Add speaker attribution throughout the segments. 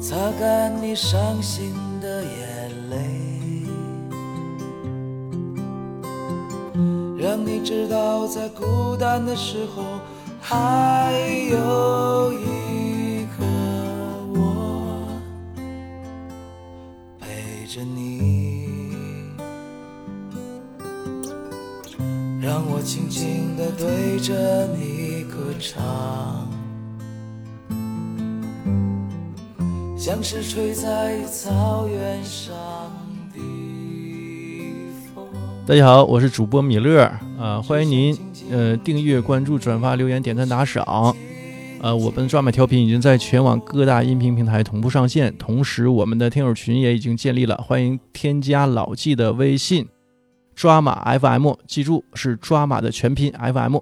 Speaker 1: 擦干你伤心的眼泪，让你知道在孤单的时候还有一个我陪着你，让我轻轻地对着你歌唱。像是吹在草原上的风。
Speaker 2: 大家好，我是主播米勒，呃，欢迎您，呃，订阅、关注、转发、留言、点赞、打赏，呃，我们抓马调频已经在全网各大音频平台同步上线，同时我们的听友群也已经建立了，欢迎添加老纪的微信，抓马 FM，记住是抓马的全拼 FM。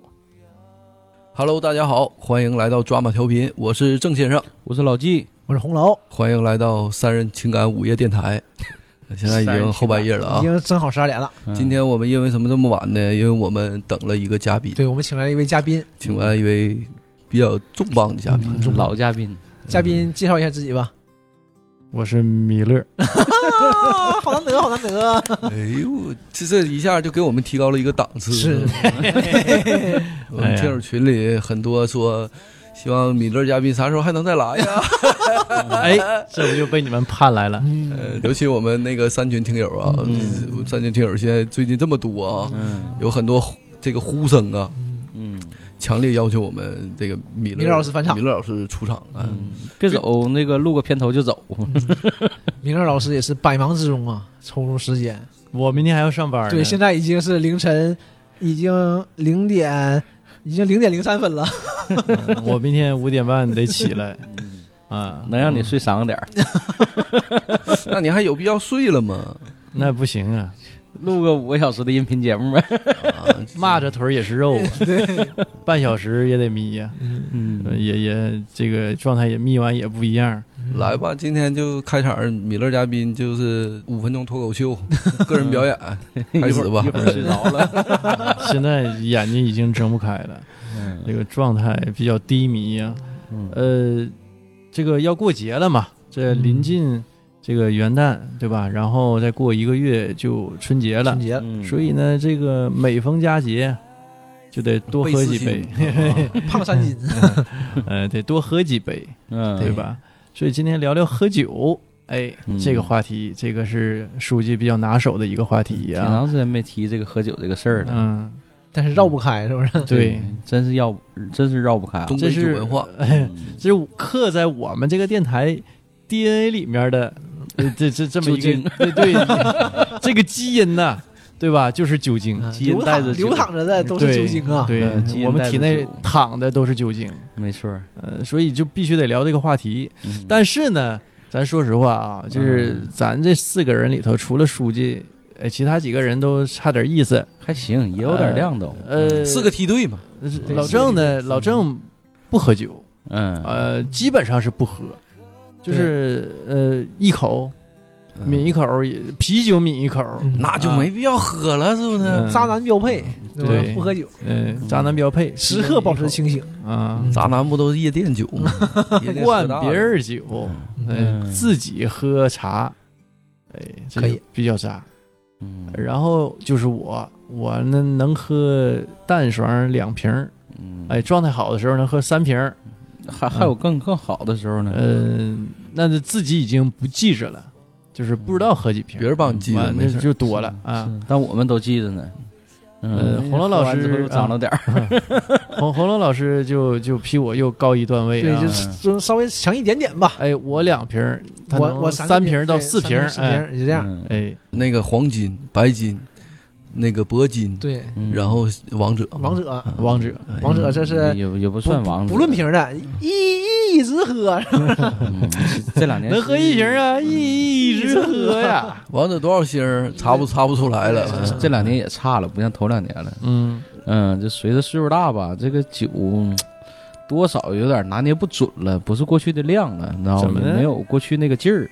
Speaker 3: Hello，大家好，欢迎来到抓马调频，我是郑先生，
Speaker 4: 我是老纪，
Speaker 5: 我是红楼，
Speaker 3: 欢迎来到三人情感午夜电 台。现在已经后半夜了
Speaker 5: 已
Speaker 3: 啊！
Speaker 5: 经正好十二点了。
Speaker 3: 今天我们因为什么这么晚呢？因为我们等了一个嘉宾，
Speaker 5: 对我们请来了一位嘉宾，
Speaker 3: 请来一位比较重磅的嘉宾。
Speaker 4: 嗯老嘉宾，
Speaker 5: 嘉宾介绍一下自己吧。
Speaker 2: 我是米勒，
Speaker 5: 啊，好难得，好难得。
Speaker 4: 嗯
Speaker 3: 哎呦，这这一下就给我们提高了一个档次。
Speaker 5: 是，
Speaker 3: 我们听友群里很多说，希望米勒嘉宾啥时候还能再来啊呀？
Speaker 2: 哎，这不就被你们盼来了？
Speaker 3: 呃尤其我们那个三群听友啊，三群听友现在最近这么多啊，
Speaker 4: 嗯
Speaker 3: 有很多呼这个呼声啊，
Speaker 4: 嗯，
Speaker 3: 强烈要求我们这个米勒
Speaker 5: 米勒老师返场
Speaker 3: 米勒老师出场啊！
Speaker 4: 别走，那个录个片头就走。
Speaker 5: 明乐老师也是百忙之中啊，抽出时间。
Speaker 2: 我明天还要上班呢。
Speaker 5: 对，现在已经是凌晨，已经零点，已经零点零三分了。
Speaker 2: 嗯 我明天五点半得起来，啊，
Speaker 4: 能让你睡三个点儿，
Speaker 3: 那你还有必要睡了 吗？
Speaker 2: 那不行啊，
Speaker 4: 录个五个小时的音频节目呗。
Speaker 3: 啊，
Speaker 2: 蚂蚱腿儿也是肉 啊，半小时也得眯呀、
Speaker 4: 嗯，
Speaker 2: 也也这个状态也眯完也不一样。
Speaker 3: 来吧，今天就开场，米勒嘉宾就是五分钟脱口 秀，个人表演， 开
Speaker 4: 一会
Speaker 3: 始
Speaker 4: 儿
Speaker 3: 吧
Speaker 4: 嗯一。会儿睡着了。
Speaker 2: 现在眼睛已经睁不开了，这个状态比较低迷呀、
Speaker 4: 嗯
Speaker 2: 呃，这个要过节了嘛，这临
Speaker 4: 嗯
Speaker 2: 近这个元旦对吧？然后再过一个月就春节了
Speaker 5: 春，节
Speaker 4: 嗯
Speaker 2: 所以呢，这个每逢佳节就得多喝几杯
Speaker 3: 倍，思亲
Speaker 5: 胖三斤，
Speaker 2: 呃，得多喝几杯。
Speaker 4: 嗯，
Speaker 2: 对？吧？所以今天聊聊喝酒，哎，
Speaker 4: 嗯
Speaker 2: 这个话题，这个是书记比较拿手的一个话题
Speaker 4: 挺
Speaker 2: 呀、
Speaker 4: 长时间没提这个喝酒这个事儿了。
Speaker 2: 嗯，
Speaker 5: 但是绕不开，是不是？
Speaker 2: 对，，
Speaker 4: 真是要，真是绕不开啊。
Speaker 3: 中国
Speaker 2: 这
Speaker 3: 酒
Speaker 2: 是
Speaker 3: 文化，
Speaker 2: 这是刻在我们这个电台 DNA 里面的，呃这这这么一
Speaker 4: 酒精
Speaker 2: 个，对对，这个基因呐、对吧？就是酒精。
Speaker 5: 嗯
Speaker 4: 基因
Speaker 5: 流
Speaker 4: 带
Speaker 5: 淌
Speaker 4: 啊着酒
Speaker 5: 流淌着的都是
Speaker 2: 对
Speaker 5: 酒精啊。
Speaker 2: 对
Speaker 4: 嗯基，因
Speaker 2: 我们
Speaker 4: 带着
Speaker 2: 体内
Speaker 4: 酒
Speaker 2: 躺的都是酒精，
Speaker 4: 没错儿。
Speaker 2: 呃，所以就必须得聊这个话题。
Speaker 4: 嗯
Speaker 2: 但是呢，咱说实话啊，就是
Speaker 4: 嗯
Speaker 2: 咱这四个人里头，除了书记，呃，其他几个人都差点意思。
Speaker 4: 还行，也有点量都。
Speaker 2: 呃，
Speaker 3: 四个梯队嘛，
Speaker 2: 呃老郑呢，老郑不喝酒，
Speaker 4: 嗯，
Speaker 2: 呃，基本上是不喝，就是呃一口抿一口，也啤酒抿一口，
Speaker 5: 嗯
Speaker 3: 嗯那就没必要喝了，是不是？
Speaker 2: 嗯
Speaker 5: 渣男标配，是吧
Speaker 2: 对
Speaker 5: 不喝酒，
Speaker 2: 嗯，渣男标配，
Speaker 5: 时刻保持
Speaker 2: 清
Speaker 5: 清嗯醒。
Speaker 2: 啊，
Speaker 3: 渣男不都是夜店酒吗？夜店喝
Speaker 2: 灌
Speaker 3: 大了
Speaker 2: 别人酒，嗯，
Speaker 4: 嗯
Speaker 2: 自己喝茶，哎，这
Speaker 5: 可
Speaker 2: 个
Speaker 5: 以
Speaker 2: 比较渣。
Speaker 4: 嗯
Speaker 2: 然后就是我，我呢能喝淡爽两瓶儿，
Speaker 4: 嗯
Speaker 2: 哎，，状态好的时候能喝三瓶儿，
Speaker 4: 还还有更更好的时候呢。
Speaker 2: 嗯、那就自己已经不记着了，就是不知道喝几瓶儿，
Speaker 3: 别人帮你记
Speaker 2: 完
Speaker 3: 着，
Speaker 2: 那
Speaker 3: 没事儿。
Speaker 2: 就多了啊。
Speaker 4: 是，嗯但我们都记着呢。
Speaker 2: 呃红楼老师
Speaker 4: 喝完之后又长了点儿，
Speaker 2: 红红楼老师就就比我又高一段位
Speaker 5: 对，
Speaker 2: 啊
Speaker 5: 就，是就稍微强一点点吧。
Speaker 2: 哎，我两瓶儿，他
Speaker 5: 我
Speaker 2: 能
Speaker 5: 我
Speaker 2: 三瓶
Speaker 5: 瓶
Speaker 2: 儿到
Speaker 5: 对
Speaker 2: 四
Speaker 5: 三
Speaker 2: 瓶儿，
Speaker 5: 四瓶
Speaker 2: 哎
Speaker 5: 儿也这样。
Speaker 4: 嗯
Speaker 2: 哎，
Speaker 3: 那个黄金、白金，那个铂金，
Speaker 5: 对，
Speaker 4: 嗯
Speaker 3: 然后王者，
Speaker 5: 王者，
Speaker 2: 王者，
Speaker 3: 哎
Speaker 5: 王者这是
Speaker 4: 也也不
Speaker 5: 不
Speaker 4: 算王者，
Speaker 5: 不论瓶的，一一 直喝，
Speaker 4: 嗯，这两年
Speaker 2: 能喝一瓶儿啊，一一直喝 呀，
Speaker 3: 王者多少星儿查不查不出来了。
Speaker 4: 嗯这两年也差了，不像头两年了。
Speaker 2: 嗯，
Speaker 4: 嗯，就随着岁数大吧，这个酒嗯多少有点拿捏不准了，不是过去的量了，你知道
Speaker 2: 怎么
Speaker 4: 吗？
Speaker 2: 呢
Speaker 4: 没有过去那个劲儿。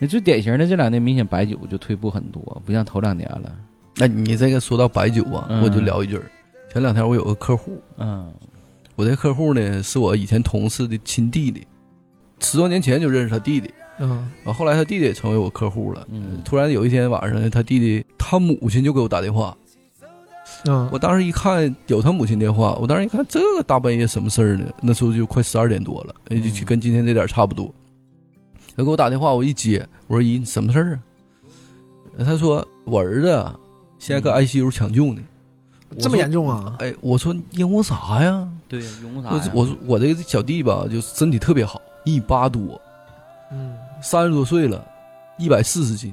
Speaker 4: 你最典型的这两年明显白酒就退步很多，不像头两年了。
Speaker 3: 那哎你这个说到白酒啊，
Speaker 4: 嗯
Speaker 3: 我就聊一句儿。前两天我有个客户，
Speaker 4: 嗯
Speaker 3: 我这客户呢是我以前同事的亲弟弟，十多年前就认识他弟弟，
Speaker 5: 嗯
Speaker 3: 啊，后来他弟弟也成为我客户了。
Speaker 4: 嗯
Speaker 3: 突然有一天晚上，他弟弟他母亲就给我打电话，
Speaker 5: 嗯，
Speaker 3: 我当时一看有他母亲电话，我当时一看这个大半夜什么事儿呢？那时候就快十二点多了，
Speaker 5: 嗯
Speaker 3: 哎就就跟今天这点儿差不多。他给我打电话，我一接，我说姨，你什么事儿啊？他说我儿子啊现在搁 ICU 抢救呢。我
Speaker 5: 嗯这
Speaker 3: 说
Speaker 5: 么严重啊？
Speaker 3: 哎，我说你因为啥呀？
Speaker 4: 对，用啥
Speaker 3: 我
Speaker 4: 呀？
Speaker 3: 我我这个小弟吧，就身体特别好，一米八多，
Speaker 5: 嗯，
Speaker 3: 三十多岁了，一百四十斤。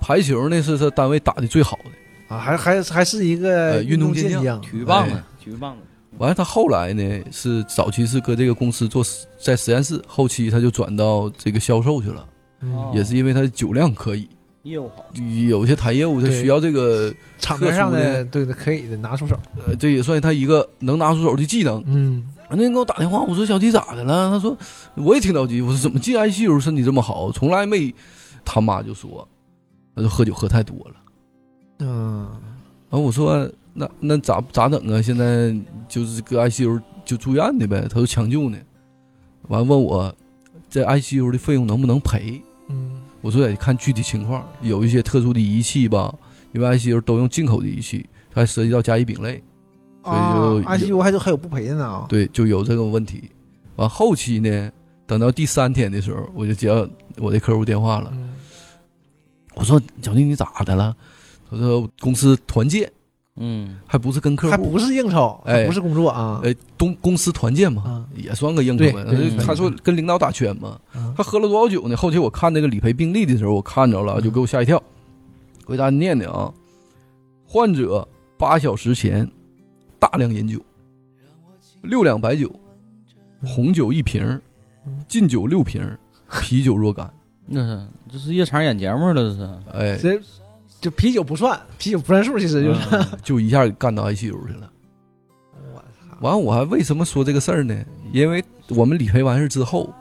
Speaker 3: 排球那是他单位打的最好的。
Speaker 5: 啊，还还还是一个
Speaker 3: 呃运动健
Speaker 5: 健
Speaker 3: 将
Speaker 5: 将，
Speaker 4: 体育棒子
Speaker 3: 哎，
Speaker 4: 体育棒子。
Speaker 3: 完了，他后来呢是早期是搁这个公司做实在实验室，后期他就转到这个销售去了，
Speaker 5: 嗯
Speaker 4: 哦
Speaker 3: 也是因为他的酒量可以，
Speaker 4: 业务好，
Speaker 3: 有些谈业务他
Speaker 5: 对
Speaker 3: 需要这个，
Speaker 5: 场面上
Speaker 3: 特殊
Speaker 5: 的对的可以的拿出手，
Speaker 3: 呃，这也算他一个能拿出手的技能。
Speaker 5: 嗯
Speaker 3: 那天给我打电话，我说小弟咋的了？他说我也挺着急，我说怎么进 ICU 身体这么好，从来没。他妈就说，他说喝酒喝太多了。
Speaker 5: 嗯
Speaker 3: 然后我说那那咋咋整啊？现在就是搁 ICU 就住院的呗，他说抢救呢。完问我这 ICU 的费用能不能赔？
Speaker 5: 嗯
Speaker 3: 我说得看具体情况，有一些特殊的仪器吧，因为 ICU 都用进口的仪器，还涉及到甲乙丙类，嗯所以就
Speaker 5: 啊，ICU 还有还有不赔的呢啊，
Speaker 3: 对，就有这种问题。完后期呢，等到第三天的时候，我就接到我的客户电话了，
Speaker 5: 嗯
Speaker 3: 我说小弟你咋的了？他说公司团建，
Speaker 4: 嗯，
Speaker 3: 还不是跟客
Speaker 5: 还
Speaker 3: 户，
Speaker 5: 不是应酬，
Speaker 3: 哎
Speaker 5: 还不是工作啊，
Speaker 3: 呃，东公司团建嘛，
Speaker 5: 啊
Speaker 3: 也算个应酬呗。
Speaker 5: 对对
Speaker 3: 他
Speaker 4: 对
Speaker 3: 他说跟领导打圈嘛，
Speaker 5: 啊
Speaker 3: 他喝了多少酒呢？后期我看那个理赔病历的时候，我看着了，就给我吓一跳。给大家念念啊，患者八小时前大量饮酒，六两白酒，红酒一瓶，劲酒六瓶，啤酒若干。
Speaker 4: 那是这是夜场演节目了，这是。
Speaker 3: 哎，
Speaker 5: 这就啤酒不算，啤酒不算数，其实就是，
Speaker 4: 嗯
Speaker 3: 就一下干到 ICU 去了。
Speaker 5: 我操，
Speaker 3: 完，嗯我还为什么说这个事儿呢？因为我们理赔完事之后，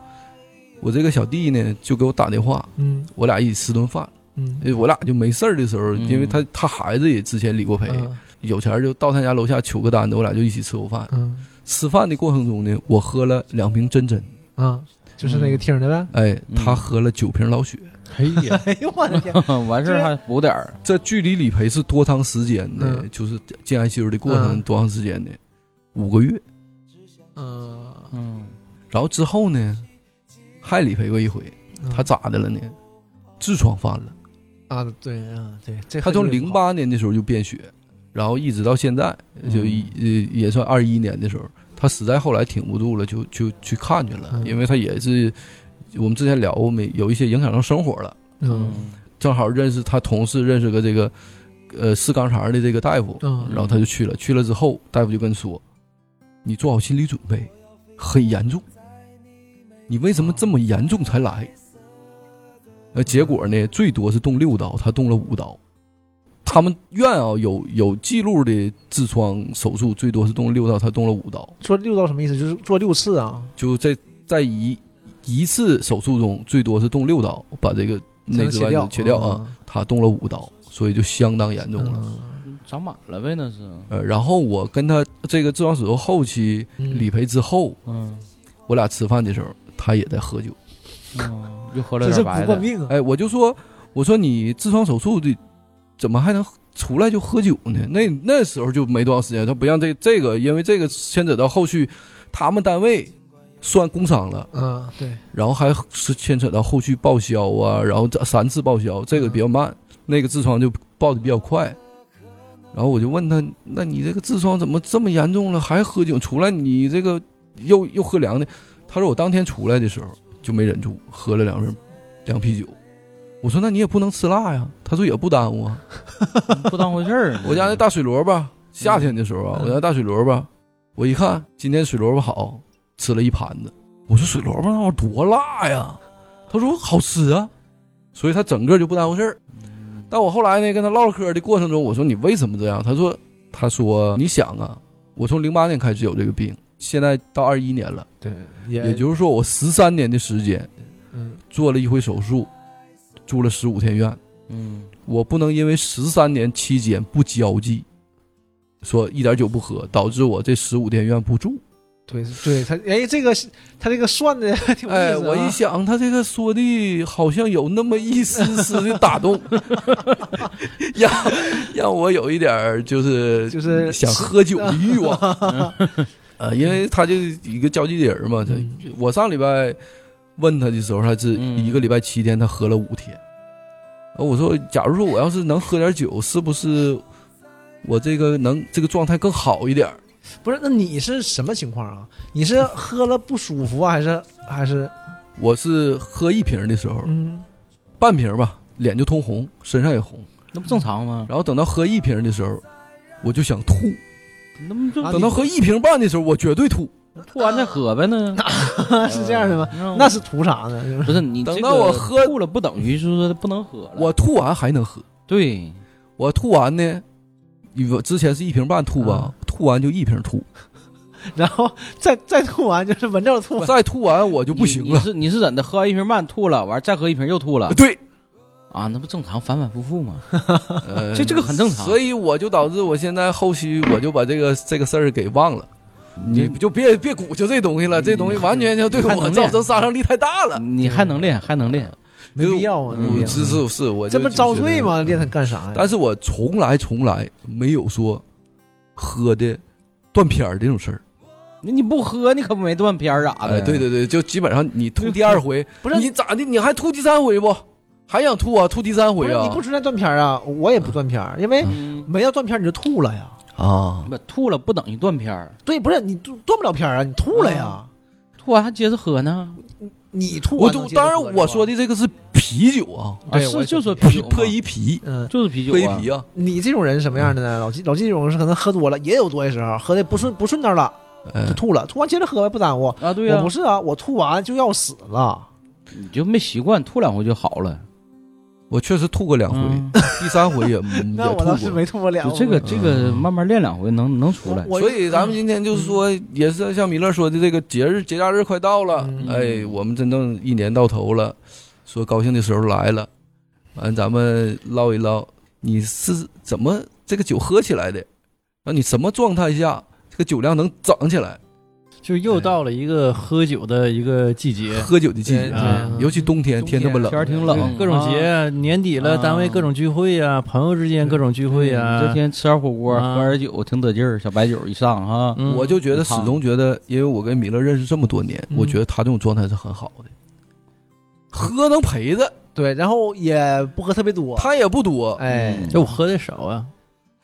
Speaker 3: 我这个小弟呢就给我打电话，
Speaker 5: 嗯
Speaker 3: 我俩一起吃顿饭。
Speaker 5: 嗯，
Speaker 3: 哎我俩就没事儿的时候，
Speaker 4: 嗯
Speaker 3: 因为他他孩子也之前理过赔，
Speaker 5: 嗯
Speaker 3: 有钱儿就到他家楼下取个单子，我俩就一起吃口饭。
Speaker 5: 嗯
Speaker 3: 吃饭的过程中呢，我喝了两瓶真真，
Speaker 5: 啊，就是那个听的呗，
Speaker 3: 哎，
Speaker 4: 嗯
Speaker 3: 他喝了九瓶老雪，
Speaker 4: 哎呀，
Speaker 5: 哎呦我的天，
Speaker 4: 嗯 完事儿还补点儿，
Speaker 3: 这距离理赔是多长时间呢？
Speaker 5: 嗯
Speaker 3: 就是进 ICU 的过程
Speaker 5: 嗯
Speaker 3: 多长时间呢？五个月。
Speaker 5: 嗯，
Speaker 4: 嗯，
Speaker 3: 然后之后呢，还理赔过一回，
Speaker 5: 嗯
Speaker 3: 他咋的了呢？痔疮犯了。
Speaker 5: 啊，对啊，对，这
Speaker 3: 他从零
Speaker 5: 八
Speaker 3: 八年的时候就便血，然后一直到现在，
Speaker 2: 嗯
Speaker 3: 就一、呃也算二一年的时候，他实在后来挺不住了，就就去看去了，
Speaker 5: 嗯
Speaker 3: 因为他也是我们之前聊过没，有一些影响到生活了。
Speaker 5: 嗯
Speaker 3: 正好认识他同事，认识个这个呃四肛肠的这个大夫，
Speaker 5: 嗯
Speaker 3: 然后他就去了。去了之后，大夫就跟他说：“你做好心理准备，很严重。你为什么这么严重才来？”呃，结果呢，最多是动六刀，他动了五刀。他们院啊有有记录的痔疮手术，最多是动六刀，他动了五刀。
Speaker 5: 做六刀什么意思？就是做六次啊，
Speaker 3: 就在在一一次手术中，最多是动六刀，把这个内痔
Speaker 5: 切
Speaker 3: 外痔
Speaker 5: 掉嗯
Speaker 3: 切掉啊。，他动了五刀，所以就相当严重了。
Speaker 5: 了，
Speaker 4: 长满了呗，那是，
Speaker 3: 呃，然后我跟他这个痔疮手术后期理赔之后，
Speaker 4: 嗯，
Speaker 3: 我俩吃饭的时候，他也在喝酒。
Speaker 4: 嗯又喝了
Speaker 5: 这是
Speaker 4: 点
Speaker 5: 不
Speaker 4: 白
Speaker 5: 过
Speaker 4: 的，
Speaker 5: 命啊，
Speaker 3: 哎，我就说，我说你痔疮手术的怎么还能出来就喝酒呢？那那时候就没多长时间，他不像这这个，因为这个牵扯到后续他们单位算工伤了，
Speaker 5: 嗯，对，
Speaker 3: 然后还是牵扯到后续报销啊，然后这三次报销，这个比较慢，那个痔疮就报的比较快。然后我就问他，那你这个痔疮怎么这么严重了，还喝酒？出来你这个又又喝凉的？他说我当天出来的时候就没忍住，喝了两瓶凉啤酒。我说那你也不能吃辣呀。他说也不耽误啊。
Speaker 4: 不当回事儿。嗯
Speaker 3: 我家那大水萝卜，夏天的时候啊，
Speaker 5: 嗯
Speaker 3: 我家大水萝卜，我一看今天水萝卜好，吃了一盘子。我说水萝卜那玩意儿多辣呀？他说好吃啊，所以他整个就不耽误事儿。但我后来呢，跟他唠嗑的过程中，我说你为什么这样？他说他说你想啊，我从零八年开始有这个病，现在到二一年了，
Speaker 5: 对，
Speaker 3: 也就是说我十三年的时间
Speaker 5: 嗯
Speaker 3: 做了一回手术，住了十五天院。
Speaker 4: 嗯，
Speaker 3: 我不能因为十三年期间不交际，说一点酒不喝，导致我这十五天院不住。
Speaker 5: 对对，他哎，这个是他这个算的 挺有意思、啊
Speaker 3: 哎，我一想，他这个说的好像有那么一丝丝的打动， 让让我有一点儿就是
Speaker 5: 就是
Speaker 3: 想喝酒的欲 望。呃，因为他就一个交际人儿嘛，他
Speaker 5: 嗯
Speaker 3: 我上礼拜问他的时候，他是
Speaker 4: 嗯
Speaker 3: 一个礼拜七天，他喝了五天。呃我说，假如说我要是能喝点酒，是不是我这个能这个状态更好一点儿？
Speaker 5: 不是，那你是什么情况啊？你是喝了不舒服啊，还是还是
Speaker 3: 我是喝一瓶儿的时候，
Speaker 5: 嗯
Speaker 3: 半瓶儿吧，脸就通红，身上也红。
Speaker 4: 那不正常吗？
Speaker 3: 然后等到喝一瓶的时候，我就想吐；
Speaker 4: 那不就
Speaker 5: 啊
Speaker 3: 等到喝一瓶半的时候，我绝对吐。
Speaker 4: 吐完再喝呗呢？
Speaker 5: 是这样的吗？
Speaker 3: 呃
Speaker 4: 吗
Speaker 5: 那是图啥呢？ 就是
Speaker 4: 不是你
Speaker 3: 等
Speaker 4: 这
Speaker 3: 到
Speaker 4: 个
Speaker 3: 我喝
Speaker 4: 吐了，不等于就是说不能喝了。
Speaker 3: 我吐完还能喝，
Speaker 4: 对，
Speaker 3: 我吐完呢，我之前是一瓶半吐
Speaker 4: 嗯
Speaker 3: 吧，吐完就一瓶吐，
Speaker 5: 然后再再吐完就是闻着吐，
Speaker 3: 再吐完我就不行
Speaker 4: 你你
Speaker 3: 了。
Speaker 4: 是你是怎的？喝完一瓶半吐了，完再喝一瓶又吐了
Speaker 3: 对，
Speaker 4: 啊？那不正常，反反复复吗？
Speaker 3: 呃
Speaker 4: 这这个很正常
Speaker 3: 所以我就导致我现在后期我就把这个这个事儿给忘了。你
Speaker 4: 你
Speaker 3: 就别别鼓捣这东西了，这东西完全就对
Speaker 4: 你看啊
Speaker 3: 我
Speaker 4: 能
Speaker 3: 造
Speaker 4: 练
Speaker 3: 成杀伤力太大了。
Speaker 4: 你还能练，还能练。
Speaker 5: 没必要
Speaker 4: 嗯
Speaker 5: 啊，没必
Speaker 3: 我
Speaker 5: 要
Speaker 3: 是是是，我
Speaker 5: 这
Speaker 3: 就
Speaker 5: 不
Speaker 3: 就
Speaker 5: 遭
Speaker 3: 觉得
Speaker 5: 罪吗？练它干啥呀？
Speaker 3: 嗯但是我从来从来没有说喝的断片儿这种事儿。
Speaker 4: 那你不喝，你可没断片儿啥
Speaker 3: 哎，
Speaker 4: 的。
Speaker 3: 对对对，就基本上你吐第二回，
Speaker 5: 不是
Speaker 3: 你咋的？你还吐第三回不？还想吐啊？吐第三
Speaker 5: 不
Speaker 3: 回
Speaker 5: 是
Speaker 3: 啊
Speaker 5: 你？不存在断片儿啊，我也不断片儿，因为
Speaker 4: 嗯，
Speaker 5: 没要断片儿你就吐了呀。
Speaker 3: 啊，
Speaker 4: 不吐了不等于断片儿，
Speaker 5: 对，不是你断断不了片儿啊，你吐了呀，
Speaker 4: 吐完还接着喝呢。
Speaker 5: 你吐啊
Speaker 3: 我
Speaker 5: 完
Speaker 3: 都
Speaker 5: 能接着
Speaker 3: 当然
Speaker 5: 喝
Speaker 3: 我说
Speaker 5: 是吧
Speaker 3: 的这个是啤酒啊，
Speaker 4: 啊，
Speaker 5: 对我
Speaker 4: 是
Speaker 5: 也
Speaker 4: 就
Speaker 5: 是
Speaker 4: 说啤酒嘛，
Speaker 3: 破一啤，
Speaker 5: 嗯，
Speaker 4: 就是啤酒
Speaker 3: 破一
Speaker 4: 啊
Speaker 3: 啤。啊，
Speaker 5: 你这种人什么样的
Speaker 3: 嗯
Speaker 5: 呢？老季老季这种是可能喝多了，也有多的时候，喝的不顺不顺道了
Speaker 3: 哎
Speaker 5: 就，吐了，吐完接着喝呗，不耽误。
Speaker 4: 啊，对呀、
Speaker 5: 我不是啊，我吐完就要死了。
Speaker 4: 你就没习惯，吐两回就好了。
Speaker 3: 我确实吐过两
Speaker 4: 嗯
Speaker 3: 回，第三回也嗯
Speaker 5: 那
Speaker 3: 也
Speaker 5: 我倒
Speaker 3: 吐
Speaker 5: 是
Speaker 3: 过。
Speaker 5: 没吐过两
Speaker 4: 就
Speaker 5: 回。
Speaker 4: 这个这个慢慢练两回，能能出来。
Speaker 5: 我
Speaker 3: 所以咱们今天就是
Speaker 2: 嗯
Speaker 3: 说，也是像米勒说的，这个节日节假日快到了，
Speaker 5: 嗯
Speaker 3: 哎，我们真正一年到头了，说高兴的时候来了，完咱们唠一唠，你是怎么这个酒喝起来的？那你什么状态下这个酒量能涨起来？
Speaker 2: 就又到了一个喝酒的一个季节，
Speaker 3: 喝酒的技
Speaker 2: 对
Speaker 3: 巧，
Speaker 2: 啊
Speaker 3: 尤其冬天
Speaker 2: 冬
Speaker 3: 天那么冷
Speaker 2: 天，儿挺冷，
Speaker 4: 嗯
Speaker 2: 各种节，年底了，
Speaker 4: 啊
Speaker 2: 单位各种聚会呀，朋友之间各种聚会呀，
Speaker 4: 这天吃点火锅，
Speaker 2: 啊
Speaker 4: 喝点酒，挺得劲儿。小白酒一上哈，
Speaker 2: 嗯
Speaker 3: 我就觉得
Speaker 4: 嗯
Speaker 3: 始终觉得，因为我跟米勒认识这么多年，
Speaker 5: 嗯
Speaker 3: 我觉得他这种状态是很好的，喝能陪着，
Speaker 5: 对，然后也不喝特别多。
Speaker 3: 他也不多，
Speaker 5: 哎，
Speaker 4: 嗯
Speaker 2: 就我喝的少啊。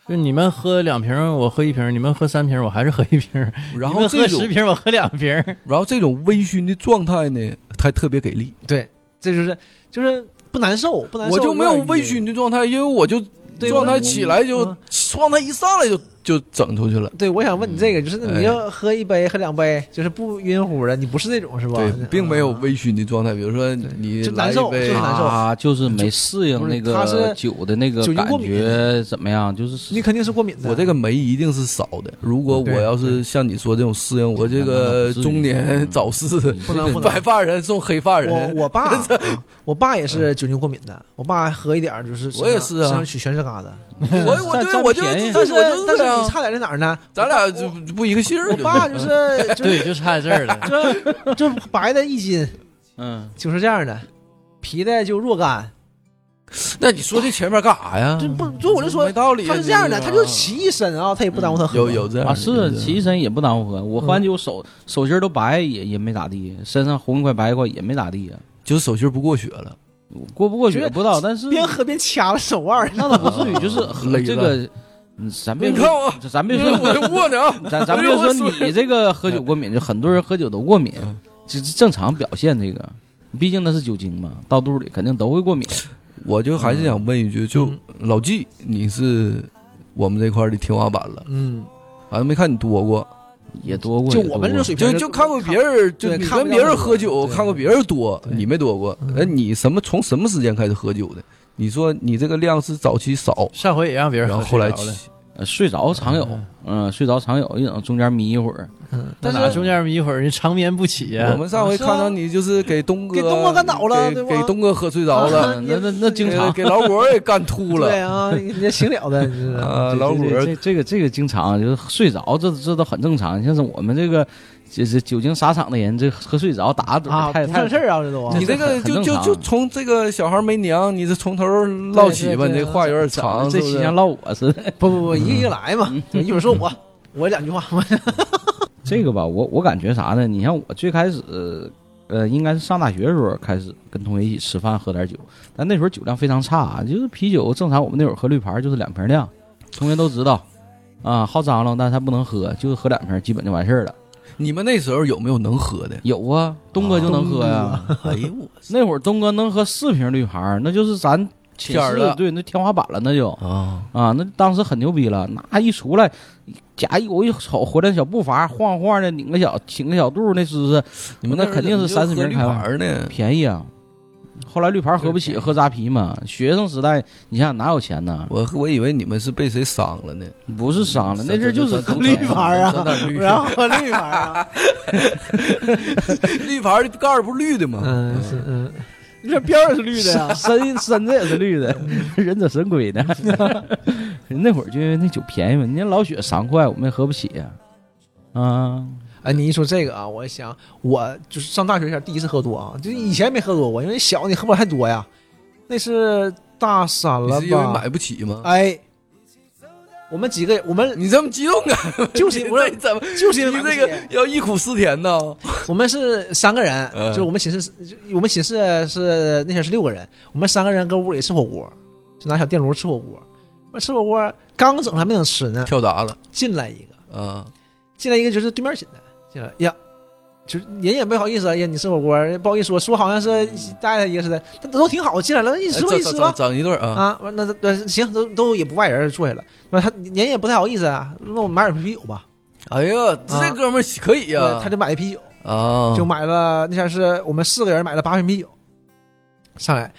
Speaker 2: 就你们喝两瓶，我喝一瓶；你们喝三瓶，我还是喝一瓶；
Speaker 3: 然
Speaker 2: 你
Speaker 3: 后
Speaker 2: 们
Speaker 3: 这
Speaker 2: 喝
Speaker 3: 种
Speaker 2: 十瓶，我喝两瓶。
Speaker 3: 然后这种微醺的状态呢，它特别给力。
Speaker 5: 对，这就是就是不难受，不难受。
Speaker 3: 我就没有微
Speaker 5: 点
Speaker 3: 醺的状态，因为我就
Speaker 5: 对
Speaker 3: 状态
Speaker 5: 我
Speaker 3: 起来就
Speaker 5: 嗯
Speaker 3: 状态一上来就就整出去了。
Speaker 5: 对，我想问你这个，就是那
Speaker 3: 哎
Speaker 5: 你要喝一杯、喝两杯，就是不晕乎的，你不是那种是吧？
Speaker 3: 对
Speaker 5: 嗯，
Speaker 3: 并没有微醺的状态。比如说你
Speaker 5: 就
Speaker 3: 来
Speaker 5: 难受
Speaker 3: 一杯啊
Speaker 5: 就，难受
Speaker 4: 他啊就是没适应那
Speaker 5: 不是他
Speaker 4: 个
Speaker 5: 是
Speaker 4: 酒的那个
Speaker 5: 酒精
Speaker 4: 感
Speaker 5: 过敏
Speaker 4: 觉怎么样？就是
Speaker 5: 你肯定是过敏的。
Speaker 3: 我这个酶一定是少的。如果我
Speaker 5: 对
Speaker 3: 要是像你说这种适应，我这个中年早逝，
Speaker 5: 不能不 能
Speaker 3: 白发人送黑发
Speaker 5: 我
Speaker 3: 人，
Speaker 5: 嗯
Speaker 3: 嗯
Speaker 5: 我爸啊，我爸也是酒精过敏的，我爸还喝一点儿就是
Speaker 3: 我也是啊
Speaker 5: 身上起全是疙瘩。
Speaker 3: 我我
Speaker 4: 占
Speaker 3: 对
Speaker 4: 占
Speaker 3: 我就
Speaker 4: 便宜
Speaker 3: 这
Speaker 5: 但
Speaker 3: 是
Speaker 5: 是
Speaker 3: 我就是
Speaker 5: 但
Speaker 3: 这
Speaker 5: 是你
Speaker 3: 样，
Speaker 5: 差点在哪儿呢？
Speaker 3: 咱俩就嗯不一个姓儿。
Speaker 5: 我爸就是就
Speaker 2: 对，
Speaker 5: 是
Speaker 2: 就差这儿 了。
Speaker 5: 就就白的一斤，
Speaker 4: 嗯，
Speaker 5: 就是这样的。皮的就若干，
Speaker 3: 那你说这前面干啥呀？
Speaker 5: 这不，所以我就说
Speaker 3: 嗯没道理啊。
Speaker 5: 他是这样的，
Speaker 3: 个
Speaker 5: 他就骑一身啊，他也不耽误他喝。
Speaker 3: 有有这样
Speaker 4: 啊，
Speaker 3: 的有
Speaker 4: 是
Speaker 3: 这样的
Speaker 4: 起一身也不耽误喝。
Speaker 5: 嗯
Speaker 4: 我喝完酒手手心儿都白，也也没咋地，身上红一块白一块也没咋地呀。
Speaker 3: 就是手心儿不过血了，
Speaker 4: 过不过
Speaker 5: 觉
Speaker 4: 血
Speaker 5: 得
Speaker 4: 不知道，但是
Speaker 5: 边啊喝边掐了手腕儿，
Speaker 4: 那倒 不至于，就是
Speaker 3: 累了
Speaker 4: 这个，嗯咱别
Speaker 3: 你看我，
Speaker 4: 咱别
Speaker 3: 因为我
Speaker 4: 说，
Speaker 3: 这 卧着啊，
Speaker 4: 咱咱别说你这个喝酒过敏，就很多人喝酒都过敏，
Speaker 5: 嗯
Speaker 4: 这是正常表现。这个，毕竟那是酒精嘛，到肚里肯定都会过敏。
Speaker 3: 我就还是想问一句，就老纪，你是我们这块儿的天花板了，
Speaker 5: 嗯，
Speaker 3: 好像没看你多过，
Speaker 4: 也多过，
Speaker 5: 就
Speaker 4: 也多
Speaker 5: 我们这
Speaker 4: 过
Speaker 5: 水平
Speaker 3: 就就看过别人，就
Speaker 5: 对
Speaker 3: 你
Speaker 5: 看
Speaker 3: 跟
Speaker 5: 不
Speaker 3: 别
Speaker 5: 了
Speaker 3: 人
Speaker 5: 你
Speaker 3: 喝酒，
Speaker 5: 对
Speaker 3: 看过别人多，
Speaker 5: 对
Speaker 3: 你没多过。
Speaker 5: 嗯
Speaker 3: 哎，你什么从什么时间开始喝酒的？你说你这个量是早期少，
Speaker 2: 上回也让别人
Speaker 3: 然后
Speaker 2: 喝
Speaker 3: 后来
Speaker 2: 睡着了，
Speaker 4: 呃睡着常有，嗯，睡着常有，一整中间眯一会儿，
Speaker 5: 嗯
Speaker 2: 那
Speaker 3: 但
Speaker 2: 哪
Speaker 3: 是
Speaker 2: 中间一会儿人长眠不起啊呀
Speaker 3: 我？们上回看到你就是给东哥
Speaker 5: 啊给东哥干倒了
Speaker 3: 给
Speaker 5: 对吧
Speaker 3: 给东哥喝睡着了，
Speaker 4: 嗯那那那经常
Speaker 3: 给给老果也干吐
Speaker 5: 对
Speaker 3: 了。
Speaker 5: 啊，人家行了的，你知道吗
Speaker 3: 啊，老
Speaker 4: 这
Speaker 3: 果
Speaker 4: 这这这个这个经常就是睡着，这这都很正常。像是我们这个这这酒精沙场的人，这喝睡着打个盹
Speaker 5: 啊，
Speaker 4: 儿太
Speaker 5: 不算事
Speaker 4: 太
Speaker 5: 儿啊，这都
Speaker 3: 你哦这个
Speaker 4: 很
Speaker 3: 就
Speaker 4: 正
Speaker 3: 就
Speaker 4: 常
Speaker 3: 就从这个小孩没娘，你是从头唠起吧，
Speaker 5: 对对
Speaker 3: 你这
Speaker 5: 对
Speaker 3: 话有点
Speaker 4: 长
Speaker 3: 长，
Speaker 4: 这
Speaker 3: 啊是不
Speaker 4: 期
Speaker 3: 是
Speaker 4: 像唠我似的。
Speaker 5: 不不不，一个一个来嘛，
Speaker 3: 嗯
Speaker 5: 就一会儿说 我，我两句话，我
Speaker 4: 这个吧，我我感觉啥呢？你像我最开始，呃，应该是上大学的时候开始跟同学一起吃饭喝点酒，但那时候酒量非常差啊，就是啤酒正常我们那会儿喝绿牌就是两瓶量，同学都知道，啊，好张罗，但是他不能喝，就是喝两瓶基本就完事儿了。
Speaker 3: 你们那时候有没有能喝的？
Speaker 4: 有啊，东哥就能喝呀、
Speaker 3: 哎 呦我
Speaker 4: 那会儿东哥能喝四瓶绿牌儿，那就是咱寝
Speaker 3: 天儿
Speaker 4: 室
Speaker 3: 了
Speaker 4: 对那天花板了，那就
Speaker 3: 啊！
Speaker 4: 啊，那当时很牛逼了。那一出来，假一我一瞅回来小步伐晃晃的，拧个小挺个小肚儿那姿势，
Speaker 3: 你们
Speaker 4: 那肯定是
Speaker 3: 时候怎
Speaker 4: 30
Speaker 3: 么就喝
Speaker 4: 名开
Speaker 3: 绿
Speaker 4: 外
Speaker 3: 牌儿呢？
Speaker 4: 便宜啊。后来绿牌儿喝不起，喝扎啤嘛。学生时代，你想想哪有钱呢？
Speaker 3: 我我以为你们是被谁伤了呢？
Speaker 4: 不是伤了，那阵儿就是，
Speaker 3: 咱咱
Speaker 5: 绿牌儿啊
Speaker 3: 咱咱咱绿
Speaker 5: 然后绿牌儿 啊，
Speaker 3: 绿牌儿盖儿不绿的吗？
Speaker 5: 嗯是嗯，这标也是绿的呀
Speaker 4: 身身子也是 绿的，忍者神龟的。那会儿就因为那酒便宜嘛，人家老雪三块，我们也喝不起呀、啊。
Speaker 5: 哎，你一说这个啊，我想我就是上大学前第一次喝多啊，就是以前没喝多过，因为小你喝不了太多呀。那是大三
Speaker 3: 你
Speaker 5: 了
Speaker 3: 是因为
Speaker 5: 吧？
Speaker 3: 买不起吗？
Speaker 5: 哎，我们几个我们
Speaker 3: 啊你这么激动干 嘛？
Speaker 5: 就是我
Speaker 3: 你怎么？
Speaker 5: 就是因为
Speaker 3: 你
Speaker 5: 买不
Speaker 3: 这个
Speaker 5: 起
Speaker 3: 要忆苦思甜 呐！
Speaker 5: 我们是三个人，
Speaker 3: 嗯
Speaker 5: 就是我们寝室是，我们寝室是那天是六个人，我们三个人搁屋里吃火锅，就拿小电炉吃火锅。我吃火锅刚整还没等吃呢，
Speaker 3: 跳闸了
Speaker 5: 进来一个，
Speaker 3: 啊！
Speaker 5: 进来一个就是对面寝的，进来呀，就是人也没好意思，哎呀，你吃火锅不好意思说，说好像是带他一个似的，他都挺好，进来了，一
Speaker 3: 哎
Speaker 5: 吃一
Speaker 3: 整
Speaker 5: 吃
Speaker 3: 整
Speaker 5: 吧
Speaker 3: 整。整一对儿啊！
Speaker 5: 啊，完那那行，都都也不外人坐下了，完他人也不太好意思啊，那我买点啤酒吧，
Speaker 3: 哎呀，这哥们儿可以哎呀！
Speaker 5: 他就买啤酒，
Speaker 3: 啊，
Speaker 5: 就买了那天是我们四个人买了八瓶啤酒，上来，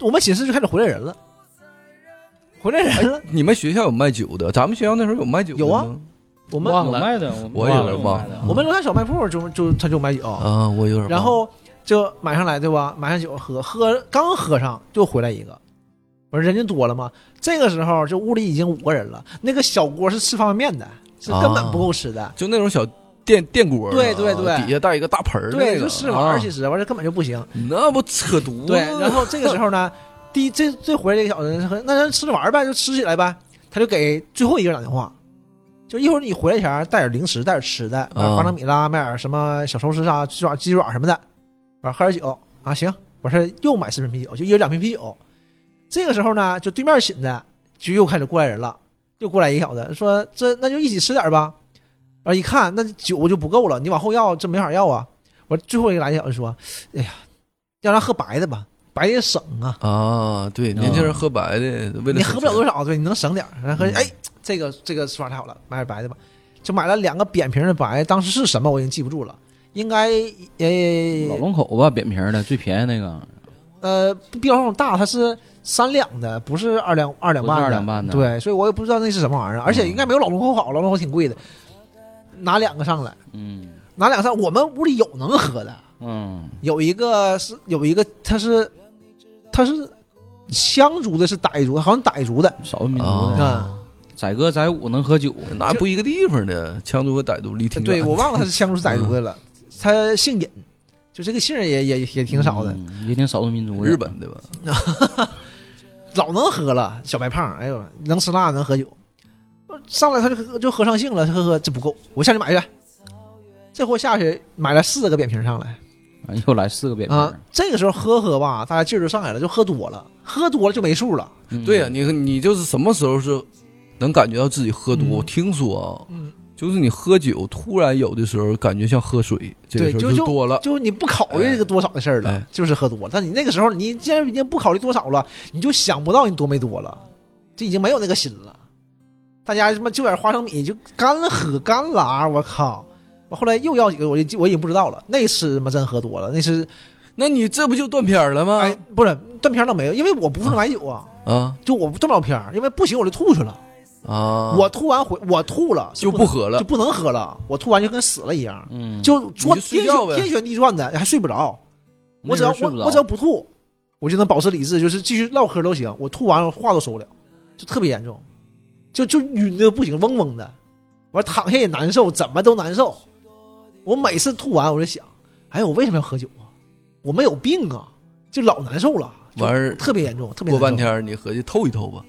Speaker 5: 我们寝室就开始回来人了，回来人了，
Speaker 3: 你们学校有卖酒的？咱们学校那时候有卖酒的
Speaker 5: 有啊
Speaker 3: 吗
Speaker 5: 我们
Speaker 2: 忘了
Speaker 4: 卖的，
Speaker 3: 我也有点忘了
Speaker 5: 我们楼下小卖铺就就他就买酒，
Speaker 3: 啊，我有点忘了。
Speaker 5: 然后就买上来对吧？买上酒喝，喝刚喝上就回来一个，我说人家多了嘛，这个时候就屋里已经五个人了，那个小锅是吃方便面的，是根本不够吃的。
Speaker 3: 就那种小电电锅儿啊，
Speaker 5: 对对对
Speaker 3: 底下带一个大盆儿的那个，
Speaker 5: 对，就试玩
Speaker 3: 啊
Speaker 5: 儿，其实完事儿根本就不行。
Speaker 3: 那不扯犊子？
Speaker 5: 对，然后这个时候呢，第一这这回这个小子说，那咱吃着玩儿呗，就吃起来呗。他就给最后一个人打电话，就一会儿你回来前儿带点零食，带点吃的，买点
Speaker 3: 啊
Speaker 5: 巴掌米拉，买点什么小寿司啊、鸡爪、鸡爪什么的，完喝点酒啊，行，完事儿又买四瓶啤酒，就一人两瓶啤酒。这个时候呢，就对面寝的就又开始过来人了，又过来一小子说：“这那就一起吃点吧。”啊，一看那酒就不够了，你往后要这没法要啊。我最后一个来一小子说：“哎呀，要咱喝白的吧，白的省啊，
Speaker 3: 啊，对，年轻人喝白的，为了
Speaker 5: 你喝不了多
Speaker 3: 少
Speaker 5: 少，对，你能省点儿。然后喝，
Speaker 3: 嗯
Speaker 5: 哎，这个这个说法太好了，买点白的吧，就买了两个扁瓶的白，当时是什么我已经记不住了，应该
Speaker 4: 老
Speaker 5: 呃
Speaker 4: 龙口吧，扁平的最便宜那个，
Speaker 5: 呃不比老龙大，它是三两的，不是二两二两半的，
Speaker 4: 不是二两半的嗯
Speaker 5: 对，所以我也不知道那是什么玩意儿，而且应该没有老龙口好，老龙口挺贵的，拿两个上来，
Speaker 4: 嗯
Speaker 5: 拿两个上，我们屋里有能喝的，
Speaker 4: 嗯，
Speaker 5: 有一个是有一个他是他是羌族的，是傣族的，好像傣族的。
Speaker 4: 少数民族
Speaker 5: 哦
Speaker 3: 啊
Speaker 4: 的，载歌载舞能喝酒，
Speaker 3: 那不一个地方的，羌族和傣族离挺远
Speaker 5: 对我忘了他是羌族是
Speaker 4: 嗯
Speaker 5: 傣族的了，他姓尹，就这个姓儿也也也挺少的，
Speaker 4: 嗯，也挺少数民族的。
Speaker 3: 日本的吧？
Speaker 5: 嗯老能喝了，小白胖，哎呦，能吃辣能喝酒，上来他就喝就喝上性了，喝喝这不够，我下去买去。这货下去买了四个扁瓶上来
Speaker 4: 啊又来四个扁
Speaker 5: 啊
Speaker 4: 平，，
Speaker 5: 这个时候喝喝吧，大家劲儿就上来了，就喝多了，喝多了就没数了。
Speaker 4: 嗯
Speaker 3: 对呀，你你就是什么时候是能感觉到自己喝多？
Speaker 5: 嗯
Speaker 3: 我听说啊
Speaker 5: 嗯，
Speaker 3: 就是你喝酒突然有的时候感觉像喝水，这个
Speaker 5: 对
Speaker 3: 时
Speaker 5: 就
Speaker 3: 候
Speaker 5: 就
Speaker 3: 多了。
Speaker 5: 就是你不考虑这个多少的事儿了，
Speaker 3: 哎
Speaker 5: 就是喝多了。但你那个时候，你既然已经不考虑多少了，你就想不到你多没多了，就已经没有那个心了。大家他妈就点花生米就干喝干拉，我靠！我后来又要几个，我就记我已经不知道了。那次他妈真喝多了，那次
Speaker 3: 那你这不就断片儿了吗？
Speaker 5: 哎不是断片儿倒没有，因为我
Speaker 3: 嗯
Speaker 5: 不是买酒啊，
Speaker 3: 啊
Speaker 5: 就我断不了片儿，因为不行我就吐去了。
Speaker 3: 啊！
Speaker 5: 我吐完回我吐了是
Speaker 3: 就
Speaker 5: 不
Speaker 3: 不
Speaker 5: 能
Speaker 3: 喝了
Speaker 5: 就，不能喝了，我吐完就跟死了一样，
Speaker 4: 嗯，
Speaker 5: 就转
Speaker 3: 就睡
Speaker 5: 天
Speaker 3: 觉
Speaker 5: 旋
Speaker 3: 呗
Speaker 5: 天旋地转的，还睡不着。我
Speaker 4: 那
Speaker 5: 只
Speaker 4: 时
Speaker 5: 要
Speaker 4: 候
Speaker 5: 我
Speaker 4: 睡不着
Speaker 5: 我只要不吐，我就能保持理智，就是继续唠嗑都行。我吐完话都说不了，就特别严重，就就晕的不行，嗡嗡的。完躺下也难受，怎么都难受。我每次吐完我就想，哎，我为什么要喝酒啊？我没有病啊，就老难受了，就
Speaker 3: 完事儿
Speaker 5: 特别严重，特别
Speaker 3: 过
Speaker 5: 难受
Speaker 3: 半天儿你合计透一透吧，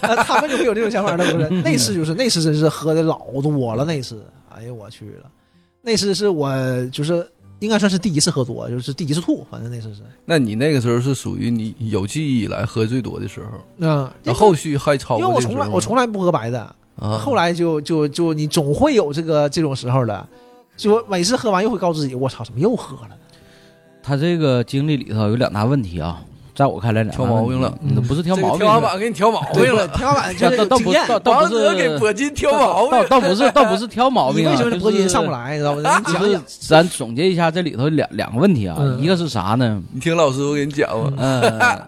Speaker 5: 啊，他们就会有这种想法了，不是？那次就是那次真是喝的老多了，那次，哎呦我去了，那次是我就是应该算是第一次喝多，就是第一次吐，反正那次是，
Speaker 3: 那你那个时候是属于你有记忆以来喝最多的时候，
Speaker 5: 嗯，
Speaker 3: 那后续还超
Speaker 5: 因为
Speaker 3: 过
Speaker 5: 我
Speaker 3: 这个
Speaker 5: 从
Speaker 3: 时
Speaker 5: 来
Speaker 3: 候
Speaker 5: 我从来不喝白的，
Speaker 3: 啊，
Speaker 5: 后来就就就你总会有这个这种时候的，就每次喝完又会告诉自己，我操，怎么又喝了？
Speaker 4: 他这个经历里头有两大问题啊，在我看来两
Speaker 3: 挑
Speaker 4: 大
Speaker 3: 毛病
Speaker 4: 问题
Speaker 3: 了
Speaker 4: 嗯不是挑
Speaker 3: 这个
Speaker 4: 毛病
Speaker 3: 天花，板给你挑毛病了，
Speaker 5: 天花 板就是
Speaker 4: 倒
Speaker 5: 有
Speaker 4: 倒
Speaker 5: 经
Speaker 4: 不
Speaker 5: 验，
Speaker 4: 倒倒
Speaker 3: 王
Speaker 4: 不是
Speaker 3: 德给铂金挑毛病
Speaker 4: 倒，倒不是倒不是挑毛
Speaker 5: 你
Speaker 4: 病啊，
Speaker 5: 为什么铂金上不来？
Speaker 4: 来？
Speaker 5: 你知 道吗？你讲
Speaker 4: 就是
Speaker 5: 讲，
Speaker 4: 咱总结一下这里头两两个问题啊，
Speaker 5: 嗯
Speaker 4: 一个是啥 呢？
Speaker 3: 你听老师我给你讲吧，
Speaker 4: 呃，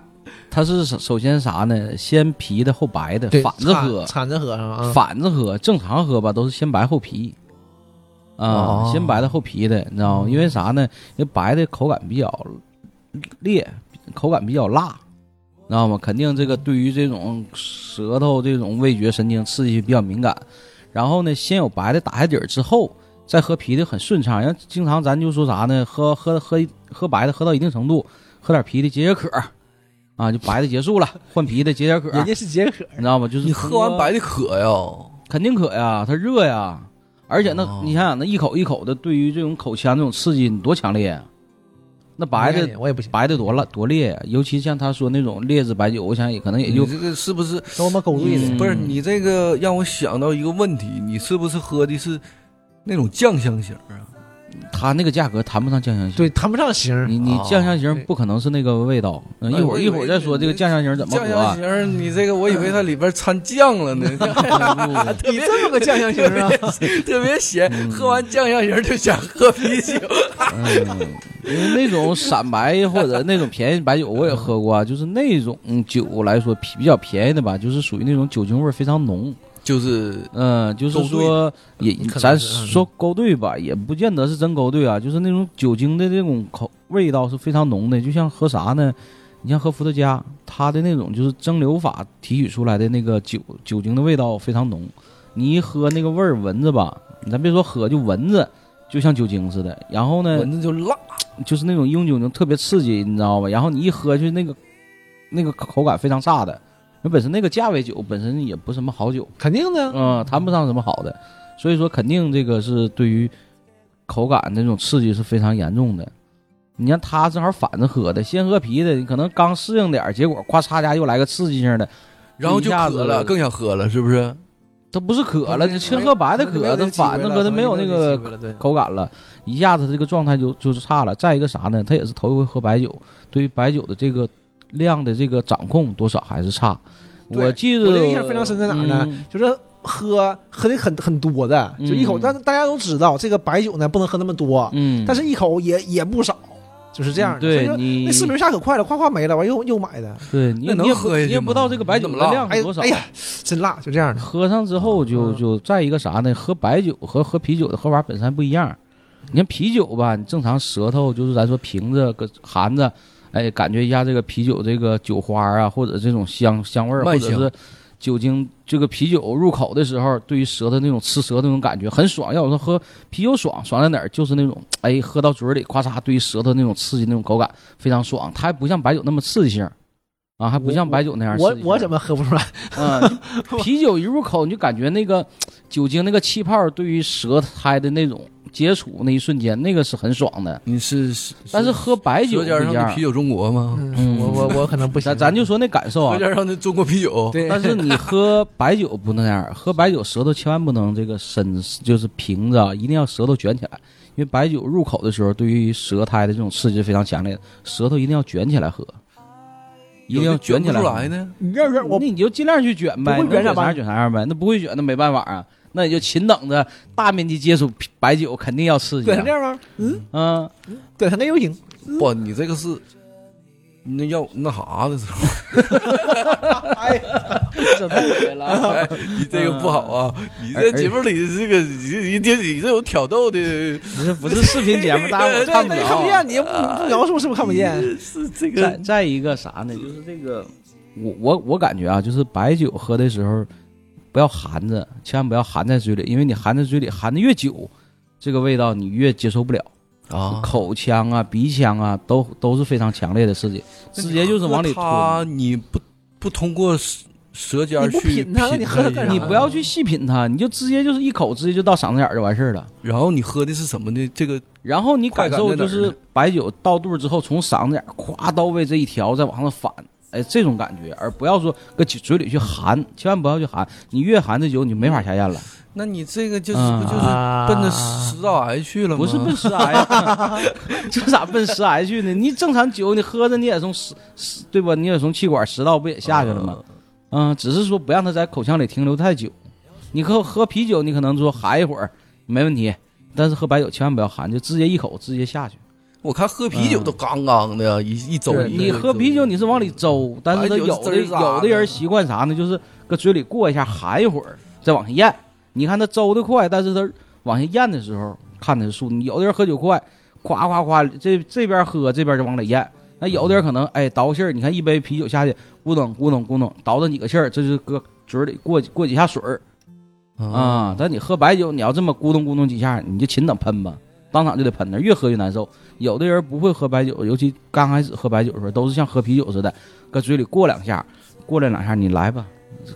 Speaker 4: 它是首首先啥呢？先啤的后白的，
Speaker 5: 对，
Speaker 4: 反着喝，
Speaker 5: 掺着喝是吧？啊
Speaker 4: 反着喝，正常喝吧都是先白后啤，啊、
Speaker 3: 哦嗯
Speaker 4: 先白的后啤的，你知道吗？因为啥呢？因为白的口感比较烈，口感比较辣，知道吗？肯定这个对于这种舌头这种味觉神经刺激比较敏感。然后呢，先有白的打下底儿之后，再喝啤的很顺畅。然后经常咱就说啥呢？喝喝喝喝白的喝到一定程度，喝点啤的解解渴，啊，就白的结束了，换啤的解解渴，
Speaker 5: 人家是解渴，
Speaker 4: 你知道吗？就是
Speaker 3: 你喝完
Speaker 4: 喝
Speaker 3: 白的渴呀，
Speaker 4: 肯定渴呀，它热呀，而且那、
Speaker 3: 哦
Speaker 4: 你想想，那一口一口的，对于这种口腔这种刺激，你多强烈啊！那白
Speaker 5: 我也不
Speaker 4: 的
Speaker 5: 行我也不行，
Speaker 4: 白的多辣多烈呀，尤其像他说那种劣质白酒，我想也可能也就
Speaker 3: 你这个是不是
Speaker 5: 都他妈勾兑的
Speaker 4: 嗯
Speaker 3: 不是你这个让我想到一个问题，你是不是喝的是那种酱香型啊？
Speaker 4: 他那个价格谈不上酱香型。
Speaker 5: 对，谈不上型儿。
Speaker 4: 你你
Speaker 3: 哦哎
Speaker 4: 酱香型
Speaker 5: 对
Speaker 4: 不可能是那个味道，嗯一会
Speaker 3: 我
Speaker 4: 儿
Speaker 3: 以
Speaker 4: 一会
Speaker 3: 为
Speaker 4: 儿再说
Speaker 3: 你
Speaker 4: 这个酱香型怎么
Speaker 3: 酱
Speaker 4: 喝
Speaker 3: 香
Speaker 4: 啊。
Speaker 3: 型，你这个我以为它里边掺酱了呢，
Speaker 5: 你这么个酱香型儿 啊？
Speaker 3: 特别咸，喝完酱香型就想喝啤酒。
Speaker 4: 嗯，因为那种散白或者那种便宜白酒我也喝过啊，就是那种酒来说比比较便宜的吧，就是属于那种酒精味儿非常浓，
Speaker 3: 就是
Speaker 4: 嗯，就是
Speaker 3: 勾兑
Speaker 4: 说也
Speaker 5: 可能
Speaker 4: 咱
Speaker 5: 是嗯
Speaker 4: 说勾兑吧，也不见得是真勾兑啊，就是那种酒精的这种口味道是非常浓的，就像喝啥呢？你像喝伏特加，它的那种就是蒸馏法提取出来的那个酒酒精的味道非常浓，你一喝那个味儿闻着吧，咱别说喝，就闻着就像酒精似的。然后呢，
Speaker 3: 闻着就辣，
Speaker 4: 就是那种医用酒精特别刺激，你知道吧？然后你一喝就那个那个口感非常差的，那本身那个价位酒本身也不是什么好酒。
Speaker 5: 肯定的，
Speaker 4: 嗯，谈不上什么好的，所以说肯定这个是对于口感那种刺激是非常严重的。你像他正好反着喝的，先喝啤的，你可能刚适应点儿，结果咵嚓家又来个刺激性的，
Speaker 3: 然后就
Speaker 4: 一下子
Speaker 3: 渴了，更想喝了，是不是？
Speaker 4: 他不是渴了，
Speaker 5: 没
Speaker 4: 就先喝白的渴，他反着喝他没有那个
Speaker 5: 个
Speaker 4: 口感了，一下子这个状态就就是差了。再一个啥呢？他也是头一回喝白酒，对于白酒的这个量的这个掌控多少还是差。
Speaker 5: 对
Speaker 4: 我记得
Speaker 5: 我这个印象非常深在哪儿呢
Speaker 4: 嗯
Speaker 5: 就是喝喝的很很多的，就一口。
Speaker 4: 嗯
Speaker 5: 但是大家都知道，这个白酒呢不能喝那么多，
Speaker 4: 嗯，
Speaker 5: 但是一口也也不少，就是这样的。所以
Speaker 4: 对
Speaker 5: 说
Speaker 4: 你
Speaker 5: 那四瓶下可快了，夸夸没了，完又又买的，
Speaker 4: 对你
Speaker 3: 那
Speaker 4: 也
Speaker 3: 能
Speaker 4: 你也
Speaker 3: 喝
Speaker 4: 不
Speaker 3: 下
Speaker 4: 你
Speaker 3: 去
Speaker 4: 也不知道这个白酒
Speaker 3: 吗
Speaker 4: 的
Speaker 3: 那么辣
Speaker 4: 量
Speaker 5: 哎
Speaker 4: 是
Speaker 5: 呦
Speaker 4: 多少。
Speaker 5: 哎呀，真辣，就这样的。
Speaker 4: 喝上之后就
Speaker 5: 嗯
Speaker 4: 就再一个啥呢？喝白酒和喝啤酒的喝法本身不一样。你看啤酒吧，你正常舌头就是咱说平着搁含着，哎，感觉一下这个啤酒这个酒花啊，或者这种香香味儿，
Speaker 3: 麦
Speaker 4: 或
Speaker 3: 香
Speaker 4: 者是酒精这个啤酒入口的时候，对于舌头那种吃舌头那种感觉很爽。要我说喝啤酒爽爽在哪儿？就是那种哎，喝到嘴里咔嚓，对于舌头那种刺激那种口感非常爽。它还不像白酒那么刺激性。啊，还不像白酒那样刺
Speaker 5: 我
Speaker 4: 激性
Speaker 5: 我怎么喝不出来？
Speaker 4: 嗯， 啤酒一入口，你就感觉那个酒精那个气泡对于舌苔的那种接触，那一瞬间那个是很爽的。
Speaker 3: 你是，
Speaker 4: 但是喝白
Speaker 3: 舌
Speaker 4: 酒不
Speaker 3: 尖
Speaker 4: 一
Speaker 3: 上的
Speaker 4: 样
Speaker 3: 啤，酒中国吗？
Speaker 5: 嗯，
Speaker 4: 嗯
Speaker 5: 我我我可能不行。
Speaker 4: 咱咱就说那感受
Speaker 3: 舌
Speaker 4: 啊。
Speaker 3: 尖上的中国啤酒，
Speaker 5: 对，
Speaker 4: 但是你喝白酒不那样， 喝白酒舌头千万不能这个伸，就是平着啊，一定要舌头卷起来，因为白酒入口的时候，对于舌苔的这种刺激是非常强烈的，舌头一定要卷起来喝，一定
Speaker 3: 有
Speaker 4: 要
Speaker 3: 的卷
Speaker 4: 卷起来
Speaker 3: 不啊
Speaker 4: 喝。
Speaker 3: 出来呢。
Speaker 5: 你这是我
Speaker 4: 嗯那你就尽量去卷呗，
Speaker 5: 不会卷咋
Speaker 4: 能啥
Speaker 5: 办
Speaker 4: 样卷啥样呗。那不会卷，那没办法啊。那你就勤等着大面积接触白酒，肯定要刺激
Speaker 5: 对成这
Speaker 4: 啊。
Speaker 5: 样吗？嗯，
Speaker 4: 嗯，
Speaker 5: 对成那又行。
Speaker 3: 不，你这个是那要那啥的时候，
Speaker 5: 哎，
Speaker 4: 这太对了。
Speaker 3: 哎你这个不好啊！你这节目里这个，你你你这有挑逗的，
Speaker 4: 你这不是视频节目，大家我
Speaker 5: 对
Speaker 4: 看不
Speaker 5: 看不
Speaker 4: 着。啊
Speaker 5: 见，你又不不描述是不是看不见？
Speaker 3: 是这
Speaker 4: 再
Speaker 3: 个
Speaker 4: 再一个啥呢？就是这个，我我我感觉啊，就是白酒喝的时候不要含着，千万不要含在嘴里，因为你含在嘴里含的越久，这个味道你越接受不了，
Speaker 3: 啊
Speaker 4: 口腔啊、鼻腔啊都都是非常强烈的刺激，直接就是往里
Speaker 3: 它
Speaker 4: 吞。
Speaker 3: 你不不通过舌舌尖
Speaker 5: 你
Speaker 3: 儿
Speaker 5: 不
Speaker 3: 去
Speaker 5: 品它那你喝它干啥
Speaker 3: 一
Speaker 4: 你
Speaker 3: 下
Speaker 4: 不要去细品它，你就直接就是一口，直接就到嗓子眼儿就完事儿了。
Speaker 3: 然后你喝的是什么呢？这个
Speaker 4: 然后你感受就
Speaker 3: 快感在哪儿
Speaker 4: 是白酒到肚儿之后，从嗓子眼儿咵到胃这一条再往上反，哎，这种感觉，而不要说搁嘴嘴里去含，千万不要去含，你越含这酒你没法下咽了，
Speaker 3: 那你这个就是
Speaker 4: 嗯
Speaker 3: 不就是奔着食道癌去了吗？
Speaker 4: 不是奔食癌， 这咋奔食癌去呢？你正常酒你喝着你也从食食对吧？你也从气管食道不也下去了吗？嗯，只是说不让它在口腔里停留太久。你喝喝啤酒，你可能说含一会儿没问题，但是喝白酒千万不要含，就直接一口直接下去。
Speaker 3: 我看喝啤酒都刚刚的，一一走
Speaker 4: 嗯对
Speaker 3: 一嗯
Speaker 4: 你喝啤酒你是往里周，但是他
Speaker 3: 白酒
Speaker 4: 有的
Speaker 3: 滋儿咋的
Speaker 4: 有的人习惯啥呢？就是搁嘴里过一下，含一会儿，再往下咽。你看他周的快，但是他往下咽的时候看的是速度。有的人喝酒快，夸夸夸，这这边喝这边就往里咽。那有的人可能哎倒气儿，你看一杯啤酒下去，咕咚咕咚咕咚倒腾几个气儿，这就是搁嘴里过过几下水儿
Speaker 3: 嗯
Speaker 4: 啊、但你喝白酒，你要这么咕咚咕咚几下，你就勤等喷吧，当场就得喷那，越喝越难受。有的人不会喝白酒，尤其刚开始喝白酒的时候，都是像喝啤酒似的，搁嘴里过两下，过来两下，你来吧，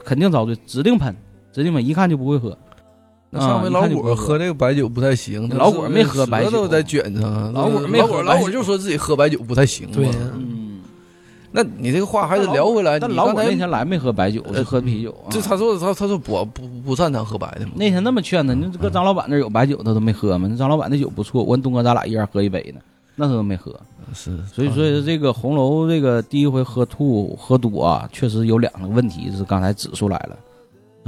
Speaker 4: 肯定遭罪，指定喷，指定喷，一看就不会喝。
Speaker 3: 那上回
Speaker 4: 啊
Speaker 3: 老
Speaker 4: 你看就
Speaker 3: 果
Speaker 4: 不
Speaker 3: 喝这个白酒不太行，
Speaker 4: 老果没喝白酒
Speaker 3: 舌头在卷上。啊
Speaker 4: 老果没
Speaker 3: 老
Speaker 4: 喝
Speaker 3: 果
Speaker 4: 白酒
Speaker 3: 老果就说自己喝白酒不太行嘛。
Speaker 5: 对，
Speaker 4: 嗯，
Speaker 3: 那你这个话还得聊回来。
Speaker 4: 但
Speaker 3: 哎你
Speaker 4: 老
Speaker 3: 刚
Speaker 4: 我
Speaker 3: 才呃嗯
Speaker 4: 那天来没喝白酒，是喝啤酒啊。
Speaker 3: 这他说他他说我不不擅长喝白的嘛。
Speaker 4: 那天那么劝他，你搁张老板那儿有白酒，他都没喝嘛。那张老板那酒不错，我跟东哥咱俩一人喝一杯呢，那他都没喝。
Speaker 3: 是，
Speaker 4: 所以说这个红楼这个第一回喝吐喝多啊，确实有两个问题是刚才指出来了，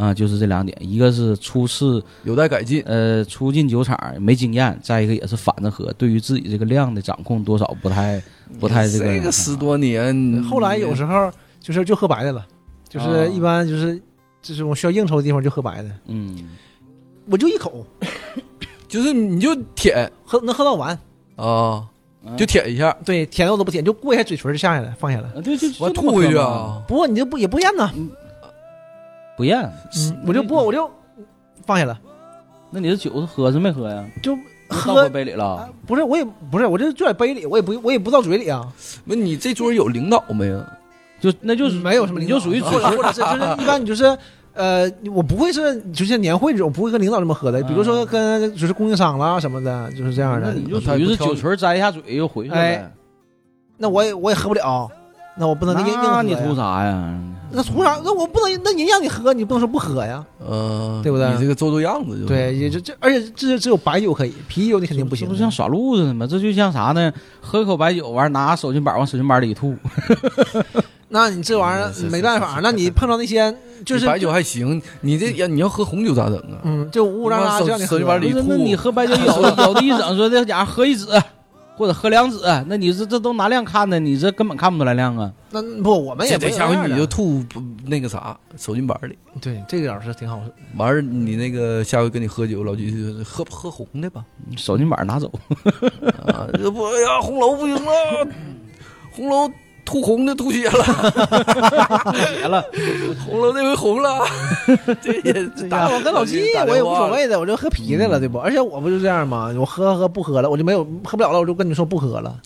Speaker 4: 啊，就是这两点，一个是初次
Speaker 3: 有待改进。
Speaker 4: 呃初进酒厂没经验，再一个也是反着喝，对于自己这个量的掌控多少不太不太这
Speaker 3: 这
Speaker 4: 个。
Speaker 3: 个十多年，
Speaker 5: 后来有时候就是就喝白的了，就是一般就是这种需要应酬的地方就喝白的，
Speaker 4: 嗯，
Speaker 5: 我就一口
Speaker 3: 就是你就舔
Speaker 5: 喝能喝到完，
Speaker 3: 啊，
Speaker 4: 嗯
Speaker 3: 就舔一下，
Speaker 4: 哎
Speaker 5: 对，舔都都不舔，就过一下嘴唇就下下来放下来。
Speaker 4: 啊对，就
Speaker 3: 我
Speaker 4: 就这么
Speaker 3: 吐回去
Speaker 4: 喝嘛，
Speaker 3: 啊。
Speaker 5: 不过你就不也不咽呐，
Speaker 4: 不咽。
Speaker 5: 嗯我就不我就放下了，
Speaker 4: 那你这酒是喝是没喝呀？
Speaker 5: 就
Speaker 4: 倒回
Speaker 5: 喝
Speaker 4: 杯里了
Speaker 5: 啊。不是我也不是我这就在杯里，我也不我也不到嘴里啊，
Speaker 3: 那你这桌有领导没呀？
Speaker 4: 就那就是
Speaker 5: 没有什么
Speaker 4: 你
Speaker 5: 领
Speaker 4: 就
Speaker 5: 导，啊
Speaker 4: 属于
Speaker 5: 或者或者是 就是一般你就是。呃，我不会是就是年会这种，不会跟领导这么
Speaker 3: 嗯
Speaker 5: 喝的。比如说跟就是供应商啦什么的，就是这样
Speaker 4: 那
Speaker 5: 的。
Speaker 4: 你就属于是酒唇摘一下嘴又回去了呗
Speaker 5: 哎。那我也我也喝不了，那我不能那硬硬喝
Speaker 4: 那
Speaker 5: 呀
Speaker 4: 你图啥呀？
Speaker 5: 那图啥？那我不能，那人让你喝，你不能说不喝呀。
Speaker 3: 嗯，
Speaker 5: 对不对
Speaker 3: 你这个做做样子就是。
Speaker 5: 对，也就这，而且这只有白酒可以，啤酒你肯定不行。
Speaker 4: 这不像耍路子的吗？这就像啥呢？喝口白酒，完拿手巾板往手巾板里一吐，
Speaker 5: 那你这玩意
Speaker 3: 嗯是是
Speaker 5: 儿没办
Speaker 3: 是
Speaker 5: 法
Speaker 3: 是，
Speaker 5: 那你碰到那些就是
Speaker 3: 你白酒还行，你这要你要喝红酒咋整啊？
Speaker 5: 嗯，就乌拉拉
Speaker 3: 手
Speaker 5: 就让你喝
Speaker 3: 手机玩
Speaker 4: 不
Speaker 3: 里
Speaker 4: 是？那
Speaker 3: 吐
Speaker 4: 你喝白酒有的有的一整说这家伙喝一指或者喝两指，那你这这都拿量看的，你这根本看不出来量啊。
Speaker 5: 那不，啊我们也
Speaker 3: 这
Speaker 5: 没有
Speaker 3: 下回
Speaker 5: 那样
Speaker 3: 你
Speaker 5: 的
Speaker 3: 就吐不那个啥手巾板里，
Speaker 5: 对这个点儿是挺好。
Speaker 3: 完事儿你那个下回跟你喝酒，老徐就说喝喝红的 吧，
Speaker 4: 手巾板拿走，
Speaker 3: 啊，这不哎呀红楼不行了，红楼吐红的吐血了，
Speaker 4: 别了，
Speaker 3: 红楼这回红 了，这也 打
Speaker 5: 哎但我跟老季
Speaker 3: 打
Speaker 5: 我
Speaker 3: 电
Speaker 5: 也
Speaker 3: 话
Speaker 5: 无所谓的，我就喝啤的了，对不？而且我不就这样吗？我喝喝不喝了，我就没有喝不了了，我就跟你说不喝了，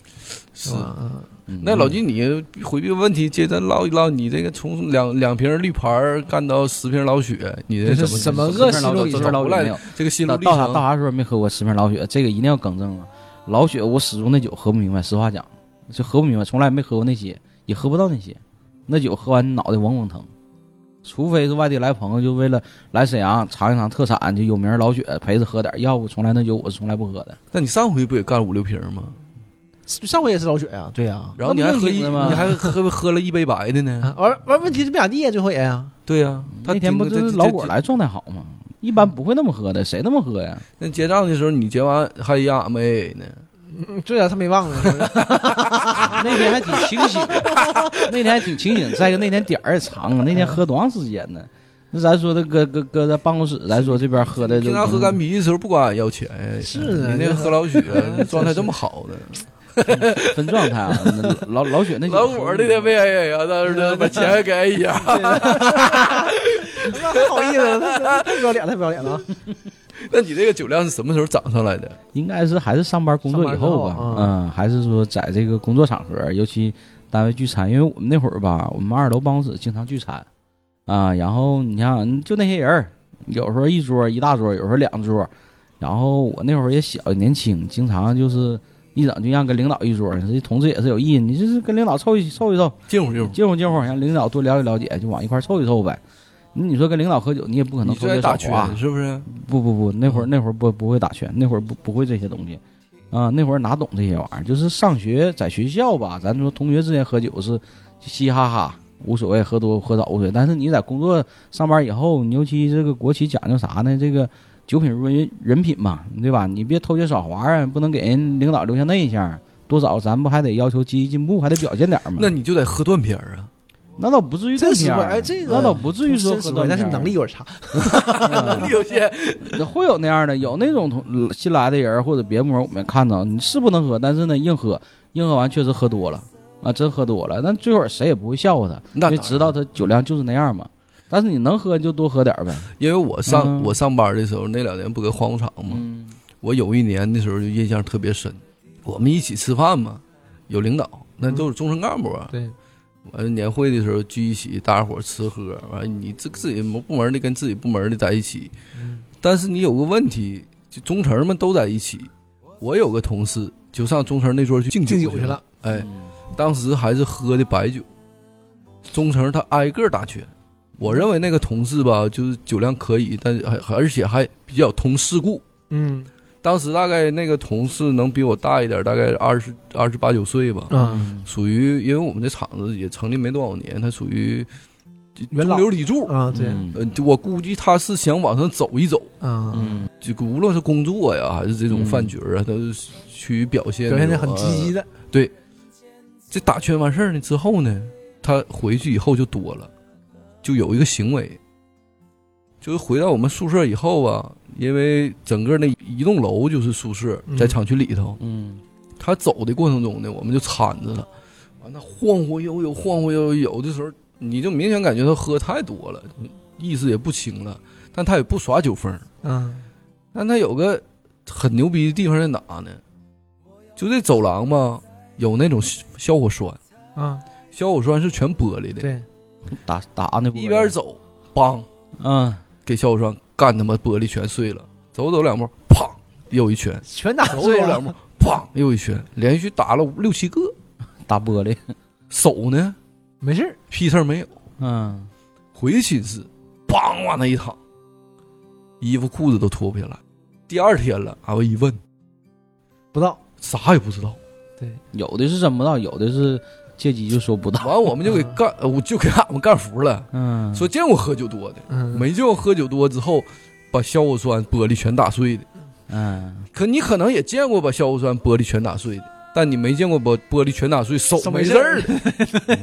Speaker 3: 是
Speaker 5: 吧？嗯
Speaker 3: 那老金，你回避问题，接着唠一唠，你这个从两两瓶绿牌儿干到十瓶老雪，你这
Speaker 5: 这
Speaker 3: 怎
Speaker 5: 是
Speaker 3: 么
Speaker 5: 怎么
Speaker 4: 个
Speaker 5: 个
Speaker 4: 十
Speaker 5: 思
Speaker 4: 瓶老
Speaker 5: 路
Speaker 4: 雪
Speaker 5: 里
Speaker 4: 十瓶老雪没有？
Speaker 3: 这个心路
Speaker 4: 到
Speaker 3: 历
Speaker 4: 到啥
Speaker 3: 程？
Speaker 4: 到啥时候没喝过十瓶老雪？这个一定要更正啊！老雪我始终那酒喝不明白，实话讲，就喝不明白，从来没喝过那些，也喝不到那些。那酒喝完脑袋嗡嗡疼，除非是外地来朋友，就为了来沈阳尝一尝特产，就有名老雪陪着喝点儿，要不从来那酒我是从来不喝的。
Speaker 3: 那你上回不也干五六瓶吗？
Speaker 5: 嗯上回也是老雪呀，对啊呀。
Speaker 3: 然后你还喝一，
Speaker 4: 那不用紧的吗
Speaker 3: 你还喝喝了一杯白的呢？
Speaker 5: 啊完完问题是没咋地呀，最后也啊，
Speaker 3: 对呀、他
Speaker 4: 嗯那天
Speaker 3: 挺
Speaker 4: 不就是老果，来状态好吗？一般不会那么喝的，谁那么喝呀？
Speaker 3: 那结账的时候你结完还压没呢？
Speaker 5: 嗯对呀，他没 忘呢。是不是
Speaker 4: 那天还挺清醒，那天还挺清醒。再一个，那天点儿也长啊，那
Speaker 3: 嗯
Speaker 4: 天喝多长时间呢？那咱说的搁搁搁在办公室，咱说这边喝的就
Speaker 3: 平常喝干啤的时候不管要钱呀？
Speaker 5: 是啊
Speaker 3: 你那喝老 雪状态这么好呢？
Speaker 4: 分状态啊。那老老雪那酒
Speaker 3: 老果那天没挨挨呀，当时他把钱还给挨呀。
Speaker 5: 哎那还好意思了，那那太不要脸了，太不要脸了啊。
Speaker 3: 那你这个酒量是什么时候涨上来的？
Speaker 4: 应该是还是上班工作以后吧
Speaker 5: 上班之，后
Speaker 4: 嗯，还是说在这个工作场合，尤其单位聚餐，因为我们那会儿吧，我们二楼办公室经常聚餐，啊，然后你像就那些人儿，有时候一桌一大桌，有时候两桌，然后我那会儿也小年轻，经常就是一整就让跟领导一桌，这同事也是有意，你就是跟领导凑一凑一凑，
Speaker 3: 进乎进乎，
Speaker 4: 接会接会，让领导多了解了解，就往一块儿凑一凑呗。你你说跟领导喝酒，你也不可能
Speaker 3: 你
Speaker 4: 抽
Speaker 3: 在
Speaker 4: 烟
Speaker 3: 打
Speaker 4: 耍滑
Speaker 3: 拳是不是？
Speaker 4: 不不不，那会
Speaker 5: 嗯
Speaker 4: 儿那会儿不不会打拳，那会儿不不会这些东西，啊、那会儿哪懂这些玩意儿？就是上学在学校吧，咱说同学之间喝酒是嘻嘻哈哈，无所谓，喝多喝少无所谓。但是你在工作上班以后，你尤其这个国企讲究啥呢？这个酒品如人人品嘛，对吧？你别偷奸耍滑啊，不能给人领导留下内向。多少咱不还得要求积极进步，还得表现点儿嘛？
Speaker 3: 那你就得喝断片儿啊！
Speaker 4: 那倒不至于
Speaker 5: 真实
Speaker 4: 这样，
Speaker 5: 惠哎这个
Speaker 4: 那倒不至于说
Speaker 5: 真
Speaker 4: 喝
Speaker 5: 实
Speaker 4: 断
Speaker 5: 惠，但是
Speaker 4: 片儿
Speaker 5: 能力有点差。
Speaker 3: 你有些
Speaker 4: 会有那样的，有那种同新来的人或者别部门，我们看到你是不能喝，但是呢，硬喝，硬喝完确实喝多了啊，真喝多了。但最后谁也不会笑话他，
Speaker 3: 那
Speaker 4: 因为
Speaker 3: 当
Speaker 4: 知道
Speaker 3: 然
Speaker 4: 他酒量就是那样嘛。但是你能喝就多喝点儿呗。
Speaker 3: 因为我上、
Speaker 4: 嗯
Speaker 3: 我上班的时候，那两年不搁化工厂吗？
Speaker 4: 嗯
Speaker 3: 我有一年那时候就印象特别深，我们一起吃饭嘛，有领导，那都是中层干部啊。
Speaker 5: 对，
Speaker 3: 完了年会的时候聚一起，大家伙儿吃喝，完了你自自己部门的跟自己部门的在一起，但是你有个问题，就中层们都在一起，我有个同事就上中层那桌去敬
Speaker 5: 敬
Speaker 3: 酒
Speaker 5: 酒去了，
Speaker 3: 哎，当时还是喝的白酒，中层他挨个打拳。我认为那个同事吧，就是酒量可以，但是还还而且还比较通世故。
Speaker 5: 嗯
Speaker 3: 当时大概那个同事能比我大一点，大概二十二十八九岁吧，
Speaker 4: 嗯
Speaker 5: 啊，
Speaker 3: 属于因为我们这厂子也成立没多少年，他属于
Speaker 5: 元
Speaker 3: 中
Speaker 5: 老
Speaker 3: 流砥柱。
Speaker 5: 啊，对，
Speaker 4: 嗯
Speaker 3: 呃，我估计他是想往上走一走，
Speaker 5: 啊，
Speaker 4: 嗯
Speaker 3: 就无论是工作呀，还是这种
Speaker 4: 嗯
Speaker 3: 饭局啊，他都是趋于表现呃
Speaker 5: 表现
Speaker 3: 的
Speaker 5: 的很积极。的，
Speaker 3: 这打拳完事儿呢之后呢，他回去以后就多了，就有一个行为，就是回到我们宿舍以后啊，因为整个那一栋楼就是宿舍，
Speaker 5: 嗯
Speaker 3: 在厂区里头，
Speaker 4: 嗯
Speaker 3: 他走的过程中呢，我们就搀着他，完了晃晃悠悠，晃晃悠悠，有的时候你就明显感觉他喝太多了，意识也不清了，但他也不耍酒疯儿，
Speaker 5: 嗯
Speaker 3: 但他有个很牛逼的地方在哪呢？就这走廊吧，有那种消火栓，
Speaker 5: 啊，
Speaker 3: 消火栓是全玻璃的，
Speaker 5: 对，
Speaker 4: 嗯打打安那
Speaker 3: 一边走，梆，
Speaker 4: 嗯，
Speaker 3: 给消火栓干他妈玻璃全碎了，走走两步，砰，又一拳，
Speaker 5: 全打
Speaker 3: 走走
Speaker 5: 碎
Speaker 3: 两步
Speaker 5: 了，，
Speaker 3: 砰，又一拳，连续打了五六七个，
Speaker 4: 打玻璃，
Speaker 3: 手呢
Speaker 5: 没事儿，
Speaker 3: 屁事儿没有。
Speaker 4: 嗯
Speaker 3: 回寝室，梆往那一躺，衣服裤子都脱不下来。第二天了，俺们一问，
Speaker 5: 不到，
Speaker 3: 啥也不知道。
Speaker 4: 有的是真不到，有的是借机就说不到。
Speaker 3: 完，我们就给干， 呃我就给俺们干服了，
Speaker 4: 嗯，
Speaker 3: 说见过喝酒多的，
Speaker 5: 嗯，
Speaker 3: 没见过喝酒多之后把消火栓玻璃全打碎的。
Speaker 4: 嗯，
Speaker 3: 可你可能也见过把消火栓玻璃全打碎的，但你没见过把玻璃全打碎手
Speaker 5: 手
Speaker 3: 没
Speaker 5: 没
Speaker 3: 事
Speaker 5: 事
Speaker 3: 儿
Speaker 5: 儿
Speaker 3: 的。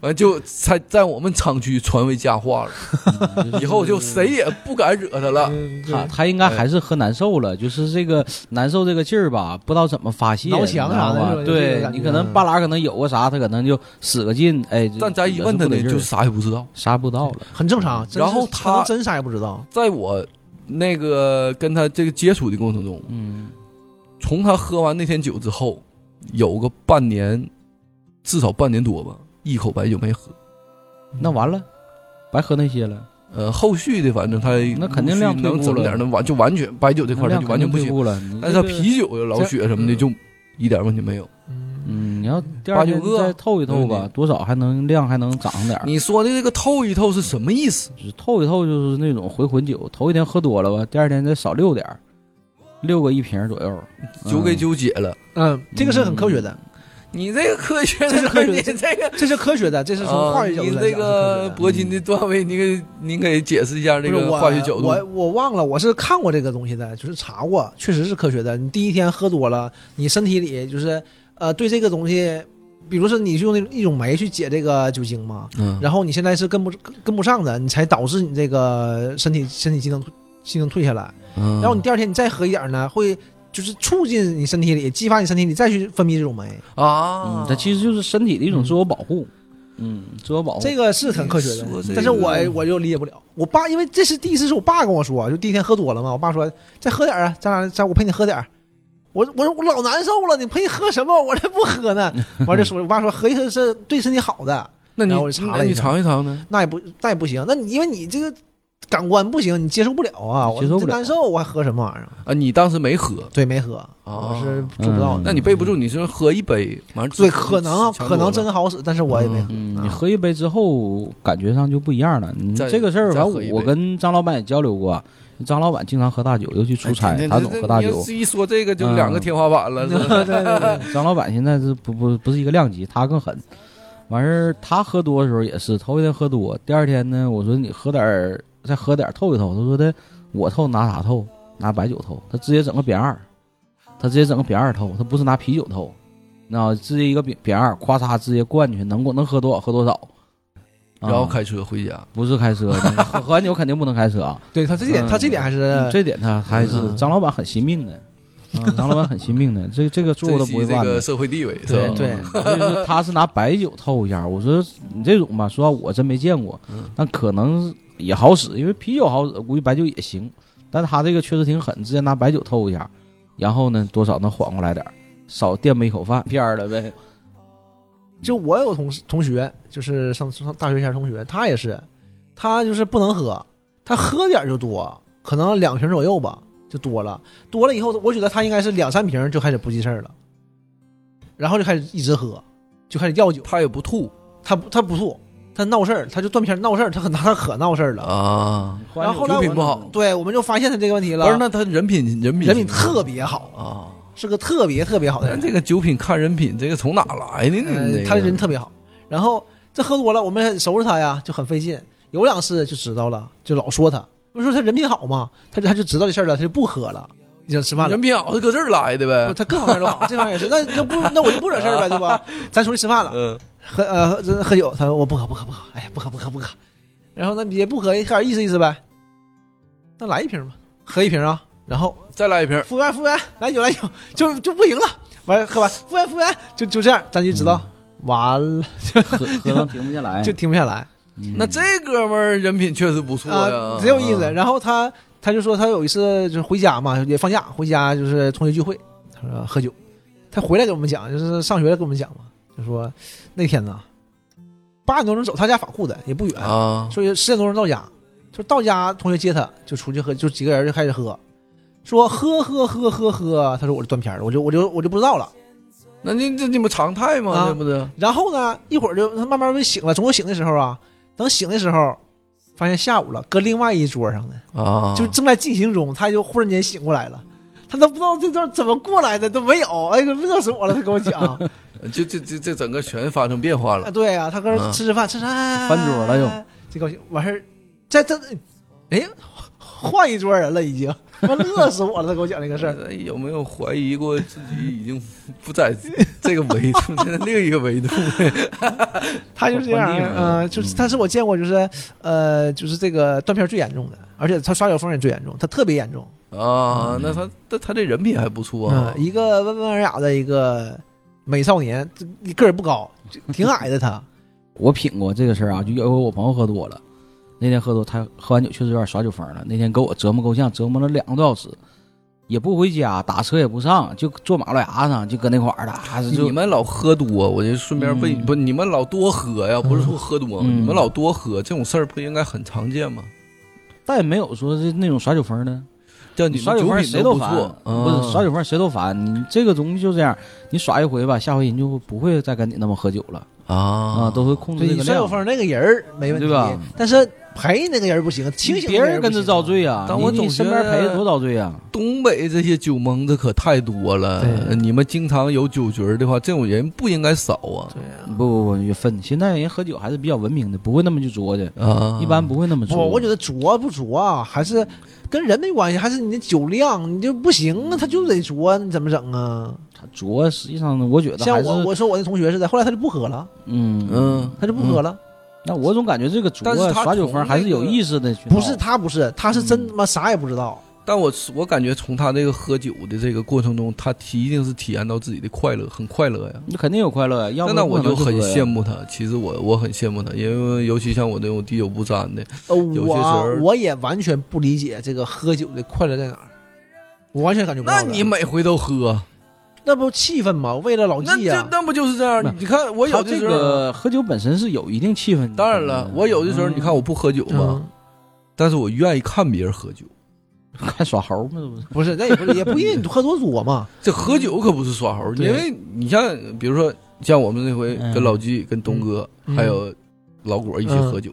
Speaker 3: 完就在在我们厂区传为佳话了，以后就谁也不敢惹他了。
Speaker 5: 嗯对
Speaker 4: 他他应该还是喝难受了，就是这个难受这个劲儿吧，不知道怎么发泄，
Speaker 5: 挠啊墙
Speaker 4: 你知道
Speaker 5: 啥的
Speaker 4: 吧
Speaker 5: 是吧这个
Speaker 4: 对
Speaker 5: 感觉嗯
Speaker 4: 你可能半拉可能有个啥，他可能就使个劲，哎，
Speaker 3: 但咱一问他呢，
Speaker 4: 呢，
Speaker 3: 就啥也不知道。
Speaker 4: 啥不到了。
Speaker 5: 很正常。啊真
Speaker 3: 然后
Speaker 5: 是
Speaker 3: 他
Speaker 5: 可能真啥也不知道，
Speaker 3: 在我那个跟他这个接触的过程中，
Speaker 4: 嗯
Speaker 3: 从他喝完那天酒之后，有个半年，至少半年多吧，一口白酒没喝。，
Speaker 5: 嗯
Speaker 4: 那完了，白喝那些了，
Speaker 3: 呃，后续的反正他
Speaker 4: 那肯定量退步了
Speaker 3: 能整点，那完就完全白酒这块儿他就完全不
Speaker 4: 不
Speaker 3: 行。
Speaker 4: 了。
Speaker 3: 但是他，啤酒呀、老雪什么的
Speaker 5: 嗯
Speaker 3: 就一点问题没有。
Speaker 5: 嗯，
Speaker 4: 嗯，你要第二天
Speaker 3: 八九个
Speaker 4: 再透一透吧，多少还能量还能涨上点儿。
Speaker 3: 你说的这个透一透是什么意思？
Speaker 4: 就是透一透就是那种回魂酒，头一天喝多了吧，第二天再少六点儿，六个一瓶儿左右，
Speaker 3: 酒给
Speaker 4: 嗯
Speaker 3: 纠结了。
Speaker 5: 嗯，这个是很科学的，
Speaker 3: 你这个科学
Speaker 5: 这是
Speaker 3: 的
Speaker 5: 科学
Speaker 3: 你
Speaker 5: 这
Speaker 3: 这个。啊
Speaker 5: 这是科学的，这 是从化学角
Speaker 3: 呃你
Speaker 5: 度
Speaker 3: 这
Speaker 5: 来讲是科
Speaker 3: 个
Speaker 5: 学的。
Speaker 3: 铂金的段位，你给您给解释一下这
Speaker 5: 不是
Speaker 3: 个
Speaker 5: 我
Speaker 3: 化学角度。
Speaker 5: 我我忘了，我是看过这个东西的，就是查过，确实是科学的。你第一天喝多了，你身体里就是呃对这个东西，比如说你用那一种酶去解这个酒精嘛，
Speaker 3: 嗯，
Speaker 5: 然后你现在是跟不跟跟不上的，你才导致你这个身体身体机能机能退下来。
Speaker 3: 嗯
Speaker 5: 然后你第二天你再喝一点儿呢，会就是促进你身体里激发你身体里再去分泌这种酶。
Speaker 3: 啊
Speaker 4: 嗯
Speaker 5: 嗯
Speaker 4: 嗯，它其实就是身体的一种自我保护。嗯，自我保护，
Speaker 5: 这个是很科学的
Speaker 3: 你说这，个
Speaker 5: 哦但是我我就理解不了。我爸因为这是第一次是我爸跟我说，啊就第一天喝多了嘛，我爸说再喝点儿啊，咱俩咱我陪你喝点儿。我我说我老难受了，你陪你喝什么？我才不喝呢。完就说我爸说喝一喝是对身体好的，
Speaker 3: 那你
Speaker 5: 然后我就查了
Speaker 3: 那
Speaker 5: 一
Speaker 3: 你
Speaker 5: 下
Speaker 3: 尝一尝呢？
Speaker 5: 那也不那也不行。那你因为你这个感官不行，你接受不了啊，我
Speaker 4: 接受不
Speaker 5: 这
Speaker 4: 了
Speaker 5: 难受，我还喝什么玩意儿？
Speaker 3: 啊，你当时没喝，
Speaker 5: 对，没喝，我
Speaker 3: 哦
Speaker 5: 是做不到的。
Speaker 4: 嗯
Speaker 3: 那你备不住，你是喝一杯，完了
Speaker 5: 对，可能啊
Speaker 3: 强
Speaker 5: 可能
Speaker 3: 多
Speaker 5: 真
Speaker 3: 了
Speaker 5: 好使，但是我也没喝。
Speaker 4: 嗯，
Speaker 5: 啊
Speaker 4: 你喝一杯之后感觉上就不一样了。你
Speaker 3: 再
Speaker 4: 这个事儿，
Speaker 3: 再
Speaker 4: 完
Speaker 3: 喝一杯
Speaker 4: 我跟张老板也交流过，张老板经常喝大酒，尤其出
Speaker 3: 哎
Speaker 4: 差，
Speaker 3: 天
Speaker 4: 他
Speaker 3: 这
Speaker 4: 总
Speaker 3: 这
Speaker 4: 喝大
Speaker 3: 你要
Speaker 4: 酒
Speaker 3: 是。一说这个，就两个
Speaker 4: 嗯
Speaker 3: 天花板了，是吧
Speaker 4: 张老板现在是不不不是一个量级，他更狠。完事儿，他喝多的时候也是，头一天喝多，第二天呢，我说你喝点儿，再喝点儿透一透。他说的，我透拿啥透？拿白酒透。他直接整个扁二，他直接整个扁二透，他不是拿啤酒透，那直接一个扁扁二，咵嚓直接灌进去，能过能喝多少喝多少。啊
Speaker 3: 然后开车回家。
Speaker 4: 不 是开车，你喝喝完酒肯定不能开车啊。
Speaker 5: 对他这点，
Speaker 4: 嗯
Speaker 5: 他这点还是
Speaker 4: 这点他还是
Speaker 5: 嗯
Speaker 4: 张老板很惜命的，啊张老板很惜命的，这这个做
Speaker 3: 这
Speaker 4: 的
Speaker 3: 期
Speaker 4: 不会
Speaker 3: 这
Speaker 4: 忘
Speaker 3: 个
Speaker 4: 的。
Speaker 3: 社会地位是
Speaker 4: 对
Speaker 3: 吧？
Speaker 5: 对
Speaker 4: 就是他是拿白酒透一下。我说你这种吧，说实话我真没见过
Speaker 3: 嗯，
Speaker 4: 但可能也好使，因为啤酒好使，估计白酒也行。但他这个确实挺狠，直接拿白酒透一下，然后呢，多少能缓过来点儿，少垫吧 一口饭片儿了呗。
Speaker 5: 就我有同事同学，就是上上大学前同学，他也是，他就是不能喝，他喝点儿就多，可能两瓶左右吧，就多了，多了以后，我觉得他应该是两三瓶就开始不记事儿了，然后就开始一直喝，就开始要酒，
Speaker 3: 他也不吐
Speaker 5: 他不他不吐，他闹事儿，他就断片儿闹事儿，他可他可闹事儿了。
Speaker 3: 啊，
Speaker 5: 然后后来
Speaker 3: 酒
Speaker 5: 我
Speaker 3: 品
Speaker 5: 们
Speaker 3: 不好，
Speaker 5: 对，我们就发现他这个问题了，
Speaker 3: 不是那他人品人品
Speaker 5: 人品特别好，
Speaker 3: 啊。
Speaker 5: 是个特别特别好的
Speaker 3: 咱
Speaker 5: 人。
Speaker 3: 这个酒品看人品，这个从哪来的呢？这
Speaker 5: 呃
Speaker 3: 嗯个
Speaker 5: 他人特别好。然后这喝多了，我们收拾他呀，就很费劲。有两次就知道了，就老说他，我说他人品好嘛，他就他就知道这事儿了，他就不喝了，已经吃饭了
Speaker 3: 人。品好是搁这儿来的呗。
Speaker 5: 他更好了， 这玩意儿也是，那那不那我就不惹事儿呗，对吧？咱出去吃饭了，
Speaker 3: 嗯，
Speaker 5: 喝呃喝喝酒，他说我不喝不喝不喝，哎呀不喝不喝不喝，然后那也不喝，喝点意思意思呗，那来一瓶吧，喝一瓶啊，然后
Speaker 3: 再来一瓶。
Speaker 5: 服务员，服务员，来酒来酒，就就不行了。完了喝完，服务员，服务员，就就这样，咱就知道、
Speaker 3: 嗯
Speaker 5: 完了，
Speaker 4: 喝喝到停不下 来，
Speaker 5: 就停不下来
Speaker 4: 嗯
Speaker 3: 那这哥们儿人品确实不错呀
Speaker 5: 啊，，贼有意思。
Speaker 3: 嗯
Speaker 5: 然后他他就说他有一次就是回家嘛，也放假回家就是同学聚会，他说喝酒，他回来给我们讲，就是上学了给我们讲嘛，就说那天呢八点多钟走，他家法库的也不远，
Speaker 3: 啊，
Speaker 5: 所以十点多钟到家，就到家同学接他，就出去喝，就几个人就开始喝，说喝喝喝喝喝，他说我就断片儿了，我就我就我就不知道了。
Speaker 3: 那你这你不常态吗？
Speaker 5: 啊
Speaker 3: 这不是
Speaker 5: 然后呢，一会儿就他慢慢被醒了，总有醒的时候啊。等醒的时候，发现下午了，搁另外一桌上呢，
Speaker 3: 啊，
Speaker 5: 就正在进行中，他就忽然间醒过来了。他都不知道这段怎么过来的，都没有，哎呦，乐死我了！他跟我 讲，
Speaker 3: 就这这这整个全发生变化
Speaker 5: 啊，
Speaker 3: 了。
Speaker 5: 对啊，他搁那
Speaker 3: 嗯
Speaker 5: 吃吃饭，吃吃饭
Speaker 4: 翻桌了又，
Speaker 5: 这高兴完事儿，在这，哎，换一桌人了已经，我乐死我了！他跟我讲这个事
Speaker 4: 哎
Speaker 5: 儿，
Speaker 3: 那哎有没有怀疑过自己已经不在这个维 度，在另一个维度？
Speaker 5: 他就是这样
Speaker 4: 换地，方
Speaker 5: 嗯、就是他是我见过，就是呃，就是这个断片儿最严重的，而且他耍酒疯也最严重，他特别严重。嗯
Speaker 3: 啊，那他他他这人品还不错啊
Speaker 4: 哦
Speaker 5: 嗯，，一个温文尔雅的一个美少年，这个儿不高，就挺矮的他。
Speaker 4: 我品过这个事儿啊，就有一回我朋友喝多了，那天喝多，他喝完酒确实有点耍酒疯了。那天给我折磨够呛，折磨了两个多小时，也不回家，打车也不上，就坐马路牙上，就搁那块儿了，还是就
Speaker 3: 你们老喝多，我就顺便问，
Speaker 4: 嗯
Speaker 3: 不，你们老多喝呀？不是说喝多，
Speaker 4: 嗯
Speaker 3: 你们老多喝这种事儿不应该很常见吗？
Speaker 4: 但也没有说是那种耍酒疯的。
Speaker 3: 叫
Speaker 4: 你
Speaker 3: 你
Speaker 4: 耍
Speaker 3: 们
Speaker 4: 酒
Speaker 3: 酒
Speaker 4: 疯
Speaker 3: 品
Speaker 4: 谁都
Speaker 3: 不
Speaker 4: 烦，
Speaker 3: 错，嗯啊
Speaker 4: 不是耍酒疯谁都烦。你这个东西就这样，你耍一回吧，下回人就不会再跟你那么喝酒了
Speaker 3: 啊
Speaker 4: 啊，
Speaker 3: 啊
Speaker 4: 都会控制
Speaker 5: 对，
Speaker 4: 这
Speaker 5: 你
Speaker 4: 个
Speaker 5: 孙
Speaker 4: 量
Speaker 5: 有。峰那个人儿没问题，
Speaker 4: 对吧
Speaker 5: 但是陪你那个人儿不行，清醒
Speaker 4: 别人跟着遭罪
Speaker 5: 啊。
Speaker 4: 啊，
Speaker 3: 但我
Speaker 4: 你
Speaker 3: 总
Speaker 4: 你身
Speaker 3: 觉
Speaker 4: 边陪
Speaker 3: 得
Speaker 4: 着多遭罪啊。
Speaker 3: 东北这些酒蒙子可太多了，
Speaker 5: 对
Speaker 3: 你们经常有酒局儿的话，这种人不应该少啊
Speaker 5: 对
Speaker 4: 不不不，也分。现在人喝酒还是比较文明的，不会那么去作的。
Speaker 3: 啊！
Speaker 4: 一般不会那么
Speaker 5: 不，
Speaker 4: 做。
Speaker 5: 我觉得浊不浊啊，还是跟人没关系，还是你的酒量你就不行啊，他就得浊，你怎么整啊？
Speaker 4: 他酌，实际上呢，我觉得还
Speaker 5: 像
Speaker 4: 是
Speaker 5: 我，我说我那同学似的，后来他就不喝了，
Speaker 4: 嗯
Speaker 3: 嗯，
Speaker 5: 他就不喝了。
Speaker 4: 那我总感觉这个酌
Speaker 3: 但是他
Speaker 4: 耍酒
Speaker 3: 从
Speaker 4: 疯
Speaker 3: 那
Speaker 4: 还是有
Speaker 3: 个
Speaker 4: 意识的去闹，
Speaker 5: 不是他不是，他是真他妈啥也不知道，
Speaker 3: 但我我感觉从他这个喝酒的这个过程中，他体一定是体验到自己的快乐，很快乐呀。
Speaker 4: 你肯定有快乐呀，要
Speaker 3: 那那
Speaker 4: 不
Speaker 3: 我就很羡
Speaker 4: 慕。
Speaker 3: 慕他，其实我我很羡慕他，因为尤其像我这种滴酒不沾的，
Speaker 5: 呃，
Speaker 3: 有些时候
Speaker 5: 我我也完全不理解这个喝酒的快乐在哪儿，我完全感觉不到
Speaker 3: 那
Speaker 5: 的。
Speaker 3: 你每回都喝，啊
Speaker 5: 那不气氛吗？为了老
Speaker 3: 那
Speaker 5: 纪啊
Speaker 3: 这
Speaker 5: 呀、
Speaker 3: 那不就是这样？你看我有
Speaker 4: 他
Speaker 3: 的
Speaker 4: 这
Speaker 3: 时候，
Speaker 4: 个嗯喝酒本身是有一定气氛。
Speaker 3: 当然了，我有的时候你看我不喝酒嘛，
Speaker 5: 嗯，
Speaker 3: 但是我愿意看别人喝酒。
Speaker 4: 看耍猴嘛，这不是？
Speaker 5: 不是，那也不是，也不一定你喝多多嘛。
Speaker 3: 这喝酒可不是耍猴，
Speaker 5: 对
Speaker 3: 因为你像比如说像我们那回
Speaker 4: 嗯
Speaker 3: 跟老纪、跟东哥、
Speaker 5: 嗯
Speaker 3: 还有老果一起喝酒，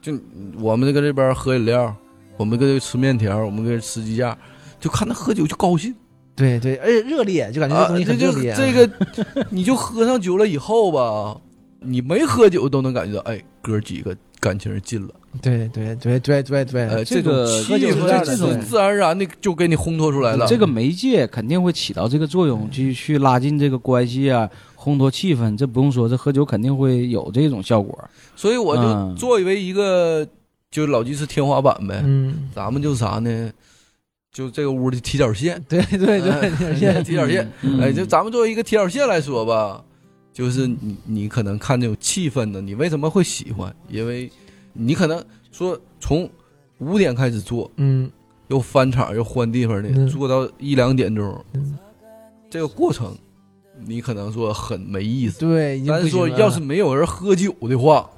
Speaker 3: 就我们跟这边喝饮料，我们跟这吃面条，我们跟这吃鸡架，就看他喝酒就高兴
Speaker 5: 对对，而且热烈，就感觉这
Speaker 3: 啊！
Speaker 5: 东西
Speaker 3: 这
Speaker 5: 很
Speaker 3: 就
Speaker 5: 热烈。
Speaker 3: 这个，你就喝上酒了以后吧，你没喝酒都能感觉到，哎，哥几个感情进了，
Speaker 5: 对对对对对对，
Speaker 3: 哎，
Speaker 4: 这
Speaker 3: 种
Speaker 4: 个
Speaker 3: 气
Speaker 4: 喝酒
Speaker 5: 是
Speaker 3: 氛，
Speaker 5: 这样
Speaker 3: 这
Speaker 5: 的
Speaker 3: 种
Speaker 5: 对
Speaker 3: 自然而然的就给你烘托出 来了。嗯
Speaker 4: 这个媒介肯定会起到这个作用，去去拉近这个关系啊，烘托气氛。这不用说，这喝酒肯定会有这种效果。
Speaker 3: 所以我就
Speaker 4: 嗯
Speaker 3: 作为一个，就老纪是天花板呗，
Speaker 5: 嗯，
Speaker 3: 咱们就啥呢？就这个屋的踢脚线，
Speaker 5: 对对对，
Speaker 3: 哎
Speaker 5: 你现
Speaker 3: 踢脚线。
Speaker 4: 嗯
Speaker 3: 哎，就咱们作为一个踢脚线来说吧，就是你你可能看这种气氛呢，你为什么会喜欢？因为你可能说从五点开始做，
Speaker 5: 嗯，
Speaker 3: 又翻场又换地方的，
Speaker 5: 嗯
Speaker 3: 做到一两点钟
Speaker 5: 嗯，
Speaker 3: 这个过程你可能说很没意思。
Speaker 5: 对，已经
Speaker 3: 但
Speaker 5: 不
Speaker 3: 是
Speaker 5: 行
Speaker 3: 说，
Speaker 5: 了
Speaker 3: 要是没有人喝酒的话，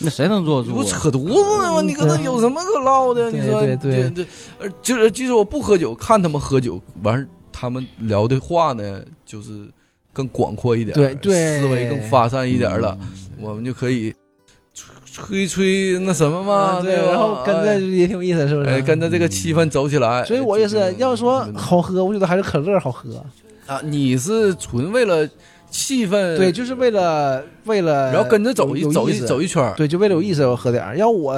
Speaker 4: 那谁能坐得
Speaker 3: 你
Speaker 4: 住
Speaker 3: 不
Speaker 4: 啊？
Speaker 3: 扯犊子吗？你搁那有什么可唠的？
Speaker 5: 嗯对
Speaker 3: 你说
Speaker 5: 对对
Speaker 3: 这，呃，就是即使我不喝酒，看他们喝酒，完事儿他们聊的话呢，就是更广阔一点儿，
Speaker 5: 对对
Speaker 3: 思维更发散一点儿了，
Speaker 4: 嗯，
Speaker 3: 我们就可以吹吹吹那什么嘛，
Speaker 5: 啊，对，
Speaker 3: 吧
Speaker 5: 然后跟着
Speaker 3: 哎
Speaker 5: 也挺有意思，是不
Speaker 3: 哎
Speaker 5: 是？
Speaker 3: 跟着这个气氛走起来。
Speaker 5: 所以我也
Speaker 3: 哎
Speaker 5: 是，要说好喝，我觉得还是可乐好喝。
Speaker 3: 啊，你是纯为了气氛，
Speaker 5: 对，，就是为了为了，
Speaker 3: 然后跟着走一
Speaker 5: 有
Speaker 3: 走一，
Speaker 5: 有意
Speaker 3: 走一圈儿
Speaker 5: 思。对，就为了有意思，我喝点儿。要我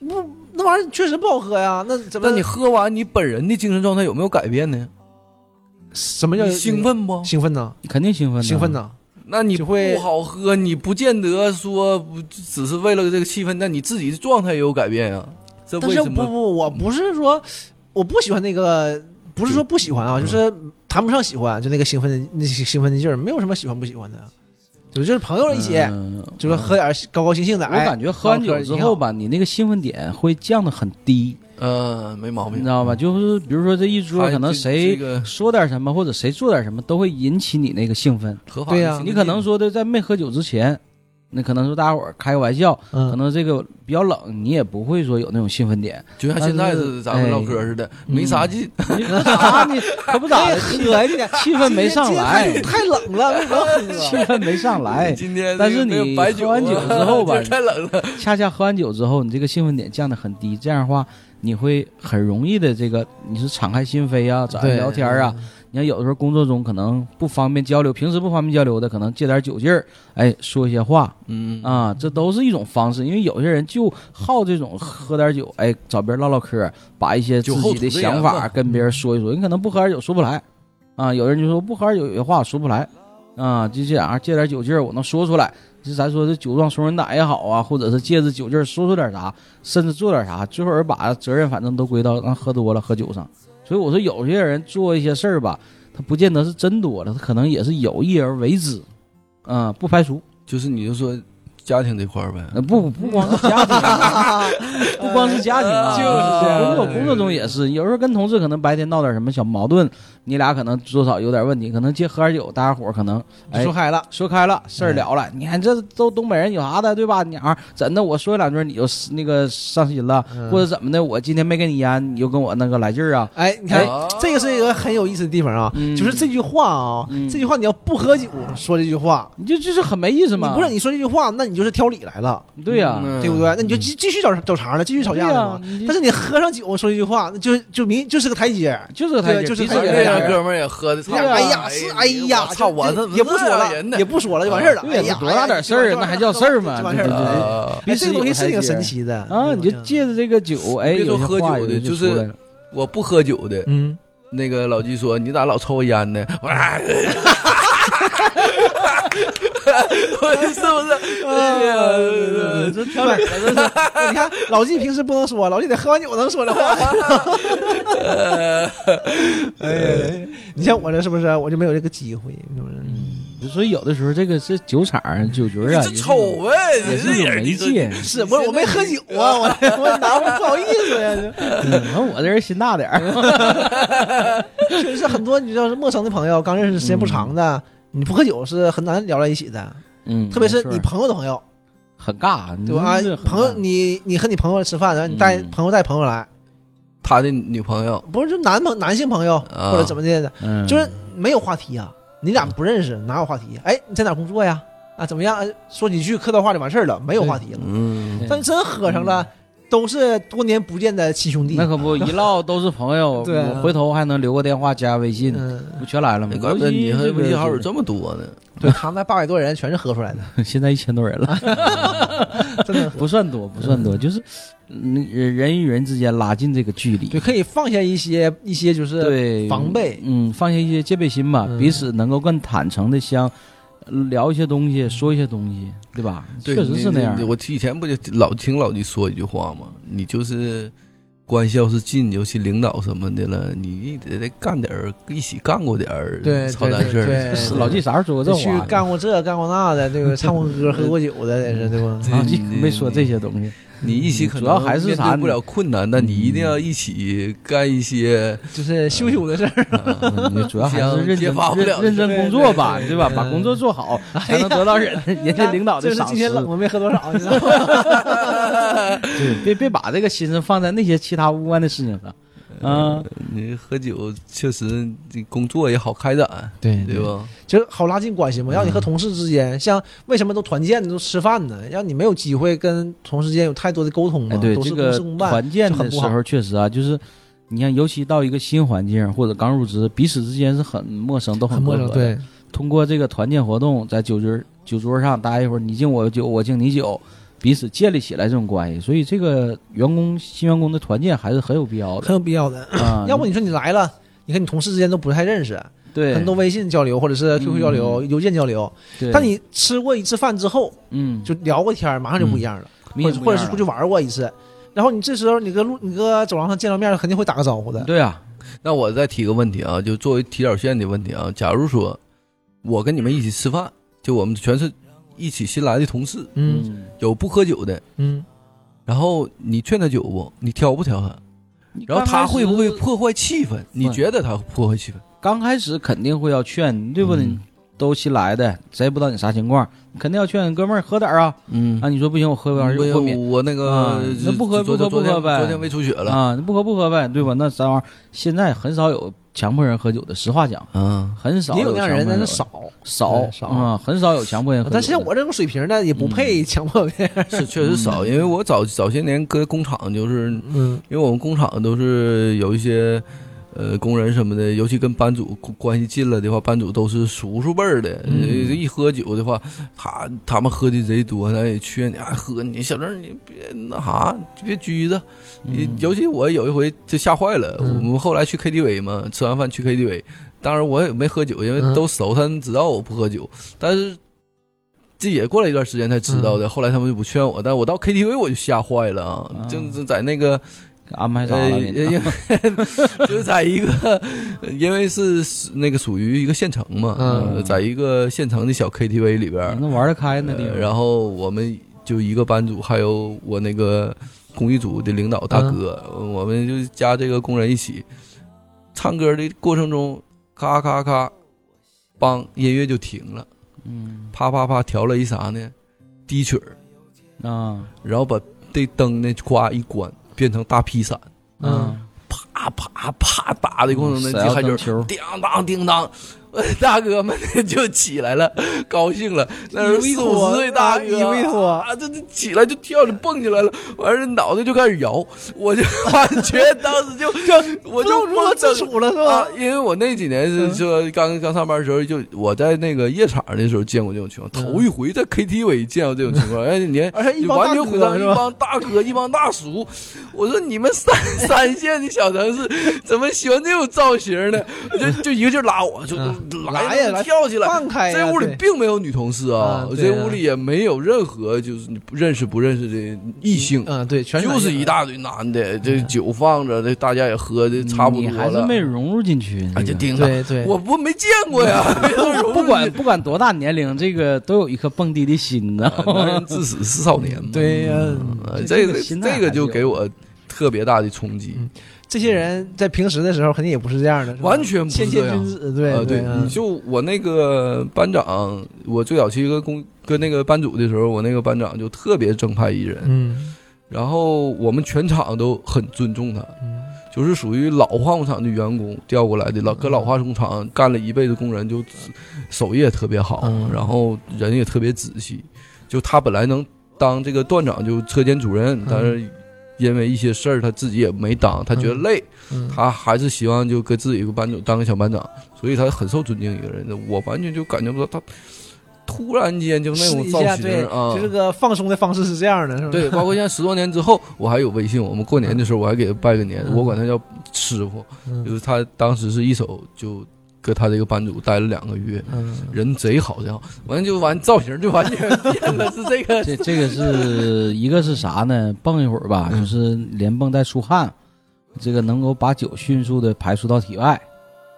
Speaker 5: 不那玩意儿确实不好喝呀，那怎么？
Speaker 3: 那你喝完，你本人的精神状态有没有改变呢？
Speaker 5: 什么叫
Speaker 3: 你兴？奋不？
Speaker 5: 兴奋呢？
Speaker 4: 肯定兴奋，嗯
Speaker 5: 兴奋。呢？
Speaker 3: 那你
Speaker 5: 就会
Speaker 3: 不好喝，你不见得说不只是为了这个气氛，那你自己的状态也有改变啊。这
Speaker 5: 但
Speaker 3: 为
Speaker 5: 是
Speaker 3: 什
Speaker 5: 不
Speaker 3: 么？
Speaker 5: 不，
Speaker 4: 嗯
Speaker 5: 我不是说我不喜欢那个，不是说不喜欢啊，就是谈不上喜欢，就那个兴奋的那些兴奋的劲儿，没有什么喜欢不喜欢的，就就是朋友一起，
Speaker 4: 嗯
Speaker 5: 就是喝点儿高高兴兴的。
Speaker 4: 我
Speaker 5: 哎
Speaker 4: 感觉喝完酒之后，吧，你那个兴奋点会降得很低，
Speaker 3: 呃，没
Speaker 5: 哎
Speaker 3: 毛
Speaker 4: 你
Speaker 3: 病
Speaker 4: 知。道吧？就是比如说这一桌
Speaker 3: 还
Speaker 4: 可能
Speaker 3: 这这
Speaker 4: 谁
Speaker 3: 个
Speaker 4: 说点什么，或者谁做点什么，都会引起你那个兴奋。啊
Speaker 3: 合法？
Speaker 5: 对呀
Speaker 4: 你可能说的在没喝酒之前，那可能说大家伙儿开个玩笑，
Speaker 5: 嗯
Speaker 4: 可能这个比较冷，你也不会说有那种兴奋 点。
Speaker 3: 就像现在
Speaker 4: 但是
Speaker 3: 是咱们唠嗑似的，没啥劲。
Speaker 4: 你啊你可不咋的，气
Speaker 5: 哎喝呀，
Speaker 4: 气氛没上
Speaker 5: 今
Speaker 4: 来
Speaker 5: 天，太冷了， 为什么
Speaker 4: 气氛没上
Speaker 5: 嗯
Speaker 4: 来。
Speaker 3: 今天
Speaker 4: 哎但是
Speaker 3: 这个
Speaker 4: 你
Speaker 3: 白酒
Speaker 4: 喝完酒
Speaker 3: 啊
Speaker 4: 之后吧
Speaker 3: 这太冷了。
Speaker 4: 恰恰喝完酒之后，你这个兴奋点降得很低，这样的话，你会很容易的这个，你是敞开心扉啊，找人聊天啊。你看有的时候工作中可能不方便交流，平时不方便交流的，可能借点酒劲儿，哎，说一些话
Speaker 3: 嗯，
Speaker 4: 啊，这都是一种方式。因为有些人就好这种喝点酒，哎，找别人唠唠嗑，把一些自
Speaker 3: 酒后
Speaker 4: 己
Speaker 3: 吐
Speaker 4: 的
Speaker 3: 真言
Speaker 4: 想
Speaker 3: 嘛
Speaker 4: 法跟别人说一说。你可能不喝点酒说不来
Speaker 3: 嗯
Speaker 4: 啊，有人就说不喝点酒有些话我说不来啊，就这样啊借点酒劲儿我能说出来。就咱说这酒壮怂人胆也好啊，或者是借着酒劲儿说出点啥，甚至做点啥，最后人把责任反正都归到让喝多了喝酒上。所以我说有些人做一些事儿吧，他不见得是真多了，他可能也是有意而为之，嗯、不排除。
Speaker 3: 就是你就说家庭这块儿呗。
Speaker 4: 呃，不不光是家庭啊，不光是家庭啊，
Speaker 3: 就是这样
Speaker 4: 工作工作中也是，有时候跟同事可能白天闹点什么小矛盾，你俩可能多少有点问题，可能借喝点酒，大家伙儿可能哎
Speaker 5: 说开了，
Speaker 4: 说开了，事儿了了。你看这都东北人有啥的，对吧？娘儿，怎的？我说两句你就那个伤心了，
Speaker 5: 嗯
Speaker 4: 或者怎么的？我今天没给你烟，你就跟我那个来劲儿啊？
Speaker 5: 哎，你看
Speaker 3: 啊
Speaker 5: 这个是一个很有意思的地方啊，
Speaker 4: 嗯
Speaker 5: 就是这句话啊，
Speaker 4: 嗯
Speaker 5: 这句话你要不喝酒说这句话，
Speaker 4: 你就就是很没意思
Speaker 5: 你
Speaker 4: 嘛。
Speaker 5: 不是你说这句话，那你就是挑理来了，
Speaker 4: 对呀，
Speaker 3: 嗯
Speaker 5: 对不对？那你就继继续找找茬了，继续吵
Speaker 4: 对
Speaker 5: 架了
Speaker 4: 呀
Speaker 5: 嘛。，
Speaker 4: 你
Speaker 5: 但是你喝上酒说这句话，那就就明就是个台阶儿。
Speaker 4: 就是个台阶，
Speaker 5: 对就是
Speaker 4: 彼此
Speaker 5: 台
Speaker 4: 给
Speaker 5: 阶
Speaker 3: 那
Speaker 4: 台
Speaker 3: 俩
Speaker 4: 阶
Speaker 3: 哥们儿也喝的，操
Speaker 4: 对啊
Speaker 5: 哎呀，是哎呀，
Speaker 3: 我操！
Speaker 5: 就
Speaker 3: 我
Speaker 5: 就
Speaker 3: 这
Speaker 5: 也不说
Speaker 3: 那人呢
Speaker 5: 了，也不说了，就完事儿了。
Speaker 4: 对
Speaker 5: 哎
Speaker 4: 呀
Speaker 5: 呀，
Speaker 4: 这多大点事儿啊那还叫事儿吗
Speaker 5: 就完事儿
Speaker 4: 对对对
Speaker 5: 了。
Speaker 3: 啊
Speaker 5: 哎哎，这个东西是挺神奇的嗯
Speaker 4: 啊，你就，借着这个酒，哎，
Speaker 3: 别说
Speaker 4: 有些
Speaker 3: 喝酒
Speaker 4: 话
Speaker 3: 的
Speaker 4: 有些
Speaker 3: 就
Speaker 4: 出
Speaker 3: 是
Speaker 4: 来了
Speaker 3: 我不喝酒的，
Speaker 5: 嗯，
Speaker 3: 那 个老纪说：“你咋老抽我烟呢？”我说哎我是不是？
Speaker 4: 啊
Speaker 3: 哎呀，
Speaker 4: 这出来
Speaker 5: 你看老纪平时不能说，老纪得喝完酒能说这 话。哎呀，你像我这是不是？啊我就没有这个机会，是不是？
Speaker 4: 所以有的时候这个这酒场酒局啊，
Speaker 3: 这丑呗，
Speaker 4: 也
Speaker 3: 你这
Speaker 4: 是一
Speaker 3: 也
Speaker 4: 种
Speaker 3: 是
Speaker 4: 媒
Speaker 3: 你这
Speaker 4: 介。
Speaker 5: 是我我没喝酒啊，我我拿不好意思呀、
Speaker 4: 可能我这人心大点儿，
Speaker 5: 就确实很多你知道是陌生的朋友，刚认识时间不长的，你不喝酒是很难聊在一起的，
Speaker 4: 嗯，
Speaker 5: 特别是你
Speaker 4: 没错
Speaker 5: 朋友的朋友，
Speaker 4: 嗯很尬，
Speaker 5: 对吧？啊
Speaker 4: 你这很尬
Speaker 5: 朋友，你你和你朋友吃饭，然后你带
Speaker 4: 嗯
Speaker 5: 朋友带朋友来，
Speaker 3: 他的女朋友，
Speaker 5: 不是就男朋男性朋友
Speaker 3: 啊
Speaker 5: 或者怎么的，
Speaker 4: 嗯
Speaker 5: 就是没有话题啊，你俩不认识哪有话题？哎，你在哪工作呀？啊，怎么样？哎说几句客套话就完事儿了，没有话题了。
Speaker 3: 嗯，
Speaker 5: 但真喝上了，都是多年不见的亲兄弟
Speaker 4: 嗯那。可不一唠都是朋友，
Speaker 5: 对啊
Speaker 4: 我回头还能留个电话加微信，
Speaker 5: 嗯，
Speaker 4: 不全来了吗？
Speaker 3: 怪不得你和
Speaker 4: 这个
Speaker 3: 微信好友这么多呢。
Speaker 5: 对，他们那八百多人全是喝出来的，
Speaker 4: 现在一千多人 了，
Speaker 5: 真的。
Speaker 4: 不算多，不算多，就是嗯人与人之间拉近这个距离
Speaker 5: 对，，可以放下一些一些就是
Speaker 4: 对
Speaker 5: 防备。
Speaker 4: 嗯，放下一些戒备心吧，
Speaker 5: 嗯
Speaker 4: 彼此能够更坦诚的相聊一些东西，说一些东西，嗯对吧？
Speaker 3: 对
Speaker 4: 确实是那样
Speaker 3: 你。你我以前不就老听老弟说一句话吗？你就是关系要是近，尤其领导什么的了，你得得干点儿一起干过点儿
Speaker 5: 对
Speaker 3: 操蛋事
Speaker 5: 对对
Speaker 3: 儿。
Speaker 5: 对
Speaker 4: 是老纪啥时候说过这
Speaker 5: 去
Speaker 4: 话？
Speaker 5: 干过这干过那的，这个唱过歌喝过酒的，这是对吧？
Speaker 4: 老纪没说这些东西，
Speaker 3: 你一起可能
Speaker 4: 嗯主要还是啥呢嗯
Speaker 3: 面对不了困难，但你一定要一起干一些。啊
Speaker 5: 就是羞羞的事儿。
Speaker 4: 嗯你主要还是认
Speaker 3: 揭
Speaker 4: 真
Speaker 3: 发不了
Speaker 4: 认认真工作吧，对吧？
Speaker 5: 对
Speaker 4: 把工作做好，才能得到人人家领导的
Speaker 5: 这是
Speaker 4: 赏
Speaker 5: 今
Speaker 4: 识
Speaker 5: 天。冷，我没喝多少，你知道吗？
Speaker 4: 对别别把这个心思放在那些其他无关的事情上。啊，
Speaker 3: 你喝酒确实，这工作也好开展，
Speaker 4: 嗯对
Speaker 3: 对吧？
Speaker 5: 就是好拉近关系嘛，让
Speaker 4: 嗯
Speaker 5: 你和同事之间，像为什么都团建都吃饭呢？让你没有机会跟同事之间有太多的沟通嘛，
Speaker 4: 哎，对
Speaker 5: 都
Speaker 4: 这
Speaker 5: 是
Speaker 4: 个
Speaker 5: 公事公办。
Speaker 4: 团建
Speaker 5: 就
Speaker 4: 的
Speaker 5: 很
Speaker 4: 时
Speaker 5: 不好
Speaker 4: 候，确实啊，就是你看，尤其到一个新环境或者刚入职，彼此之间是很陌生，都
Speaker 5: 很陌
Speaker 4: 隔
Speaker 5: 生，
Speaker 4: 阂的。
Speaker 5: 对，
Speaker 4: 通过这个团建活动，在酒桌酒桌上，大家一会儿你敬我酒，我敬你酒，彼此建立起来这种关系。所以，这个员工新员工的团建还是很有必要
Speaker 5: 很
Speaker 4: 的
Speaker 5: 有必要的。
Speaker 4: 啊。
Speaker 5: 要不你说你来了，你跟你同事之间都不太认识，
Speaker 4: 对嗯
Speaker 5: 可能都微信交流或者是 QQ 交流、邮件交流。
Speaker 4: 对
Speaker 5: 但你吃过一次饭之后，
Speaker 4: 嗯，
Speaker 5: 就聊过天儿，马上就不一样了，
Speaker 4: 你
Speaker 5: 或
Speaker 4: 也
Speaker 5: 者
Speaker 4: 不一
Speaker 5: 或者
Speaker 4: 样
Speaker 5: 是出
Speaker 4: 了
Speaker 5: 去玩过一次，然后你这时候你跟路你搁走廊上见到面，肯定会打个招呼的。
Speaker 4: 对啊，
Speaker 3: 那我再提个问题啊，就作为提导线的问题啊，假如说我跟你们一起吃饭，就我们全是一起新来的同事，
Speaker 5: 嗯
Speaker 3: 有不喝酒的，
Speaker 5: 嗯，
Speaker 3: 然后你劝他酒不？你挑不挑他？然后他会不会破坏气氛？你觉得他会破坏气氛？
Speaker 4: 刚开始肯定会要劝，对不对？
Speaker 3: 嗯
Speaker 4: 都新来的，谁也不知道你啥情况，肯定要劝哥们儿喝点儿啊。
Speaker 3: 嗯
Speaker 4: 啊，你说不行，我喝不了，
Speaker 3: 我
Speaker 4: 就豁免
Speaker 3: 我那个
Speaker 4: 啊那不喝
Speaker 3: 昨
Speaker 4: 不喝
Speaker 3: 昨天
Speaker 4: 不喝呗
Speaker 3: 昨天胃出血了，
Speaker 4: 啊，你不喝不喝呗，对吧？那这玩意儿现在很少有强迫人喝酒的，实话讲，
Speaker 3: 嗯，
Speaker 4: 很少
Speaker 5: 也有那样人，
Speaker 4: 强迫
Speaker 5: 但是
Speaker 4: 喝
Speaker 5: 少。
Speaker 4: 少
Speaker 5: 对少
Speaker 4: 啊、很少有强迫人喝酒的。
Speaker 5: 但是像我这种水平呢，也不
Speaker 4: 嗯
Speaker 5: 配强迫别人。
Speaker 3: 是确实少，因为我早早些年搁工厂就是
Speaker 5: 嗯
Speaker 3: 因为我们工厂都是有一些呃工人什么的，尤其跟班主关关系近了的话，班主都是叔叔辈儿的，
Speaker 5: 嗯
Speaker 3: 呃一喝酒的话，他他们喝的贼多，咱也劝你啊喝，你小郑你别那啥，别拘着。你尤其我有一回就吓坏了，
Speaker 5: 嗯
Speaker 3: 我们后来去 KTV 嘛，吃完饭去 KTV，当然我也没喝酒，因为
Speaker 5: 嗯
Speaker 3: 都熟，他们知道我不喝酒，但是。这也过了一段时间才知道
Speaker 5: 嗯
Speaker 3: 的，后来他们就不劝我，但我到 KTV 我就吓坏了啊！
Speaker 4: 啊
Speaker 3: 就就在那个
Speaker 4: 安排啥
Speaker 3: 呃，
Speaker 4: 了？给
Speaker 3: 因
Speaker 4: 你
Speaker 3: 为 就在一个，因为是那个属于一个县城嘛，
Speaker 5: 嗯
Speaker 3: 呃在一个县城的小 KTV 里边儿，
Speaker 4: 那啊玩得开嗯那地
Speaker 3: 呃
Speaker 4: 方，
Speaker 3: 然后我们就一个班组，还有我那个公益组的领导大
Speaker 4: 嗯
Speaker 3: 哥，呃我们就加这个工人一起唱歌的过程中，咔咔咔，梆，音乐就停了，
Speaker 4: 嗯
Speaker 3: 啪啪啪调了一啥呢？低曲儿，
Speaker 4: 啊
Speaker 3: 然后把这灯呢，夸一关，变成大披伞。
Speaker 5: 嗯，
Speaker 3: 啪啪啪打的过程中，
Speaker 4: 嗯
Speaker 3: 那还就
Speaker 4: 甩摇灯球
Speaker 3: 叮当叮当，我的大哥们 就起来了，高兴了。那时候四五十岁大哥，
Speaker 5: 一米多
Speaker 3: 啊，这这起来就跳就蹦起来了，完事儿脑袋就开始摇，我就 感觉当时就就我
Speaker 5: 不
Speaker 3: 就
Speaker 5: 用如何自处了是
Speaker 3: 啊
Speaker 5: 吧？，
Speaker 3: 因为我那几年是
Speaker 5: 嗯
Speaker 3: 就刚刚上班的时候，就我在那个夜场的时候见过这种情况，头一回在 KTV 见到这种 情况，而且你
Speaker 5: 嗯而且一帮
Speaker 3: 完
Speaker 5: 大
Speaker 3: 全
Speaker 5: 哥
Speaker 3: 不当
Speaker 5: 是
Speaker 3: 一
Speaker 5: 吧
Speaker 3: 帮大哥，一帮大叔，我说你们三 三线的小城市怎么喜欢这种造型呢？就就一个劲儿拉我，就
Speaker 5: 嗯来
Speaker 3: 呀
Speaker 5: 呀来
Speaker 3: 跳起来，
Speaker 5: 放开呀
Speaker 3: 这屋里
Speaker 5: 对
Speaker 3: 并没有女同事啊，
Speaker 5: 啊对啊
Speaker 3: 这屋里也没有任何就是你不认识不认识的异性，
Speaker 5: 嗯，对，全男
Speaker 3: 就
Speaker 5: 性
Speaker 3: 是一大堆男的，这酒放着，这大家也喝的差不
Speaker 4: 你
Speaker 3: 多
Speaker 4: 还是
Speaker 3: 了，
Speaker 4: 没融入进去。
Speaker 5: 哎
Speaker 3: 啊，
Speaker 4: 这
Speaker 3: 就
Speaker 4: 个
Speaker 3: 盯着。
Speaker 5: 对对，
Speaker 3: 我不没见过呀，
Speaker 4: 不管不管多大年龄，这个都有一颗蹦迪的心呢。
Speaker 5: 啊
Speaker 3: 男人至死是少年嘛。
Speaker 5: 对嗯呀、
Speaker 3: 呃，
Speaker 4: 这
Speaker 3: 这
Speaker 4: 个
Speaker 3: 个
Speaker 4: 心态
Speaker 3: 这个
Speaker 4: 还是
Speaker 3: 就
Speaker 4: 有
Speaker 3: 给我特别大的冲击，
Speaker 5: 嗯这些人在平时的时候肯定也不是这样的，是吧
Speaker 3: 完全不是
Speaker 5: 谦
Speaker 3: 这
Speaker 5: 谦
Speaker 3: 样
Speaker 5: 君。子，对、
Speaker 3: 啊，
Speaker 5: 对，嗯
Speaker 3: 你就我那个班长，我最早期跟工跟那个班主的时候，我那个班长就特别正派一人，
Speaker 5: 嗯
Speaker 3: 然后我们全场都很尊重他，
Speaker 5: 嗯
Speaker 3: 就是属于老化工厂的员工调过来的，老搁老化工厂干了一辈子工人，就手艺也特别好，
Speaker 5: 嗯
Speaker 3: 然后人也特别仔细。就他本来能当这个段长，就车间主任，但是因为一些事儿他自己也没当，他觉得累，
Speaker 5: 嗯，
Speaker 3: 他还是希望就跟自己一个班主当个小班长，所以他很受尊敬一个人。我完全就感觉不到他突然间就那
Speaker 5: 试
Speaker 3: 种
Speaker 5: 一
Speaker 3: 造
Speaker 5: 下，对
Speaker 3: 型，啊，
Speaker 5: 就这个放松的方式是这样的，是吧？
Speaker 3: 对，包括现在十多年之后，我还有微信。我们过年的时候，我还给他拜个年，
Speaker 5: 嗯
Speaker 3: 我管他叫师傅，
Speaker 5: 嗯
Speaker 3: 就是他当时是一手就跟他这个班主待了两个月，
Speaker 5: 嗯，
Speaker 3: 人贼好贼好，完就完造型就完全变了，是这个
Speaker 4: 这这个是一个是啥呢？蹦一会儿
Speaker 5: 嗯
Speaker 4: 吧，就是连蹦带出汗，这个能够把酒迅速的排出到体外，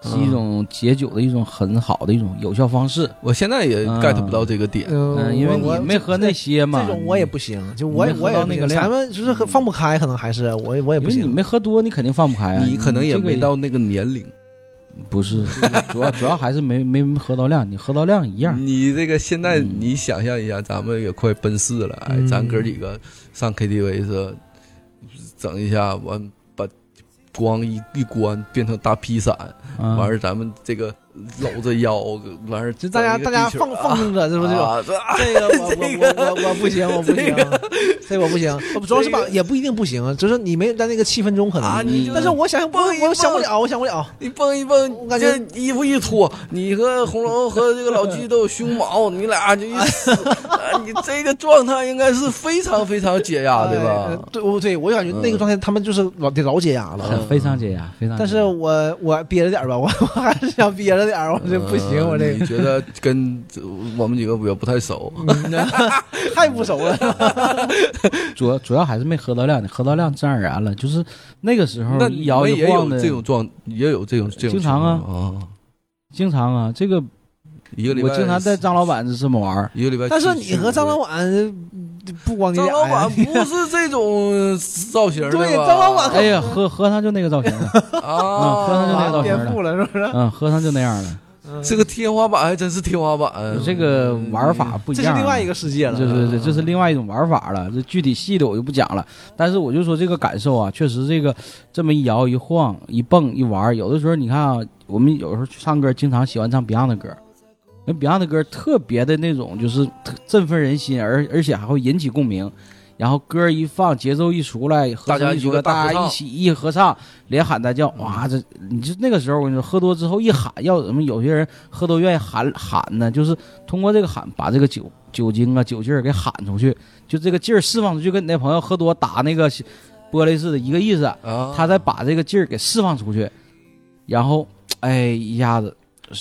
Speaker 4: 是一
Speaker 5: 嗯
Speaker 4: 种解酒的一种很好的一种有效方式。
Speaker 3: 我现在也
Speaker 4: 啊
Speaker 3: get 不到这个点。
Speaker 5: 嗯
Speaker 4: 嗯，因为
Speaker 5: 我
Speaker 4: 你没喝那些嘛，
Speaker 5: 这种我也不行，就
Speaker 4: 你
Speaker 5: 我
Speaker 4: 没
Speaker 5: 也
Speaker 4: 喝
Speaker 5: 我也
Speaker 4: 到
Speaker 5: 不
Speaker 4: 那
Speaker 5: 行
Speaker 4: 个量
Speaker 5: 咱们就是
Speaker 3: 嗯
Speaker 5: 很放不开，可能还是我也我也
Speaker 4: 因
Speaker 5: 不
Speaker 4: 为你
Speaker 5: 行。
Speaker 4: 没喝多，你肯定放不开啊。
Speaker 3: 你可能也
Speaker 4: 这个
Speaker 3: 没到那个年龄，
Speaker 4: 不是，主要主要还是没没没喝到量，你喝到量一样。
Speaker 3: 你这个现在
Speaker 4: 嗯
Speaker 3: 你想象一下，咱们也快奔四了，哎，
Speaker 5: 嗯
Speaker 3: 咱哥几个上 KTV 是整一下，完把光一一关变成大披散，
Speaker 4: 啊
Speaker 3: 嗯完事儿咱们这个搂着腰，完事儿
Speaker 5: 就大
Speaker 3: 啊
Speaker 5: 家
Speaker 3: 整一
Speaker 5: 大
Speaker 3: 个
Speaker 5: 家
Speaker 3: 地球
Speaker 5: 放放纵着，是不是？
Speaker 3: 啊 这啊
Speaker 5: 这个我我我我我不行，我不行，这我不行，主要是吧，也不一定不行，啊就是你没在那个气氛中可
Speaker 3: 啊
Speaker 5: 能。
Speaker 3: 你就
Speaker 5: 但是我想想不，
Speaker 3: 蹦一蹦
Speaker 5: 我想不了，我想不了。
Speaker 3: 你蹦一蹦，
Speaker 5: 我
Speaker 3: 你
Speaker 5: 感
Speaker 3: 这
Speaker 5: 觉
Speaker 3: 衣服一脱，你和红楼和这个老纪都有胸毛，你俩就一
Speaker 5: 哎
Speaker 3: 死，啊你这个状态应该是非常非常解压的
Speaker 5: 哎
Speaker 3: 啊吧嗯
Speaker 5: 呃？对，我对我感觉那个状态，他们就是老得老解压了。
Speaker 4: 非常解压，非常解压。
Speaker 5: 但是我我憋着点儿吧，我我还是想憋着点儿，我这不行，我这
Speaker 3: 呃嗯
Speaker 5: 嗯
Speaker 3: 你觉得跟我们几个也不太熟，
Speaker 5: 太不熟了。
Speaker 4: 主要主要还是没喝到量，你喝到量自然而然了。就是那个时候
Speaker 3: 那
Speaker 4: 一
Speaker 3: 你
Speaker 4: 摇
Speaker 3: 们
Speaker 4: 一
Speaker 3: 也
Speaker 4: 晃
Speaker 3: 有
Speaker 4: 的，
Speaker 3: 这种状，也有这种这种
Speaker 4: 经常啊
Speaker 3: 情况啊，
Speaker 4: 经常啊，这个
Speaker 3: 一个礼拜
Speaker 4: 我经常带张老板这么 玩儿。
Speaker 3: 一个礼拜去
Speaker 5: 但
Speaker 3: 一次。
Speaker 5: 是你和张老板嗯不光你
Speaker 3: 张
Speaker 5: 俩
Speaker 3: 老板
Speaker 5: 呀，
Speaker 3: 不是这种造型的吧？
Speaker 5: 对张老板
Speaker 4: 哎呀，喝喝上就那个造 型了，
Speaker 3: 啊，
Speaker 4: 喝上就那个造型
Speaker 5: 颠覆了是不是？
Speaker 4: 嗯，喝上就那样了。
Speaker 3: 这个天花板还真是天花板，
Speaker 4: 这个玩法不一
Speaker 5: 这
Speaker 4: 样，啊
Speaker 5: 是另外一个世界了。嗯
Speaker 4: 对对对，这是另外一种玩法了。这具体细的我就不讲了，但是我就说这个感受啊，确实这个这么一摇一晃一蹦一玩儿，有的时候你看啊，我们有时候去唱歌，经常喜欢唱 Beyond 的歌，那 Beyond 的歌特别的那种，就是特振奋人心，而而且还会引起共鸣。然后歌一放，节奏一出来，和
Speaker 3: 大家
Speaker 4: 声一
Speaker 3: 一
Speaker 4: 出
Speaker 3: 个
Speaker 4: 来，
Speaker 3: 大
Speaker 4: 大
Speaker 3: 合
Speaker 4: 家一
Speaker 3: 唱
Speaker 4: 起一合唱，连喊带叫，哇！这你就那个时候，我跟你说，喝多之后一喊，要什么？有些人喝多愿意喊喊呢，就是通过这个喊把这个酒酒精啊酒劲儿给喊出去，就这个劲儿释放出去，跟你那朋友喝多打那个玻璃似的，一个意思。
Speaker 3: 啊，
Speaker 4: 他再把这个劲儿给释放出去，然后哎一下子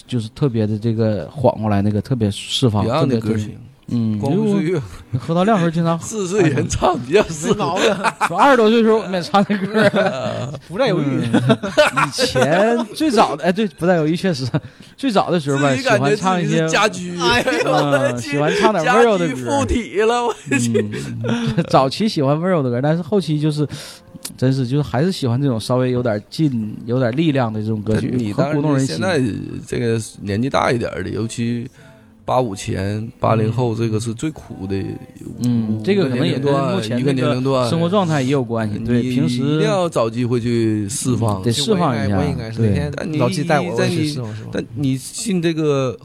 Speaker 4: 就是特别的这个缓过来，那个特别释放，特
Speaker 3: Beyond
Speaker 4: 别
Speaker 3: 的歌行，
Speaker 4: 嗯，
Speaker 3: 光辉岁月，
Speaker 4: 因为我喝到量时 候经常喝
Speaker 3: 四岁人唱比较适
Speaker 5: 没
Speaker 3: 合。
Speaker 5: 毛病，
Speaker 4: 说二十多岁的时候我们也唱的歌，
Speaker 5: 不
Speaker 3: 哎
Speaker 5: 再犹
Speaker 4: 嗯
Speaker 5: 豫。
Speaker 4: 以前最早的哎对不太有意确实，最早的时
Speaker 3: 自
Speaker 4: 候吧
Speaker 3: 己
Speaker 4: 喜
Speaker 3: 感觉
Speaker 4: 欢
Speaker 3: 自
Speaker 4: 唱
Speaker 3: 己
Speaker 4: 一些
Speaker 3: 是 家居，
Speaker 5: 哎呦
Speaker 3: 我的
Speaker 4: 嗯
Speaker 3: 去
Speaker 4: 喜欢唱点温柔的
Speaker 3: 家居
Speaker 4: 歌
Speaker 3: 附体了，我
Speaker 4: 嗯，早期喜欢温柔的歌，但是后期就是，真是就是还是喜欢这种稍微有点劲、有点力量的这种歌曲，
Speaker 3: 你
Speaker 4: 很
Speaker 3: 当
Speaker 4: 鼓动
Speaker 3: 然
Speaker 4: 人
Speaker 3: 现
Speaker 4: 心。
Speaker 3: 在这个年纪大一点的，尤其八五前、八零后，这个是最苦的。
Speaker 4: 嗯，这个可能也跟目前
Speaker 3: 一个
Speaker 4: 这
Speaker 3: 年龄
Speaker 4: 个
Speaker 3: 段嗯
Speaker 4: 生活状态也有关系。对，
Speaker 3: 你
Speaker 4: 平
Speaker 3: 一
Speaker 4: 时嗯
Speaker 3: 定要找机会去释放
Speaker 4: 得。释放一下
Speaker 5: 我应该是
Speaker 4: 对
Speaker 5: 那天
Speaker 3: 但你
Speaker 5: 老纪带我，我
Speaker 3: 在
Speaker 5: 也去
Speaker 3: 你
Speaker 5: 试用试用
Speaker 3: 但你进这个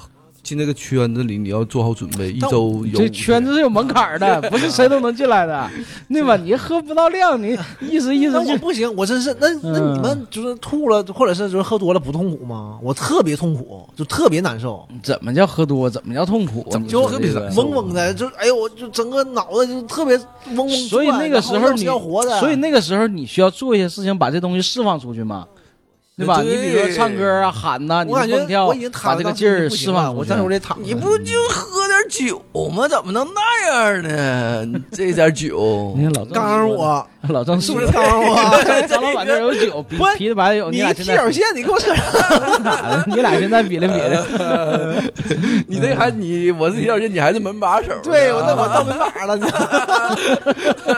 Speaker 3: 进这个圈子里，你要做好准备，一
Speaker 5: 但
Speaker 3: 周有
Speaker 4: 这圈子是有门槛儿的，不是谁都能进来的，对吧？你喝不到量，你意思意思
Speaker 5: 那我
Speaker 4: 就
Speaker 5: 不行，我真是那那
Speaker 4: 嗯
Speaker 5: 你们就是吐了，或者是就是喝多了不痛苦吗？我特别痛苦，就特别难受，
Speaker 4: 怎么叫喝多，怎么叫痛苦，
Speaker 3: 怎么
Speaker 4: 你说
Speaker 3: 就
Speaker 4: 这个
Speaker 3: 难受
Speaker 5: 嗡嗡的，就哎呦，我就整个脑袋就特别嗡嗡转。
Speaker 4: 所以那个时
Speaker 5: 然后要
Speaker 4: 候
Speaker 5: 死
Speaker 4: 你
Speaker 5: 要活的，
Speaker 4: 所以那个时候你需要做一些事情，把这东西释放出去嘛。对吧？
Speaker 5: 对
Speaker 4: 你比如说唱歌啊、喊呐、你
Speaker 5: 我感
Speaker 4: 蹦
Speaker 5: 觉
Speaker 4: 跳
Speaker 5: 我已，经
Speaker 4: 把
Speaker 5: 躺着
Speaker 4: 这个
Speaker 5: 到
Speaker 4: 劲儿
Speaker 5: 不行
Speaker 4: 释
Speaker 5: 了，
Speaker 4: 放
Speaker 5: 我
Speaker 4: 出
Speaker 5: 站着我
Speaker 4: 去。
Speaker 5: 得躺着。
Speaker 3: 你不就喝点酒吗？怎么能那样呢？这点酒
Speaker 4: 你，看哎老郑
Speaker 5: 刚刚 我
Speaker 4: 老郑
Speaker 5: 是不
Speaker 4: 说的
Speaker 5: 是刚刚 我？
Speaker 4: 张老板这儿有 酒，啤
Speaker 5: 不是
Speaker 4: 啤的白酒，
Speaker 5: 你
Speaker 4: 俩
Speaker 5: 一
Speaker 4: 现
Speaker 5: 踢
Speaker 4: 在
Speaker 5: 脚线，你给我 扯上。
Speaker 4: 你俩现在比 了比
Speaker 5: 哎
Speaker 4: 了，
Speaker 3: 你这还你我是一条线，你还是门把手呢。
Speaker 5: 对，我那我到门把 了，你知道吗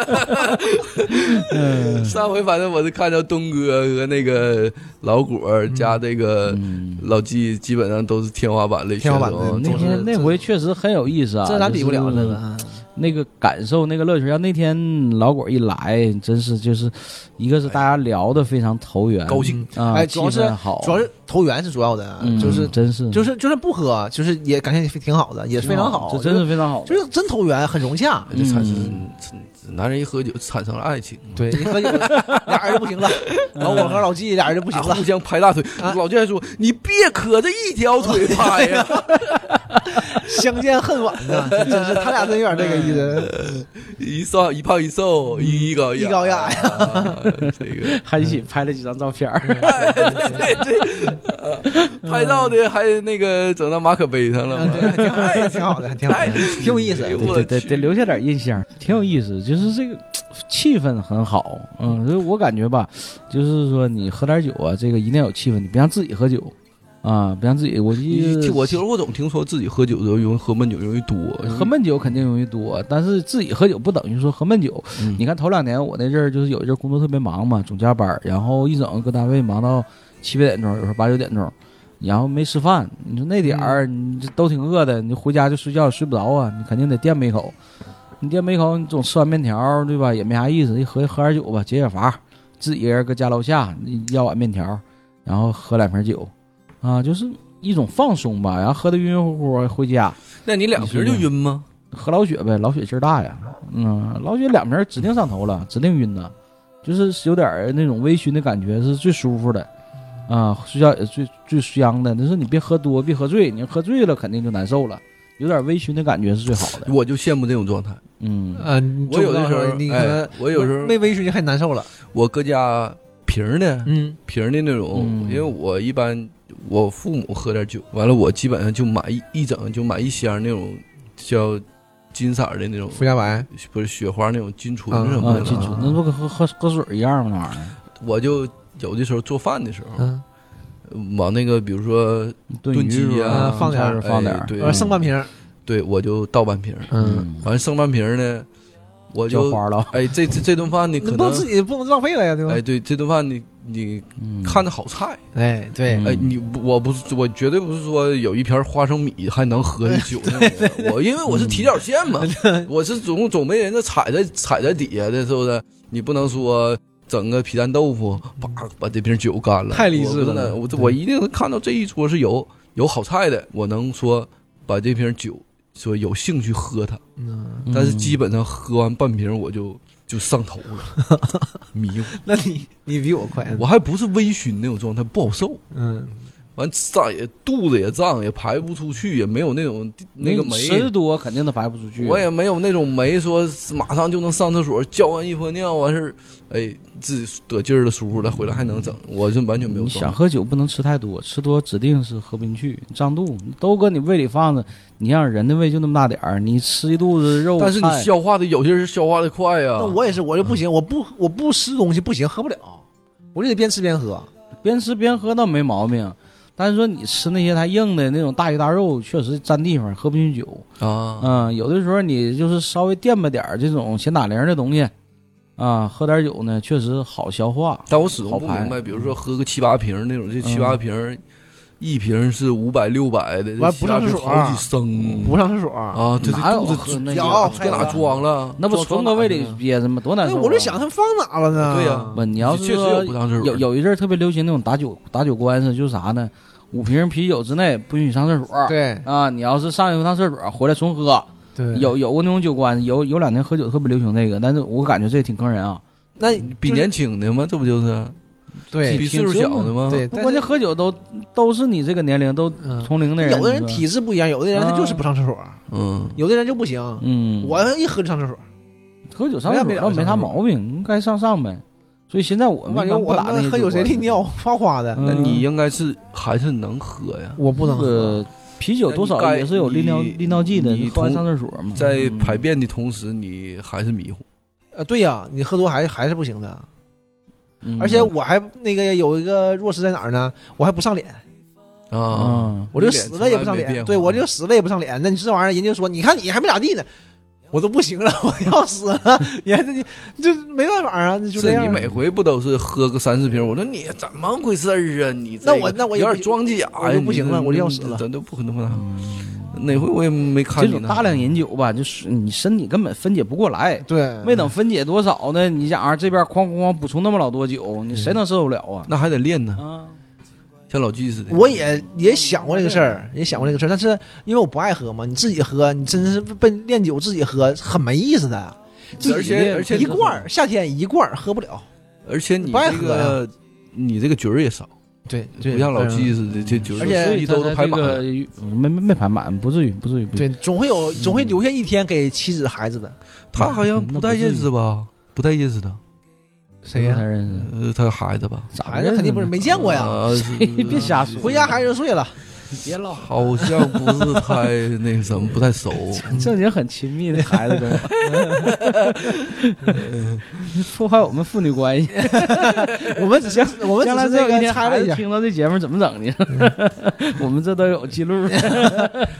Speaker 3: 上回反正我是看到东哥和那个老果
Speaker 4: 嗯
Speaker 3: 儿加这个老纪，基本上都是天花板类选
Speaker 5: 天花板嗯
Speaker 3: 手
Speaker 5: 类。
Speaker 4: 那
Speaker 3: 总
Speaker 4: 天
Speaker 3: 是
Speaker 4: 那回确实很有意思啊，
Speaker 5: 这咱比不了
Speaker 4: 就是
Speaker 5: 这个。
Speaker 4: 那个啊感受，那个乐趣。要那天老果一来，真是就是一个是大家聊的非常投缘，
Speaker 3: 高兴，
Speaker 4: 啊，
Speaker 5: 哎主要是
Speaker 4: 气氛好，
Speaker 5: 主要是投缘是主要的
Speaker 4: 嗯，
Speaker 5: 就是
Speaker 4: 真是
Speaker 5: 就是是就算不喝，就是也感觉挺好的，也非常好，
Speaker 4: 这真是非常好，
Speaker 5: 就是就是真投缘，很融洽。
Speaker 3: 就产
Speaker 4: 嗯
Speaker 3: 生男人一喝酒产生了爱情，
Speaker 5: 对，一喝酒 俩人就不行了，然后我和老纪俩人就不行
Speaker 3: 啊
Speaker 5: 了
Speaker 3: 互。相拍大腿。
Speaker 5: 啊哎
Speaker 3: 老纪还说：“你别磕着一条 腿拍呀。”
Speaker 5: 相见恨晚呐，真是他俩真有点这个意
Speaker 3: 嗯
Speaker 5: 思。
Speaker 3: 一瘦一胖一瘦一高
Speaker 5: 一高一矮
Speaker 3: 啊，这个
Speaker 4: 还一起拍了几张照片儿，
Speaker 5: 嗯
Speaker 3: 对对，呃拍照的还那个整到马可杯上了嘛，
Speaker 5: 挺好，挺好的，挺好的，挺有意思。
Speaker 3: 哎呦
Speaker 4: 对
Speaker 3: 我
Speaker 4: 对对，
Speaker 3: 去
Speaker 4: 得留下点印象，挺有意思。就是这个气氛很好，嗯，所以我感觉吧，就是说你喝点酒啊，这个一定要有气氛，你别让自己喝酒啊，别让自己。我
Speaker 3: 你
Speaker 4: 一
Speaker 3: 听我听我总听说自己喝酒的时候容易喝闷酒容易多，
Speaker 4: 喝闷酒肯定容易多，但是自己喝酒不等于说喝闷酒。
Speaker 3: 嗯
Speaker 4: 你看头两年我那阵儿就是有一阵儿工作特别忙嘛，总加班儿，然后一整搁单位忙到七八点钟，有时候八九点钟，然后没吃饭。你说那点儿你这都挺饿的，你回家就睡觉睡不着啊，你肯定得垫吧一口。你垫吧一口，你总吃完面条儿对吧？也没啥意思，一喝喝点酒吧，解解乏。自己一个人搁家楼下要碗面条儿，然后喝两瓶酒，啊，就是一种放松吧。然后喝的晕晕乎乎回家。
Speaker 3: 那你两瓶就晕吗？
Speaker 4: 喝老雪呗，老雪劲儿大呀，嗯，老雪两瓶儿指定上头了，指定晕呐，就是有点儿那种微醺的感觉，是最舒服的，啊，睡觉也最最香的。但是你别喝多，别喝醉，你喝醉了肯定就难受了，有点微醺的感觉是最好的。
Speaker 3: 我就羡慕这种状态。
Speaker 4: 嗯，
Speaker 5: 嗯
Speaker 3: 我有的时候，
Speaker 5: 你可
Speaker 3: 哎
Speaker 5: 能，
Speaker 3: 我有时候
Speaker 5: 没微醺就很难受了。
Speaker 3: 我搁家瓶儿的
Speaker 5: 嗯，
Speaker 3: 瓶儿的那种，
Speaker 4: 嗯
Speaker 3: 因为我一般我父母喝点酒，完了我基本上就买一一整就买一箱那种叫金色儿的那种
Speaker 5: 福家白，
Speaker 3: 不是雪花那种金纯
Speaker 5: 嗯
Speaker 3: 什么
Speaker 4: 啊
Speaker 3: 的，，
Speaker 4: 进去那不跟喝喝喝水儿一样吗？
Speaker 3: 我就有的时候做饭的时候，
Speaker 5: 嗯，
Speaker 3: 往那个比如说，
Speaker 4: 那玩意儿，炖
Speaker 3: 炖鸡
Speaker 4: 鸡
Speaker 3: 呀
Speaker 5: 放点儿
Speaker 4: 啊菜放点
Speaker 3: 哎
Speaker 4: 儿，
Speaker 3: 对
Speaker 5: 我剩半瓶儿。
Speaker 3: 对我就倒半瓶儿，
Speaker 5: 嗯，
Speaker 4: 嗯，
Speaker 3: 完剩半瓶儿呢，我
Speaker 4: 浇
Speaker 3: 就
Speaker 4: 花了，
Speaker 3: 哎这这这顿饭你
Speaker 5: 你
Speaker 3: 可
Speaker 5: 不能自
Speaker 3: 能
Speaker 5: 己不能浪费了呀，对吧
Speaker 3: 哎？对这顿饭你你
Speaker 4: 嗯
Speaker 3: 看着好菜，
Speaker 5: 哎，对
Speaker 4: 嗯
Speaker 3: 哎你我不是我绝对不是说有一瓶花生米还能喝的酒那种的，我因为我是提脚线嘛，我是总总被人家踩在踩在底下的，是不是？你不能说。整个皮蛋豆腐，叭把这瓶酒干了，
Speaker 5: 太励志
Speaker 3: 我不
Speaker 5: 了
Speaker 3: 能我我一定看到这一桌是有有好菜的，我能说把这瓶酒说有兴趣喝它，
Speaker 5: 嗯，
Speaker 4: 嗯
Speaker 3: 但是基本上喝完半瓶我就就上头了， 迷糊，
Speaker 5: 那你你比我快。
Speaker 3: 我还不是微醺那种状态，不好受。
Speaker 5: 嗯，
Speaker 3: 完胀也肚子也胀，也排不出去，也没有那种那个
Speaker 4: 你吃的
Speaker 3: 酶，
Speaker 4: 多肯定都排不出去。
Speaker 3: 我也没有那种酶说马上就能上厕所，浇完一泼尿完事儿，哎，自己得劲儿了，舒服了，回来还能整，我是完全没有
Speaker 4: 你
Speaker 3: 状
Speaker 4: 想
Speaker 3: 态。
Speaker 4: 喝酒不能吃太多，吃多指定是喝不进去，胀肚。都搁你胃里放着，你让人的胃就那么大点儿，你吃一肚子肉菜，
Speaker 3: 但是你消化的有些人消化的快呀、
Speaker 5: 那我也是，我就不行，我不我不吃东西不行，喝不了，我就得边吃边喝。
Speaker 4: 边吃边喝倒没毛病。但是说你吃那些太硬的那种大鱼大肉，确实占地方，喝不进酒。
Speaker 3: 啊，
Speaker 4: 嗯，有的时候你就是稍微垫吧点儿这种闲打铃的东西，啊，喝点酒呢，确实好消化。
Speaker 3: 但我始终
Speaker 4: 好
Speaker 3: 不
Speaker 4: 排
Speaker 3: 明白，比如说喝个七八瓶儿那种，这七八瓶儿、一瓶是五百六百的，这
Speaker 5: 完
Speaker 3: 七
Speaker 5: 不
Speaker 3: 八
Speaker 5: 上
Speaker 3: 瓶
Speaker 5: 厕所
Speaker 3: 好几升
Speaker 5: 啊不上厕所，
Speaker 3: 啊，这
Speaker 4: 哪
Speaker 3: 这
Speaker 4: 有
Speaker 3: 肚
Speaker 4: 喝
Speaker 3: 子
Speaker 4: 那啊
Speaker 3: 这
Speaker 5: 有
Speaker 3: 这哪装了？
Speaker 4: 那不
Speaker 3: 装装
Speaker 4: 纯
Speaker 3: 哪
Speaker 4: 搁
Speaker 3: 哎
Speaker 4: 胃
Speaker 3: 去
Speaker 4: 里
Speaker 3: 了
Speaker 4: 憋着吗？多难
Speaker 5: 那
Speaker 4: 受、啊！
Speaker 5: 哎我就想他们放哪了呢？
Speaker 3: 对呀
Speaker 4: 不，你要
Speaker 3: 确
Speaker 4: 是
Speaker 3: 实
Speaker 4: 说
Speaker 3: 有不上厕所
Speaker 4: 有有一阵儿特别流行那种打酒打酒官司，就是啥呢？五瓶啤酒之内不允许上厕所。
Speaker 5: 对
Speaker 4: 啊，你要是上一趟厕所回来重喝，
Speaker 5: 对
Speaker 4: 有有过那种酒官司，有有两年喝酒特别流行那个，但是我感觉这挺坑人啊。
Speaker 5: 那
Speaker 3: 比
Speaker 5: 就是
Speaker 3: 年轻的吗？这不就是
Speaker 5: 对
Speaker 3: 比岁数小的吗？
Speaker 5: 对，但是
Speaker 4: 关键喝酒都都是你这个年龄都
Speaker 5: 嗯
Speaker 4: 同龄的人，
Speaker 5: 有的人体质不一样，有的人他就是不上厕所，
Speaker 3: 嗯，
Speaker 5: 有的人就不行。
Speaker 4: 嗯，
Speaker 5: 我一喝就上厕所，
Speaker 4: 喝酒上厕所倒没啥毛病，应该上上呗。所以现在我
Speaker 5: 我
Speaker 4: 们
Speaker 5: 感
Speaker 4: 一
Speaker 5: 觉
Speaker 4: 般
Speaker 5: 我
Speaker 4: 不打那些
Speaker 5: 喝酒谁
Speaker 4: 酒
Speaker 5: 利
Speaker 4: 罐
Speaker 5: 尿啊哗哗的，
Speaker 4: 嗯
Speaker 3: 那你应该是还是能喝呀。
Speaker 5: 我不能喝。
Speaker 4: 呃，啤酒多少也是有利尿
Speaker 3: 你
Speaker 4: 利尿剂的，
Speaker 3: 你
Speaker 4: 你喝完
Speaker 3: 同
Speaker 4: 上厕所嘛。
Speaker 3: 在
Speaker 4: 嗯
Speaker 3: 排便的同时，你还是迷糊。
Speaker 5: 呃，对呀、你喝多还是还是不行的。
Speaker 4: 嗯
Speaker 5: 而且我还那个有一个弱势在哪儿呢？我还不上脸，嗯
Speaker 3: 啊，
Speaker 4: 啊，
Speaker 5: 我就死了也不上脸，对我就死了也不上脸。那你这玩意儿，人家说你看你还没咋地呢，我都不行了，我要死了，你还你这没办法啊，那就是这样
Speaker 3: 你。每回不都是喝个三四瓶？我说你怎么回事儿啊？你这
Speaker 5: 那我
Speaker 3: 个
Speaker 5: 那我也
Speaker 3: 有
Speaker 5: 不
Speaker 3: 点装假呀，
Speaker 5: 我就不行了
Speaker 3: 你
Speaker 5: 我就要死了嗯
Speaker 3: 咱都不可能不哪回我也没看
Speaker 4: 这
Speaker 3: 你
Speaker 4: 种
Speaker 3: 呢
Speaker 4: 大量饮酒吧，就是你身体根本分解不过来，
Speaker 5: 对，
Speaker 4: 没等分解多少呢，你想啊，这边哐哐哐补充那么老多酒，你
Speaker 5: 嗯
Speaker 4: 谁能受得了啊？
Speaker 3: 那还得练呢，
Speaker 4: 啊，
Speaker 3: 像老纪似的。
Speaker 5: 我也也想过这个事儿，
Speaker 3: 嗯
Speaker 5: 也想过这个事儿，但是因为我不爱喝嘛，你自己喝，你真是被练酒自己喝很没意思的。就
Speaker 3: 而且而且
Speaker 5: 一罐儿，夏天一罐儿喝不了。
Speaker 3: 而且你
Speaker 5: 不爱
Speaker 3: 这
Speaker 5: 喝
Speaker 3: 个你这个局儿也少，
Speaker 5: 对，嗯
Speaker 3: 不像老纪似的，这局儿
Speaker 5: 而且
Speaker 3: 是一兜都排满了。
Speaker 4: 没没没排满，不至于，不至于，不至于
Speaker 5: 对，总会
Speaker 3: 嗯
Speaker 5: 有总会留下一天给妻子孩子的。
Speaker 3: 他好像不带认识吧？不带认识的，
Speaker 5: 谁
Speaker 4: 才认识？
Speaker 3: 呃，他孩子吧？
Speaker 4: 咋
Speaker 5: 孩子肯定不是没见过呀，
Speaker 3: 啊
Speaker 4: 你别瞎说，
Speaker 5: 回家孩子就睡了。
Speaker 4: 别唠，
Speaker 3: 好像不是太那个什么，不太 熟。
Speaker 5: 嗯
Speaker 4: 正经很亲密的孩子跟我， 破坏我们父女关系。
Speaker 5: 我们只是我们
Speaker 4: 将来
Speaker 5: 只是
Speaker 4: 总
Speaker 5: 那
Speaker 4: 有一
Speaker 5: 个
Speaker 4: 天
Speaker 5: 猜
Speaker 4: 孩
Speaker 5: 了一
Speaker 4: 子
Speaker 5: 下，嗯
Speaker 4: 听到这节目怎么整的？ 我们这都有记录。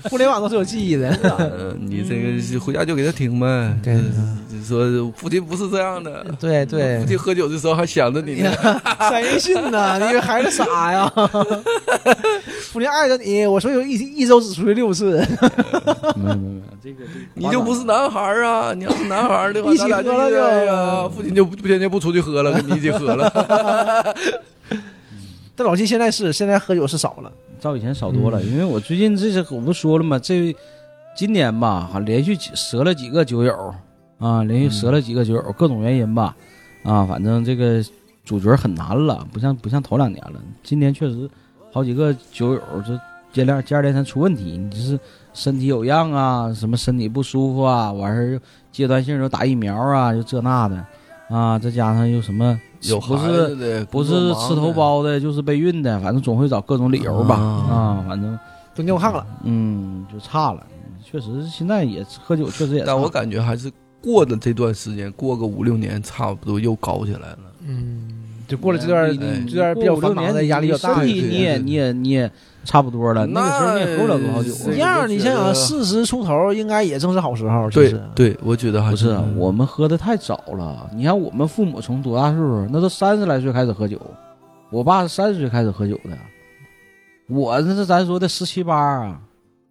Speaker 5: 互联网都是有记 忆的。
Speaker 3: 呃，你这个是回家就给他听呗。
Speaker 5: 嗯对
Speaker 3: 你说父亲不是这样的，
Speaker 5: 对 对哎
Speaker 3: 父，亲喝酒的时候还想着你呢。
Speaker 5: 闪人信呢？你以为孩子傻呀？ 父亲爱着你，我说有一一周只出去六次，
Speaker 4: 没有没有没有，这个
Speaker 3: 你就不是男孩儿啊！你要是男孩儿的话，
Speaker 5: 一起
Speaker 3: 咱俩就
Speaker 5: 喝了就
Speaker 3: 哎呀，父亲就不天天不出去 喝了，跟你一起喝了。
Speaker 5: 但老金现在是现在喝酒是少了，
Speaker 4: 照以前少多了，因为我最近这是我不说了吗？这今年吧，哈连续几折了几个酒友啊，连续折了几个酒友，各种原因吧，啊，反正这个主角很难了，不像不像头两年了。今年确实好几个酒友这接连接二连三出问题，你就是身体有恙啊，什么身体不舒服啊，完事儿又阶段性又打疫苗啊，又这那的啊，再加上又什么不是
Speaker 3: 的，
Speaker 4: 不是吃头
Speaker 5: 啊
Speaker 4: 孢的，就是被孕的，反正总会找各种理由吧。
Speaker 3: 啊
Speaker 4: 啊，反正
Speaker 5: 都尿炕了。
Speaker 4: 嗯，就差了。确实，现在也喝酒，确实也
Speaker 5: 啊
Speaker 4: 差。
Speaker 3: 但我感觉还是过了这段时间，过个五六年，差不多又搞起来了。
Speaker 5: 嗯，就过了这段
Speaker 4: 你
Speaker 3: 哎
Speaker 5: 这段比较繁忙的压力比较大
Speaker 4: 身
Speaker 3: 对
Speaker 4: 体
Speaker 3: 对
Speaker 4: 你也
Speaker 3: 对
Speaker 4: 你也你也差不多了。
Speaker 3: 那
Speaker 4: 那个时候你也喝不了多少酒
Speaker 3: 这
Speaker 5: 一
Speaker 3: 个
Speaker 4: 啊。
Speaker 5: 样，你想
Speaker 3: 就
Speaker 5: 想，
Speaker 3: 是
Speaker 5: 四十出头应该也正是好时候，其
Speaker 3: 对
Speaker 5: 实
Speaker 3: 对，我觉得还
Speaker 4: 啊不是，啊我们喝的太早了。你看我们父母从多大岁数？那都三十来岁开始喝酒。我爸是三十岁开始喝酒的，我这是咱说的十七八啊。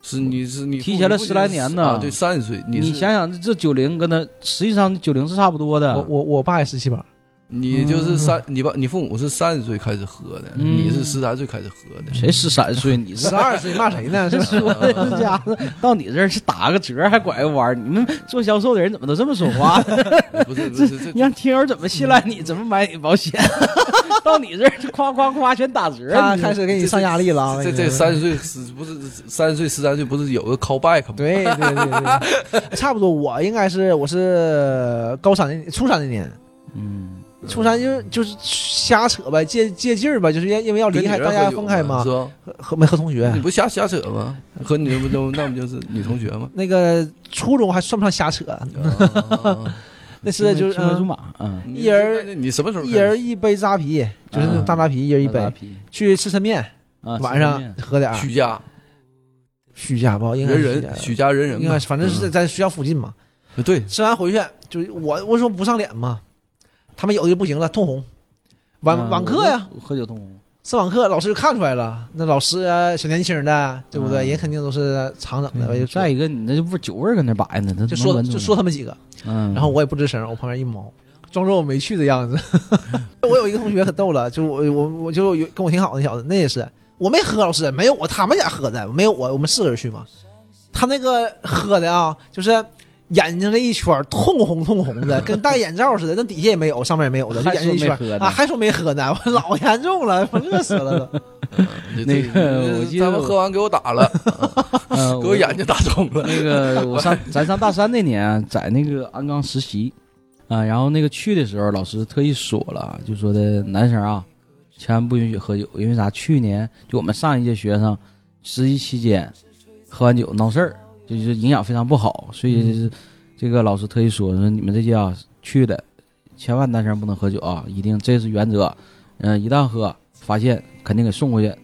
Speaker 3: 是你是你
Speaker 4: 提前了十来年呢
Speaker 3: 啊对，三十岁，
Speaker 4: 你
Speaker 3: 是
Speaker 4: 想想，这九零跟他实际上九零是差不多的。
Speaker 5: 我我我爸也十七八，
Speaker 3: 你就是三，你爸你父母是三十岁开始喝的，
Speaker 4: 嗯
Speaker 3: 你是十三岁开始喝的，
Speaker 4: 谁十三岁？你 是
Speaker 5: 十二岁骂谁 呢？是
Speaker 4: 这
Speaker 5: 吧？
Speaker 4: 说的这家伙 到你这儿是打个折还拐个弯儿，你们做销售的人怎么都这么说 话？
Speaker 3: 不是不是这
Speaker 4: 你让听友怎么信赖你？怎么买你保险？ 到你这儿就夸夸夸全打折，
Speaker 5: 他
Speaker 4: 你
Speaker 5: 开始给你上压力了啊。
Speaker 3: 这这三十岁是不是三十岁十三岁不是有个 callback 吗？
Speaker 5: 对对对对，差不多。我应该是我是高三那初三那年，
Speaker 4: 嗯，
Speaker 5: 初三就是就是瞎扯呗，借借劲儿吧，就是因为因为要
Speaker 3: 跟
Speaker 5: 啊离
Speaker 3: 女
Speaker 5: 开
Speaker 3: 人
Speaker 5: 大家
Speaker 3: 喝酒
Speaker 5: 分开嘛
Speaker 3: 是，吧？
Speaker 5: 和没和同学
Speaker 3: 你。不瞎瞎扯吗？和你不都那不就是女同学吗？
Speaker 5: 那个初中还算不上瞎扯，那是就是
Speaker 4: 青梅
Speaker 5: 嗯
Speaker 4: 青梅竹马，嗯，
Speaker 3: 啊你
Speaker 5: 一人
Speaker 3: 你什么时候开
Speaker 5: 一
Speaker 3: 始？
Speaker 5: 人一杯扎啤，就是那种大扎啤，一人一杯
Speaker 4: 大。批
Speaker 5: 去吃抻面，
Speaker 4: 啊，
Speaker 5: 晚上喝点儿
Speaker 3: 许家
Speaker 5: 虚假吧，应该
Speaker 3: 人
Speaker 5: 是虚假
Speaker 3: 人，许家人人
Speaker 5: 应
Speaker 3: 嘛
Speaker 5: 该是反正是在在学校附近嘛。
Speaker 3: 对，
Speaker 5: 吃完回去就是我我说不上脸嘛，他们有的就不行了，通红，晚晚课呀，，
Speaker 4: 我啊喝酒痛风，
Speaker 5: 上网课老师就看出来了，那老师啊小年轻的，对不对？
Speaker 4: 嗯
Speaker 5: 人肯定都是常整的呗，就
Speaker 4: 再一个你那就不是酒味儿跟那摆呢，他
Speaker 5: 就
Speaker 4: 能
Speaker 5: 说
Speaker 4: 闻出
Speaker 5: 就
Speaker 4: 来
Speaker 5: 说，他们几个，
Speaker 4: 嗯，
Speaker 5: 然后我也不吱声，我旁边一猫，装作我没去的样子。 嗯我有一个同学可逗了，就我我我就有跟我挺好的那小子，那也是我没喝，老师没有我他们家喝的，没有我我们四个人去嘛，他那个喝的啊，就是。眼睛这一圈儿通红通红的，跟戴眼罩似的，那底下也没有，上面也没有的，就
Speaker 4: 还
Speaker 5: 眼睛一
Speaker 4: 说
Speaker 5: 圈
Speaker 4: 没
Speaker 5: 儿
Speaker 4: 喝呢
Speaker 5: 啊，还说没喝呢，我老严重了，我乐死了 都。
Speaker 4: 那个我记得
Speaker 3: 他们
Speaker 4: 我
Speaker 3: 喝完给我打了，
Speaker 4: 呃
Speaker 3: 给我眼睛打肿了。
Speaker 4: 那个我上咱上大三那年，在那个鞍钢实习，啊、然后那个去的时候，老师特意说了，就说的男生啊，千万不允许喝酒，因为啥？去年就我们上一届学生十一期间喝完酒闹事儿，就是影响非常不好，所以就是这个老师特意说说你们这届啊去的，千万男生不能喝酒啊，一定这是原则。嗯、一旦喝发现肯定给送回去，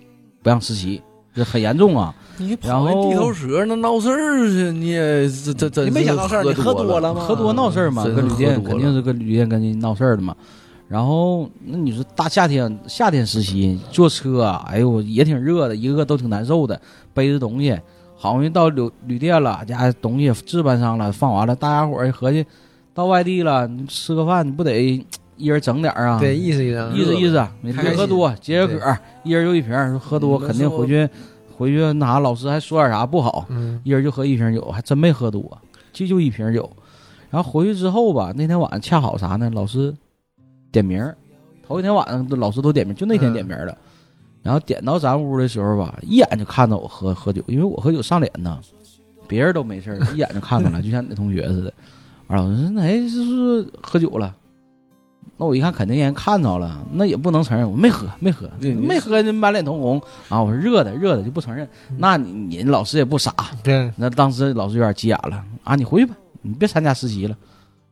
Speaker 4: 不让实习，这很严重啊。
Speaker 5: 你
Speaker 4: 然
Speaker 5: 跑
Speaker 4: 后
Speaker 3: 地头蛇那闹事儿去，你也这这这
Speaker 5: 你没想到事儿，你喝
Speaker 3: 多
Speaker 5: 了吗？
Speaker 4: 喝多闹事儿嘛，
Speaker 3: 嗯真
Speaker 4: 跟旅
Speaker 3: 喝
Speaker 4: 店
Speaker 3: 多
Speaker 4: 肯
Speaker 3: 了
Speaker 4: 定是跟旅店跟你闹事儿的嘛。然后那你说大夏天夏天实习坐车啊，哎呦也挺热的，一个个都挺难受的，背着东西，好不容易到旅旅店了，家东西置办上了，放完了，大家伙儿哎合计到外地了，你吃个饭你不得一人整点儿啊？
Speaker 5: 对，意思意思啊，
Speaker 4: 意思意思，你
Speaker 5: 开
Speaker 4: 别
Speaker 5: 开
Speaker 4: 喝
Speaker 5: 心
Speaker 4: 多，解解渴，一人就一瓶儿，喝多
Speaker 3: 嗯
Speaker 4: 肯定回去回去那啥，老师还说点啥不好，
Speaker 5: 嗯，
Speaker 4: 一人就喝一瓶酒，还真没喝多，就就一瓶酒。然后回去之后吧，那天晚上恰好啥呢？老师点名儿，头一天晚上老师都点名，就那天
Speaker 5: 嗯
Speaker 4: 点名了。然后点到咱屋的时候吧，一眼就看到我喝喝酒，因为我喝酒上脸呢，别人都没事儿，一眼就看出来，就像你那同学似的。完了，我说那哎，是不是喝酒了？那我一看，肯定人看着了，那也不能承认，我没喝，没喝，
Speaker 3: 你你
Speaker 4: 没喝，就满脸通红啊！我说热的，热的就不承认。那你你老师也不傻，
Speaker 5: 嗯 对，
Speaker 4: 那当时老师有点急眼了啊，你回去吧，你别参加实习了，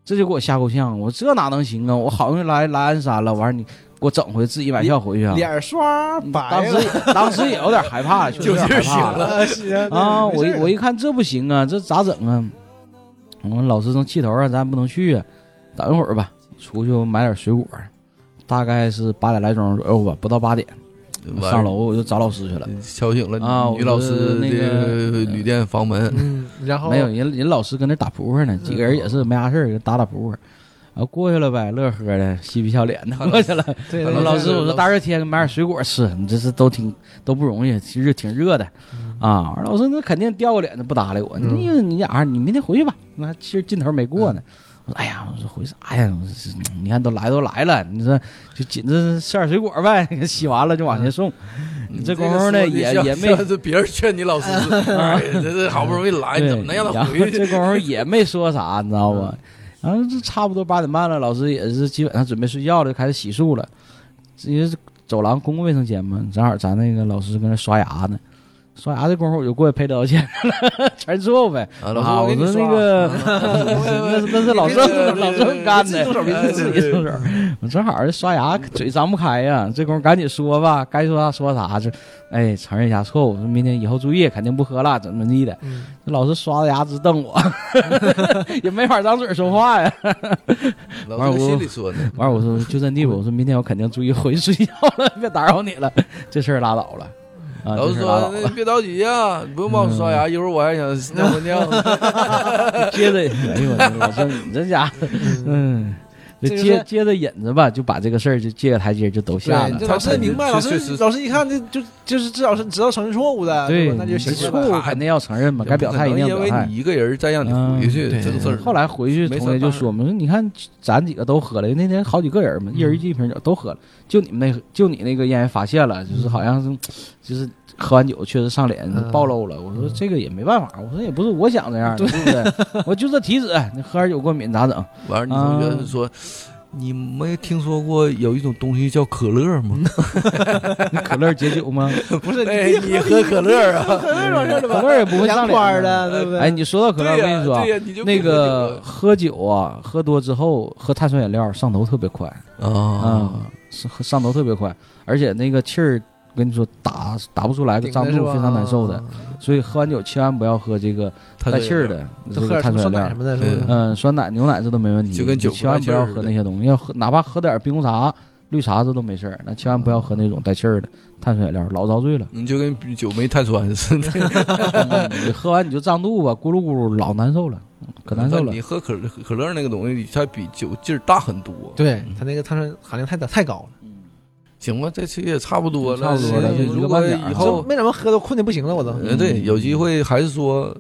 Speaker 4: 这就给我吓够呛。我这哪能行啊？我好不容易来来鞍山了，完事儿你给我整回自己买票回去啊。
Speaker 5: 脸刷白
Speaker 4: 当
Speaker 5: 了
Speaker 4: 时，当时也有点害怕，确实有点害怕了
Speaker 5: 啊行
Speaker 4: 啊！我一
Speaker 5: 没事儿
Speaker 4: 我一看这不行啊，这咋整啊？我说老师正气头啊，咱不能去啊，等一会儿吧，出去买点水果，大概是八点来钟左右吧，不到八点我上楼我就找老师去了。
Speaker 3: 敲嗯醒了
Speaker 4: 啊
Speaker 3: 女老
Speaker 4: 我
Speaker 3: 师
Speaker 4: 是那个
Speaker 3: 的旅店房门，
Speaker 5: 嗯，然后嗯
Speaker 4: 没有人人老师跟那打扑克呢，几个人也是没啥事儿，打打扑克，然后过去了呗，乐呵的，嬉皮笑脸的过去了。
Speaker 5: 对
Speaker 4: 然
Speaker 5: 对
Speaker 4: 后
Speaker 5: 对
Speaker 4: 老师，我说大热天买点水果吃，你这是都挺都不容易，其实挺热的啊。老师那肯定掉个脸子不搭理我，
Speaker 5: 嗯
Speaker 4: 你你俩你明天回去吧，那其实劲头没过呢。我说哎呀，我说回啥呀？我说你看都来都来了，你说就紧着吃点水果呗， 洗完了就往前送。嗯你这功夫呢也也没
Speaker 3: 这别人劝你 老师，哎，这这好不容易来，
Speaker 4: 对，
Speaker 3: 哎怎么能让
Speaker 4: 然
Speaker 3: 他
Speaker 4: 后
Speaker 3: 回去嗯
Speaker 4: 这？功夫也没说 啥，你知道吧？然后这差不多八点半了，老师也是基本上准备睡觉了，就开始洗漱了。直接走廊公共卫生间嘛，正好咱那个老师跟那刷牙呢。刷牙这功夫我就过去赔道歉了， 全做呗。
Speaker 3: 啊，
Speaker 4: 啊，
Speaker 3: 老师，
Speaker 4: 我
Speaker 3: 给
Speaker 4: 说
Speaker 3: 你
Speaker 4: 那
Speaker 3: 刷
Speaker 4: 个， 那是那是老郑
Speaker 3: 对对对
Speaker 4: 老郑干
Speaker 5: 自
Speaker 4: 的
Speaker 5: 己动手，
Speaker 4: 哎自 己动手。我正好是刷牙，嘴张不开呀，这功夫赶紧说吧，该说啥说啥。这，哎，承认一下错误，说明天以后注意，肯定不喝了，怎么怎么地的。
Speaker 5: 嗯
Speaker 4: 这老师刷着牙直瞪我， 也没法张嘴说话呀。啊
Speaker 3: 老师心里说呢，
Speaker 4: 完，我说就这地步，我说明天我肯定注意回去睡觉了， 别打扰你了，这事儿拉倒了。啊，嗯
Speaker 3: 老
Speaker 4: 这
Speaker 3: 师
Speaker 4: 事儿拉
Speaker 3: 说
Speaker 4: 倒了
Speaker 3: 那。你别着急呀，你不用帮我刷牙，一会儿我还想尿个尿 呢。
Speaker 4: 嗯接着，哎呦我的老郑，你这家伙，嗯，就
Speaker 5: 这个
Speaker 4: 接
Speaker 5: 是
Speaker 4: 接着引着吧，就把这个事儿就借个台阶就都下了
Speaker 5: 对，这。老师明白，老
Speaker 3: 确确
Speaker 5: 师
Speaker 3: 实
Speaker 5: 老师一看这就就是至少是知道承认错误的，对吧？那就
Speaker 4: 你
Speaker 5: 行
Speaker 4: 错
Speaker 5: 了。
Speaker 4: 误肯定要承认嘛，该表态一定要
Speaker 3: 因
Speaker 4: 表
Speaker 3: 为
Speaker 4: 态
Speaker 3: 你。一个人再让你回去，
Speaker 2: 嗯
Speaker 3: 这个事儿。
Speaker 4: 后来回去，同学就说我们说你看咱几个都喝了，那天好几个人嘛，一人一瓶酒都喝了，就你们那，就你那个烟发现了，就是好像是，就是喝完酒确实上脸
Speaker 5: 嗯
Speaker 4: 暴露了。我说这个也没办法，我说也不是我想这样的，对不对？我就这体质，你喝点酒过敏咋整？
Speaker 3: 完了，你同
Speaker 4: 嗯
Speaker 3: 学说。你没听说过有一种东西叫可乐 吗？
Speaker 4: 你可乐解酒吗？
Speaker 5: 不是
Speaker 3: 哎，你喝可乐啊？
Speaker 5: 那 种事儿了
Speaker 4: 可
Speaker 5: 吧？
Speaker 4: 乐也不会上
Speaker 5: 凉
Speaker 4: 脸
Speaker 5: 快儿
Speaker 4: 的。
Speaker 5: 的，对不对？
Speaker 4: 哎，你说到可乐，我
Speaker 3: 对
Speaker 4: 跟
Speaker 3: 呀，
Speaker 4: 你说啊
Speaker 3: 对，呀，你就不
Speaker 4: 那
Speaker 3: 喝酒
Speaker 4: 个
Speaker 3: 了
Speaker 4: 喝酒啊，喝多之后喝碳酸饮料上头特别快。
Speaker 3: 啊，
Speaker 4: 啊，上上头特别快，而且那个气儿，跟你说打打不出来，
Speaker 5: 顶着
Speaker 4: 胀
Speaker 5: 是
Speaker 4: 肚
Speaker 5: 吧啊
Speaker 4: 非常难受的。所以喝完酒千万不要喝这个
Speaker 3: 他
Speaker 4: 带气儿的
Speaker 5: 就
Speaker 4: 这
Speaker 5: 喝点什
Speaker 4: 个碳
Speaker 5: 么
Speaker 4: 酸
Speaker 5: 酸奶
Speaker 4: 饮
Speaker 5: 什
Speaker 4: 料。
Speaker 5: 么的，是吧？
Speaker 4: 嗯，酸奶、牛奶这都没问题，
Speaker 3: 就跟酒。
Speaker 4: 你千万不要喝那些东西，要喝哪怕喝点冰红茶、绿茶这都没事儿，那千万不要喝那种带气儿的碳酸饮料，老遭罪了
Speaker 3: 你就跟酒没碳酸似的，
Speaker 4: 你喝完你就胀肚子，咕噜咕噜，老难受了，
Speaker 5: 嗯
Speaker 4: 可难受
Speaker 3: 但
Speaker 4: 了。
Speaker 3: 你喝可可乐那个东西，它比酒劲儿大很多。
Speaker 5: 对，它那个碳酸含量太大太高了，
Speaker 3: 行吧，这期也差不多了，
Speaker 4: 差不多了就一个
Speaker 3: 如
Speaker 4: 嗯半
Speaker 3: 果
Speaker 4: 点
Speaker 3: 以
Speaker 4: 儿
Speaker 5: 这
Speaker 3: 后，
Speaker 5: 没怎么喝都困的不行了，我都。
Speaker 3: 呃，对，有机会还是说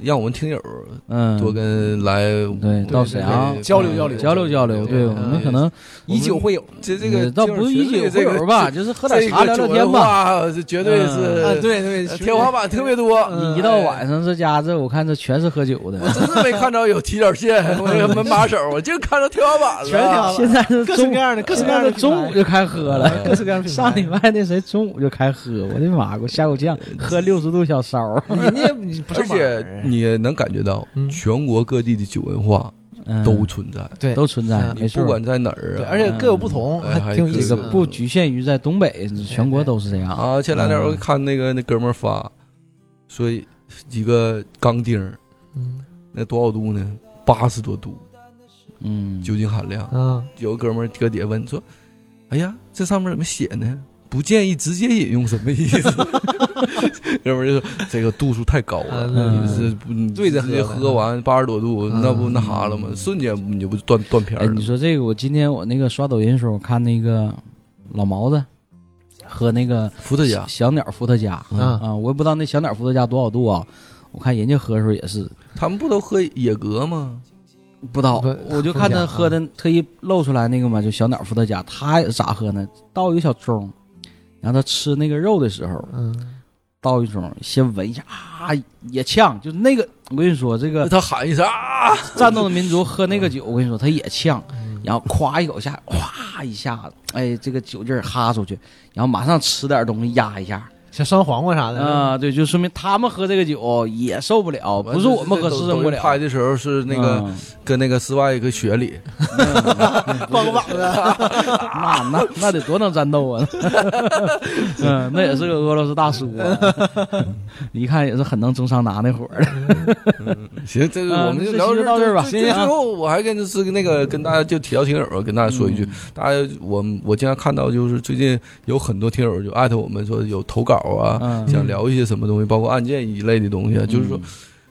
Speaker 3: 让我们听友
Speaker 4: 嗯，
Speaker 3: 多跟来
Speaker 4: 对到沈阳
Speaker 3: 对
Speaker 5: 交流嗯交流嗯
Speaker 4: 交流交流，对我们可能
Speaker 3: 我们
Speaker 4: 以酒会友，
Speaker 3: 这这个
Speaker 4: 呃倒不是以酒会友吧，，就是喝点茶聊聊天吧。
Speaker 3: 吧，这绝对
Speaker 4: 嗯
Speaker 5: 啊
Speaker 3: 是，
Speaker 5: 对
Speaker 3: 呃
Speaker 5: 对，兄弟
Speaker 3: 天花板特别多。
Speaker 5: 嗯
Speaker 4: 你一到晚上，这家这我看这全是喝酒
Speaker 3: 我
Speaker 4: 的，
Speaker 3: 真是没看着有提脚线， 我这个门把手，我就看着天花板了。
Speaker 5: 全是天花板
Speaker 4: 现在是
Speaker 5: 各式
Speaker 4: 中
Speaker 5: 各样的，各式各样的嗯
Speaker 4: 现在是中午就开喝了。
Speaker 5: 各式各样的品牌
Speaker 4: 上礼拜那谁中午就开喝，我的妈！给我下口酱，
Speaker 5: 嗯
Speaker 4: 喝六十度小烧儿，
Speaker 5: 人家你不
Speaker 3: 而
Speaker 5: 上班
Speaker 3: 且你也能感觉到
Speaker 5: 嗯，
Speaker 3: 全国各地的酒文化
Speaker 4: 嗯
Speaker 3: 都存在，
Speaker 5: 对
Speaker 4: 都存
Speaker 5: 嗯
Speaker 4: 在，
Speaker 3: 你
Speaker 4: 没错
Speaker 3: 不。管在哪儿
Speaker 5: 对，
Speaker 3: 啊，
Speaker 5: 而且各有不同，
Speaker 3: 哎
Speaker 5: 还挺有意
Speaker 4: 这
Speaker 5: 思
Speaker 4: 个
Speaker 5: 的。
Speaker 4: 不局限于在东北，全国都是这样。
Speaker 3: 啊，前两天
Speaker 5: 嗯
Speaker 3: 我看那个那哥们儿发，说一个钢钉儿
Speaker 5: 嗯
Speaker 3: 那多少度呢？八十多度
Speaker 4: 嗯，
Speaker 3: 酒精含量。
Speaker 5: 嗯，
Speaker 3: 有个哥们儿搁底下问说：“哎呀，这上面怎么写呢？不建议直接饮用，什么意思？” 哥们儿就说：“这个度数太高了，
Speaker 5: 嗯
Speaker 3: 你是不你
Speaker 5: 对着喝
Speaker 3: 直接喝完八十多度，
Speaker 5: 嗯
Speaker 3: 那不那哈了吗？瞬间你就不断断片儿
Speaker 4: 哎，
Speaker 3: 了
Speaker 4: 你。说这个，我今天我那个刷抖音的时候，我看那个老毛子喝那个
Speaker 3: 伏特加，
Speaker 4: 小鸟伏特加
Speaker 5: 嗯
Speaker 4: 啊，我也不知道那小鸟伏特加多少度啊。我看人家喝的时候也是
Speaker 3: 他们不都喝野格吗？
Speaker 4: 不知道
Speaker 5: 不，
Speaker 4: 我就看他喝的特意露出来那个嘛，就小鸟伏特加，他也是咋喝呢？倒一个小盅，然后他吃那个肉的时候
Speaker 5: 嗯，
Speaker 4: 倒一盅，先闻一下啊，也呛，就那个我跟你说，这个
Speaker 3: 他喊一声啊，
Speaker 4: 战斗的民族喝那个酒，我跟你说，他也呛，
Speaker 3: 嗯
Speaker 4: 然后夸一口下，哗一下子，哎，这个酒劲儿哈出去，然后马上吃点东西压一下，
Speaker 5: 像酸黄瓜
Speaker 3: 嗯
Speaker 5: 啥的
Speaker 4: 啊、对，就说明他们喝这个酒也受不了，不是我们喝
Speaker 3: 这
Speaker 4: 适
Speaker 3: 抖
Speaker 4: 应不
Speaker 3: 音拍
Speaker 4: 了。
Speaker 3: 的时候是那个
Speaker 4: 嗯
Speaker 3: 跟那个室外一个雪里，
Speaker 5: 放个膀子，
Speaker 4: 那啊那那得多能战斗 啊！嗯，那也是个俄罗斯大 叔、啊，一看也是很能中桑拿那伙儿的。
Speaker 3: 行，这个
Speaker 4: 啊
Speaker 3: 我们就
Speaker 4: 这
Speaker 3: 聊
Speaker 4: 期就到这儿吧
Speaker 3: 最
Speaker 4: 行行啊
Speaker 3: 最后我还跟就是那个跟大家就提到听友啊，跟大家说一句，
Speaker 4: 嗯
Speaker 3: 大家我我经常看到就是最近有很多听友就艾特我们说有投稿啊，
Speaker 4: 嗯，
Speaker 3: 想聊一些什么东西，包括案件一类的东西啊，就是说。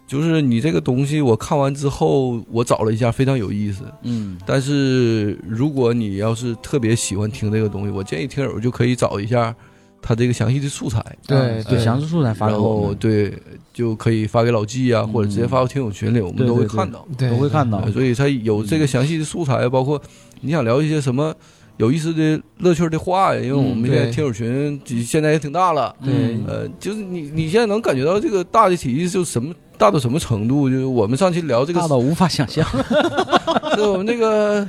Speaker 3: 就是你这个东西，我看完之后，我找了一下，非常有意思。
Speaker 4: 嗯，
Speaker 3: 但是如果你要是特别喜欢听这个东西，我建议听友就可以找一下他这个详细的素材，
Speaker 5: 对
Speaker 4: 就详细素材发给
Speaker 3: 然
Speaker 4: 我
Speaker 3: 后
Speaker 4: 们，
Speaker 3: 对就可以发给老纪啊，或者直接发到听友群里，我们
Speaker 4: 对
Speaker 3: 都会
Speaker 4: 对对
Speaker 3: 看到。
Speaker 5: 对
Speaker 4: 都会看到
Speaker 3: 啊。所以他有这个详细的素材，包括你想聊一些什么有意思的、乐趣的话呀，因为我
Speaker 4: 嗯
Speaker 3: 们现在
Speaker 5: 对
Speaker 3: 听友群现在也挺大了，
Speaker 5: 对
Speaker 4: 嗯
Speaker 3: 呃，就是你你现在能感觉到这个大的体系就什么大到什么程度？就是我们上期聊这个
Speaker 4: 大，到无法想 象。
Speaker 3: 对我们那个。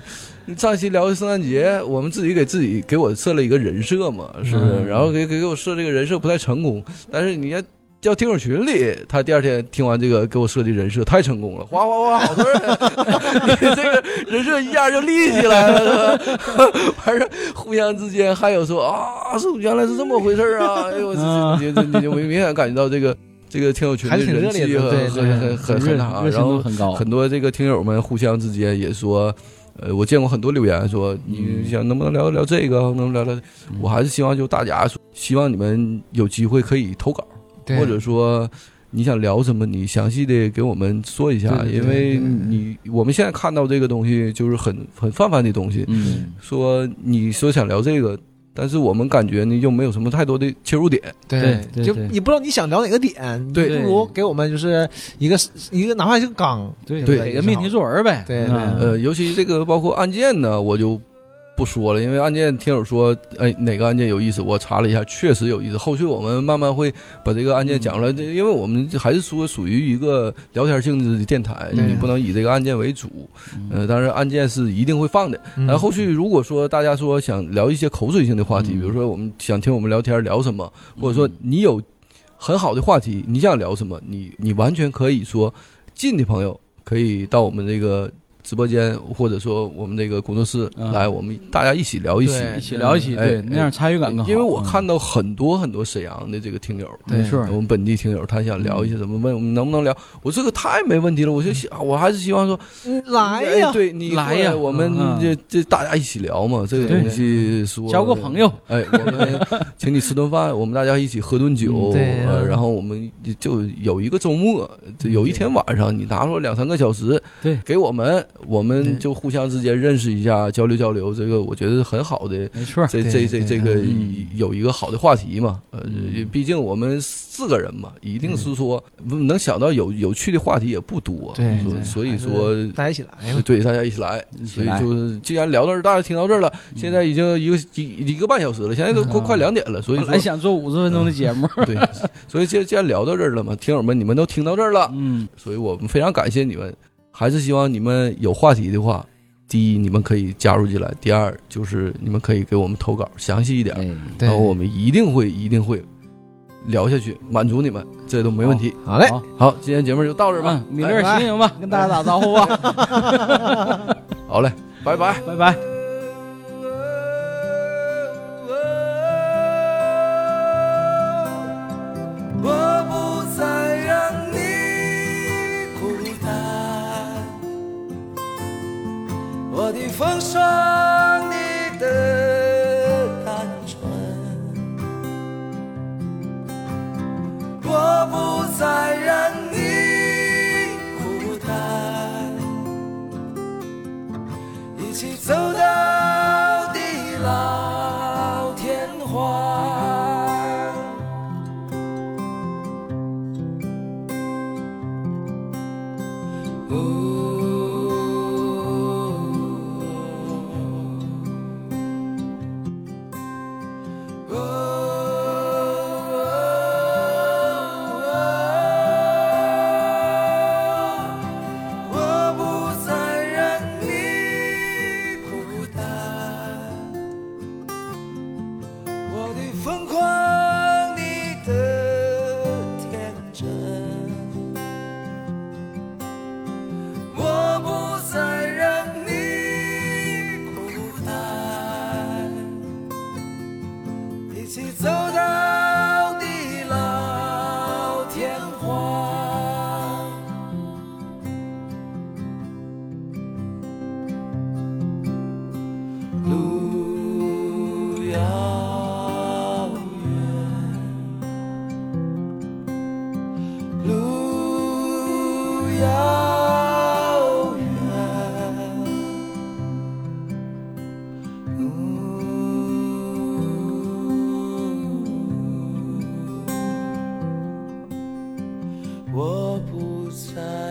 Speaker 3: 上期聊圣诞节，我们自己给自己给我设了一个人设嘛，是不是？
Speaker 4: 嗯
Speaker 3: 然后给给给我设这个人设不太成功，但是你要叫听友群里，他第二天听完这个给我设计人设太成功了，哗哗哗，好多人， 你这个人设一下就立起来了，是吧？ 完事儿互相之间还有说啊，是原来是这么回事儿啊，哎呦，
Speaker 4: 啊
Speaker 3: 这这你你我明显感觉到这个这个听友群的
Speaker 5: 嗯还是挺
Speaker 3: 人
Speaker 5: 热烈
Speaker 3: 气
Speaker 5: 的
Speaker 3: 和
Speaker 5: 对
Speaker 3: 很
Speaker 5: 对
Speaker 3: 很很
Speaker 4: 热
Speaker 3: 很大，啊
Speaker 4: 热
Speaker 3: 然
Speaker 4: 情度
Speaker 3: 后
Speaker 4: 很高，
Speaker 3: 很多这个听友们互相之间也说。呃，我见过很多留言说，你想能不能聊聊这个，能不能聊聊？
Speaker 5: 嗯
Speaker 3: 我还是希望就大家说，希望你们有机会可以投稿，
Speaker 5: 对
Speaker 3: 或者说你想聊什么，你详细的给我们说一下，
Speaker 5: 对对对
Speaker 3: 因为你我们现在看到这个东西就是很很泛泛的东西，
Speaker 4: 嗯，
Speaker 3: 说你说想聊这个，但是我们感觉呢又没有什么太多的切入点，
Speaker 5: 对
Speaker 4: 对对
Speaker 5: 就
Speaker 4: 对
Speaker 5: 你不知道你想聊哪个点，
Speaker 3: 对
Speaker 5: 你不如给我们就是一个一个哪怕是个纲，
Speaker 4: 对
Speaker 3: 对
Speaker 4: 给个命题作文呗。
Speaker 5: 对对
Speaker 4: 嗯
Speaker 3: 呃，尤其这个包括案件呢，我就不说了，因为案件听友说，哎，哪个案件有意思？我查了一下，确实有意思。后续我们慢慢会把这个案件讲出来，这因为我们还是说属于一个聊天性质的电台，
Speaker 5: 对
Speaker 3: 你不能以这个案件为主。呃，当然案件是一定会放的。
Speaker 5: 嗯
Speaker 3: 然后后续如果说大家说想聊一些口水性的话题，
Speaker 4: 嗯
Speaker 3: 比如说我们想听我们聊天聊什么，或者说你有很好的话题，你想聊什么，你你完全可以说近的朋友可以到我们这个直播间，或者说我们这个工作室
Speaker 4: 嗯
Speaker 3: 来，我们大家一起聊一起。
Speaker 5: 对
Speaker 4: 一起聊一起，
Speaker 3: 哎
Speaker 4: 对
Speaker 3: 哎
Speaker 4: 那样参与感更好。
Speaker 3: 因为我
Speaker 4: 嗯
Speaker 3: 看到很多很多沈阳的这个听友，
Speaker 4: 没错
Speaker 3: 我，们本地听友他想聊一
Speaker 4: 嗯
Speaker 3: 些什么，问我们能不能聊，我这个太没问题了，我就想，我还是希望说
Speaker 5: 嗯来呀
Speaker 3: 哎，对你
Speaker 4: 来
Speaker 3: 过
Speaker 4: 呀
Speaker 3: 我们
Speaker 4: 嗯
Speaker 3: 这这大家一起聊嘛，这个
Speaker 4: 对
Speaker 3: 东西说
Speaker 4: 交个朋友，
Speaker 3: 哎，我们请你吃顿饭，我们大家一起喝顿酒
Speaker 5: 嗯，对
Speaker 3: 呃
Speaker 5: 嗯
Speaker 3: 然后我们就有一个周末，就有一天晚上，你拿出两三个小时，
Speaker 4: 对
Speaker 3: 给我们，
Speaker 2: 对
Speaker 3: 我们就互相之间认识一下，交流交流，这个我觉得很好的。
Speaker 4: 没错，
Speaker 3: 这
Speaker 2: 对
Speaker 3: 这这
Speaker 2: 对
Speaker 3: 这个
Speaker 4: 嗯
Speaker 3: 有一个好的话题嘛，呃
Speaker 2: 嗯，
Speaker 3: 毕竟我们四个人嘛，一定是说嗯能想到有有趣的话题也不多，
Speaker 2: 对
Speaker 3: 所
Speaker 2: 对
Speaker 3: 所以
Speaker 5: 还是
Speaker 3: 说
Speaker 4: 嗯
Speaker 5: 大家一起来嘛
Speaker 3: 是，对，大家一起来。
Speaker 4: 哎一起
Speaker 3: 所以
Speaker 4: 来
Speaker 3: 就是，既然聊到这儿，大家听到这儿了，现在已经一个一一个半小时了，现在都快
Speaker 4: 嗯
Speaker 3: 快两点了，所以
Speaker 4: 本来
Speaker 3: 说
Speaker 4: 想做五十分钟的节目，
Speaker 3: 对，所以既既然聊到这儿了嘛，听友们你们都听到这儿了，
Speaker 4: 嗯，
Speaker 3: 所以我们非常感谢你们，还是希望你们有话题的话，第一你们可以加入进来，第二就是你们可以给我们投稿详细一点，
Speaker 4: 哎，
Speaker 2: 对
Speaker 3: 然后我们一定会一定会聊下去，满足你们，这都没问题。
Speaker 5: 好嘞，
Speaker 4: 好
Speaker 3: 好，今天节目就到这儿吧哎
Speaker 4: 嗯，，米勒醒醒吧，跟大家打招呼 吧，
Speaker 3: 好嘞，拜拜。
Speaker 4: 拜拜。
Speaker 1: 我不再让你孤单，我的风霜，你的单纯，我不再让你孤单，一起走到地老天荒。呜呜我不再让你孤单，我的疯狂，你的天真。我不再让你孤单，一起走到地老天荒。路遥远。路遥远。嗯我不再。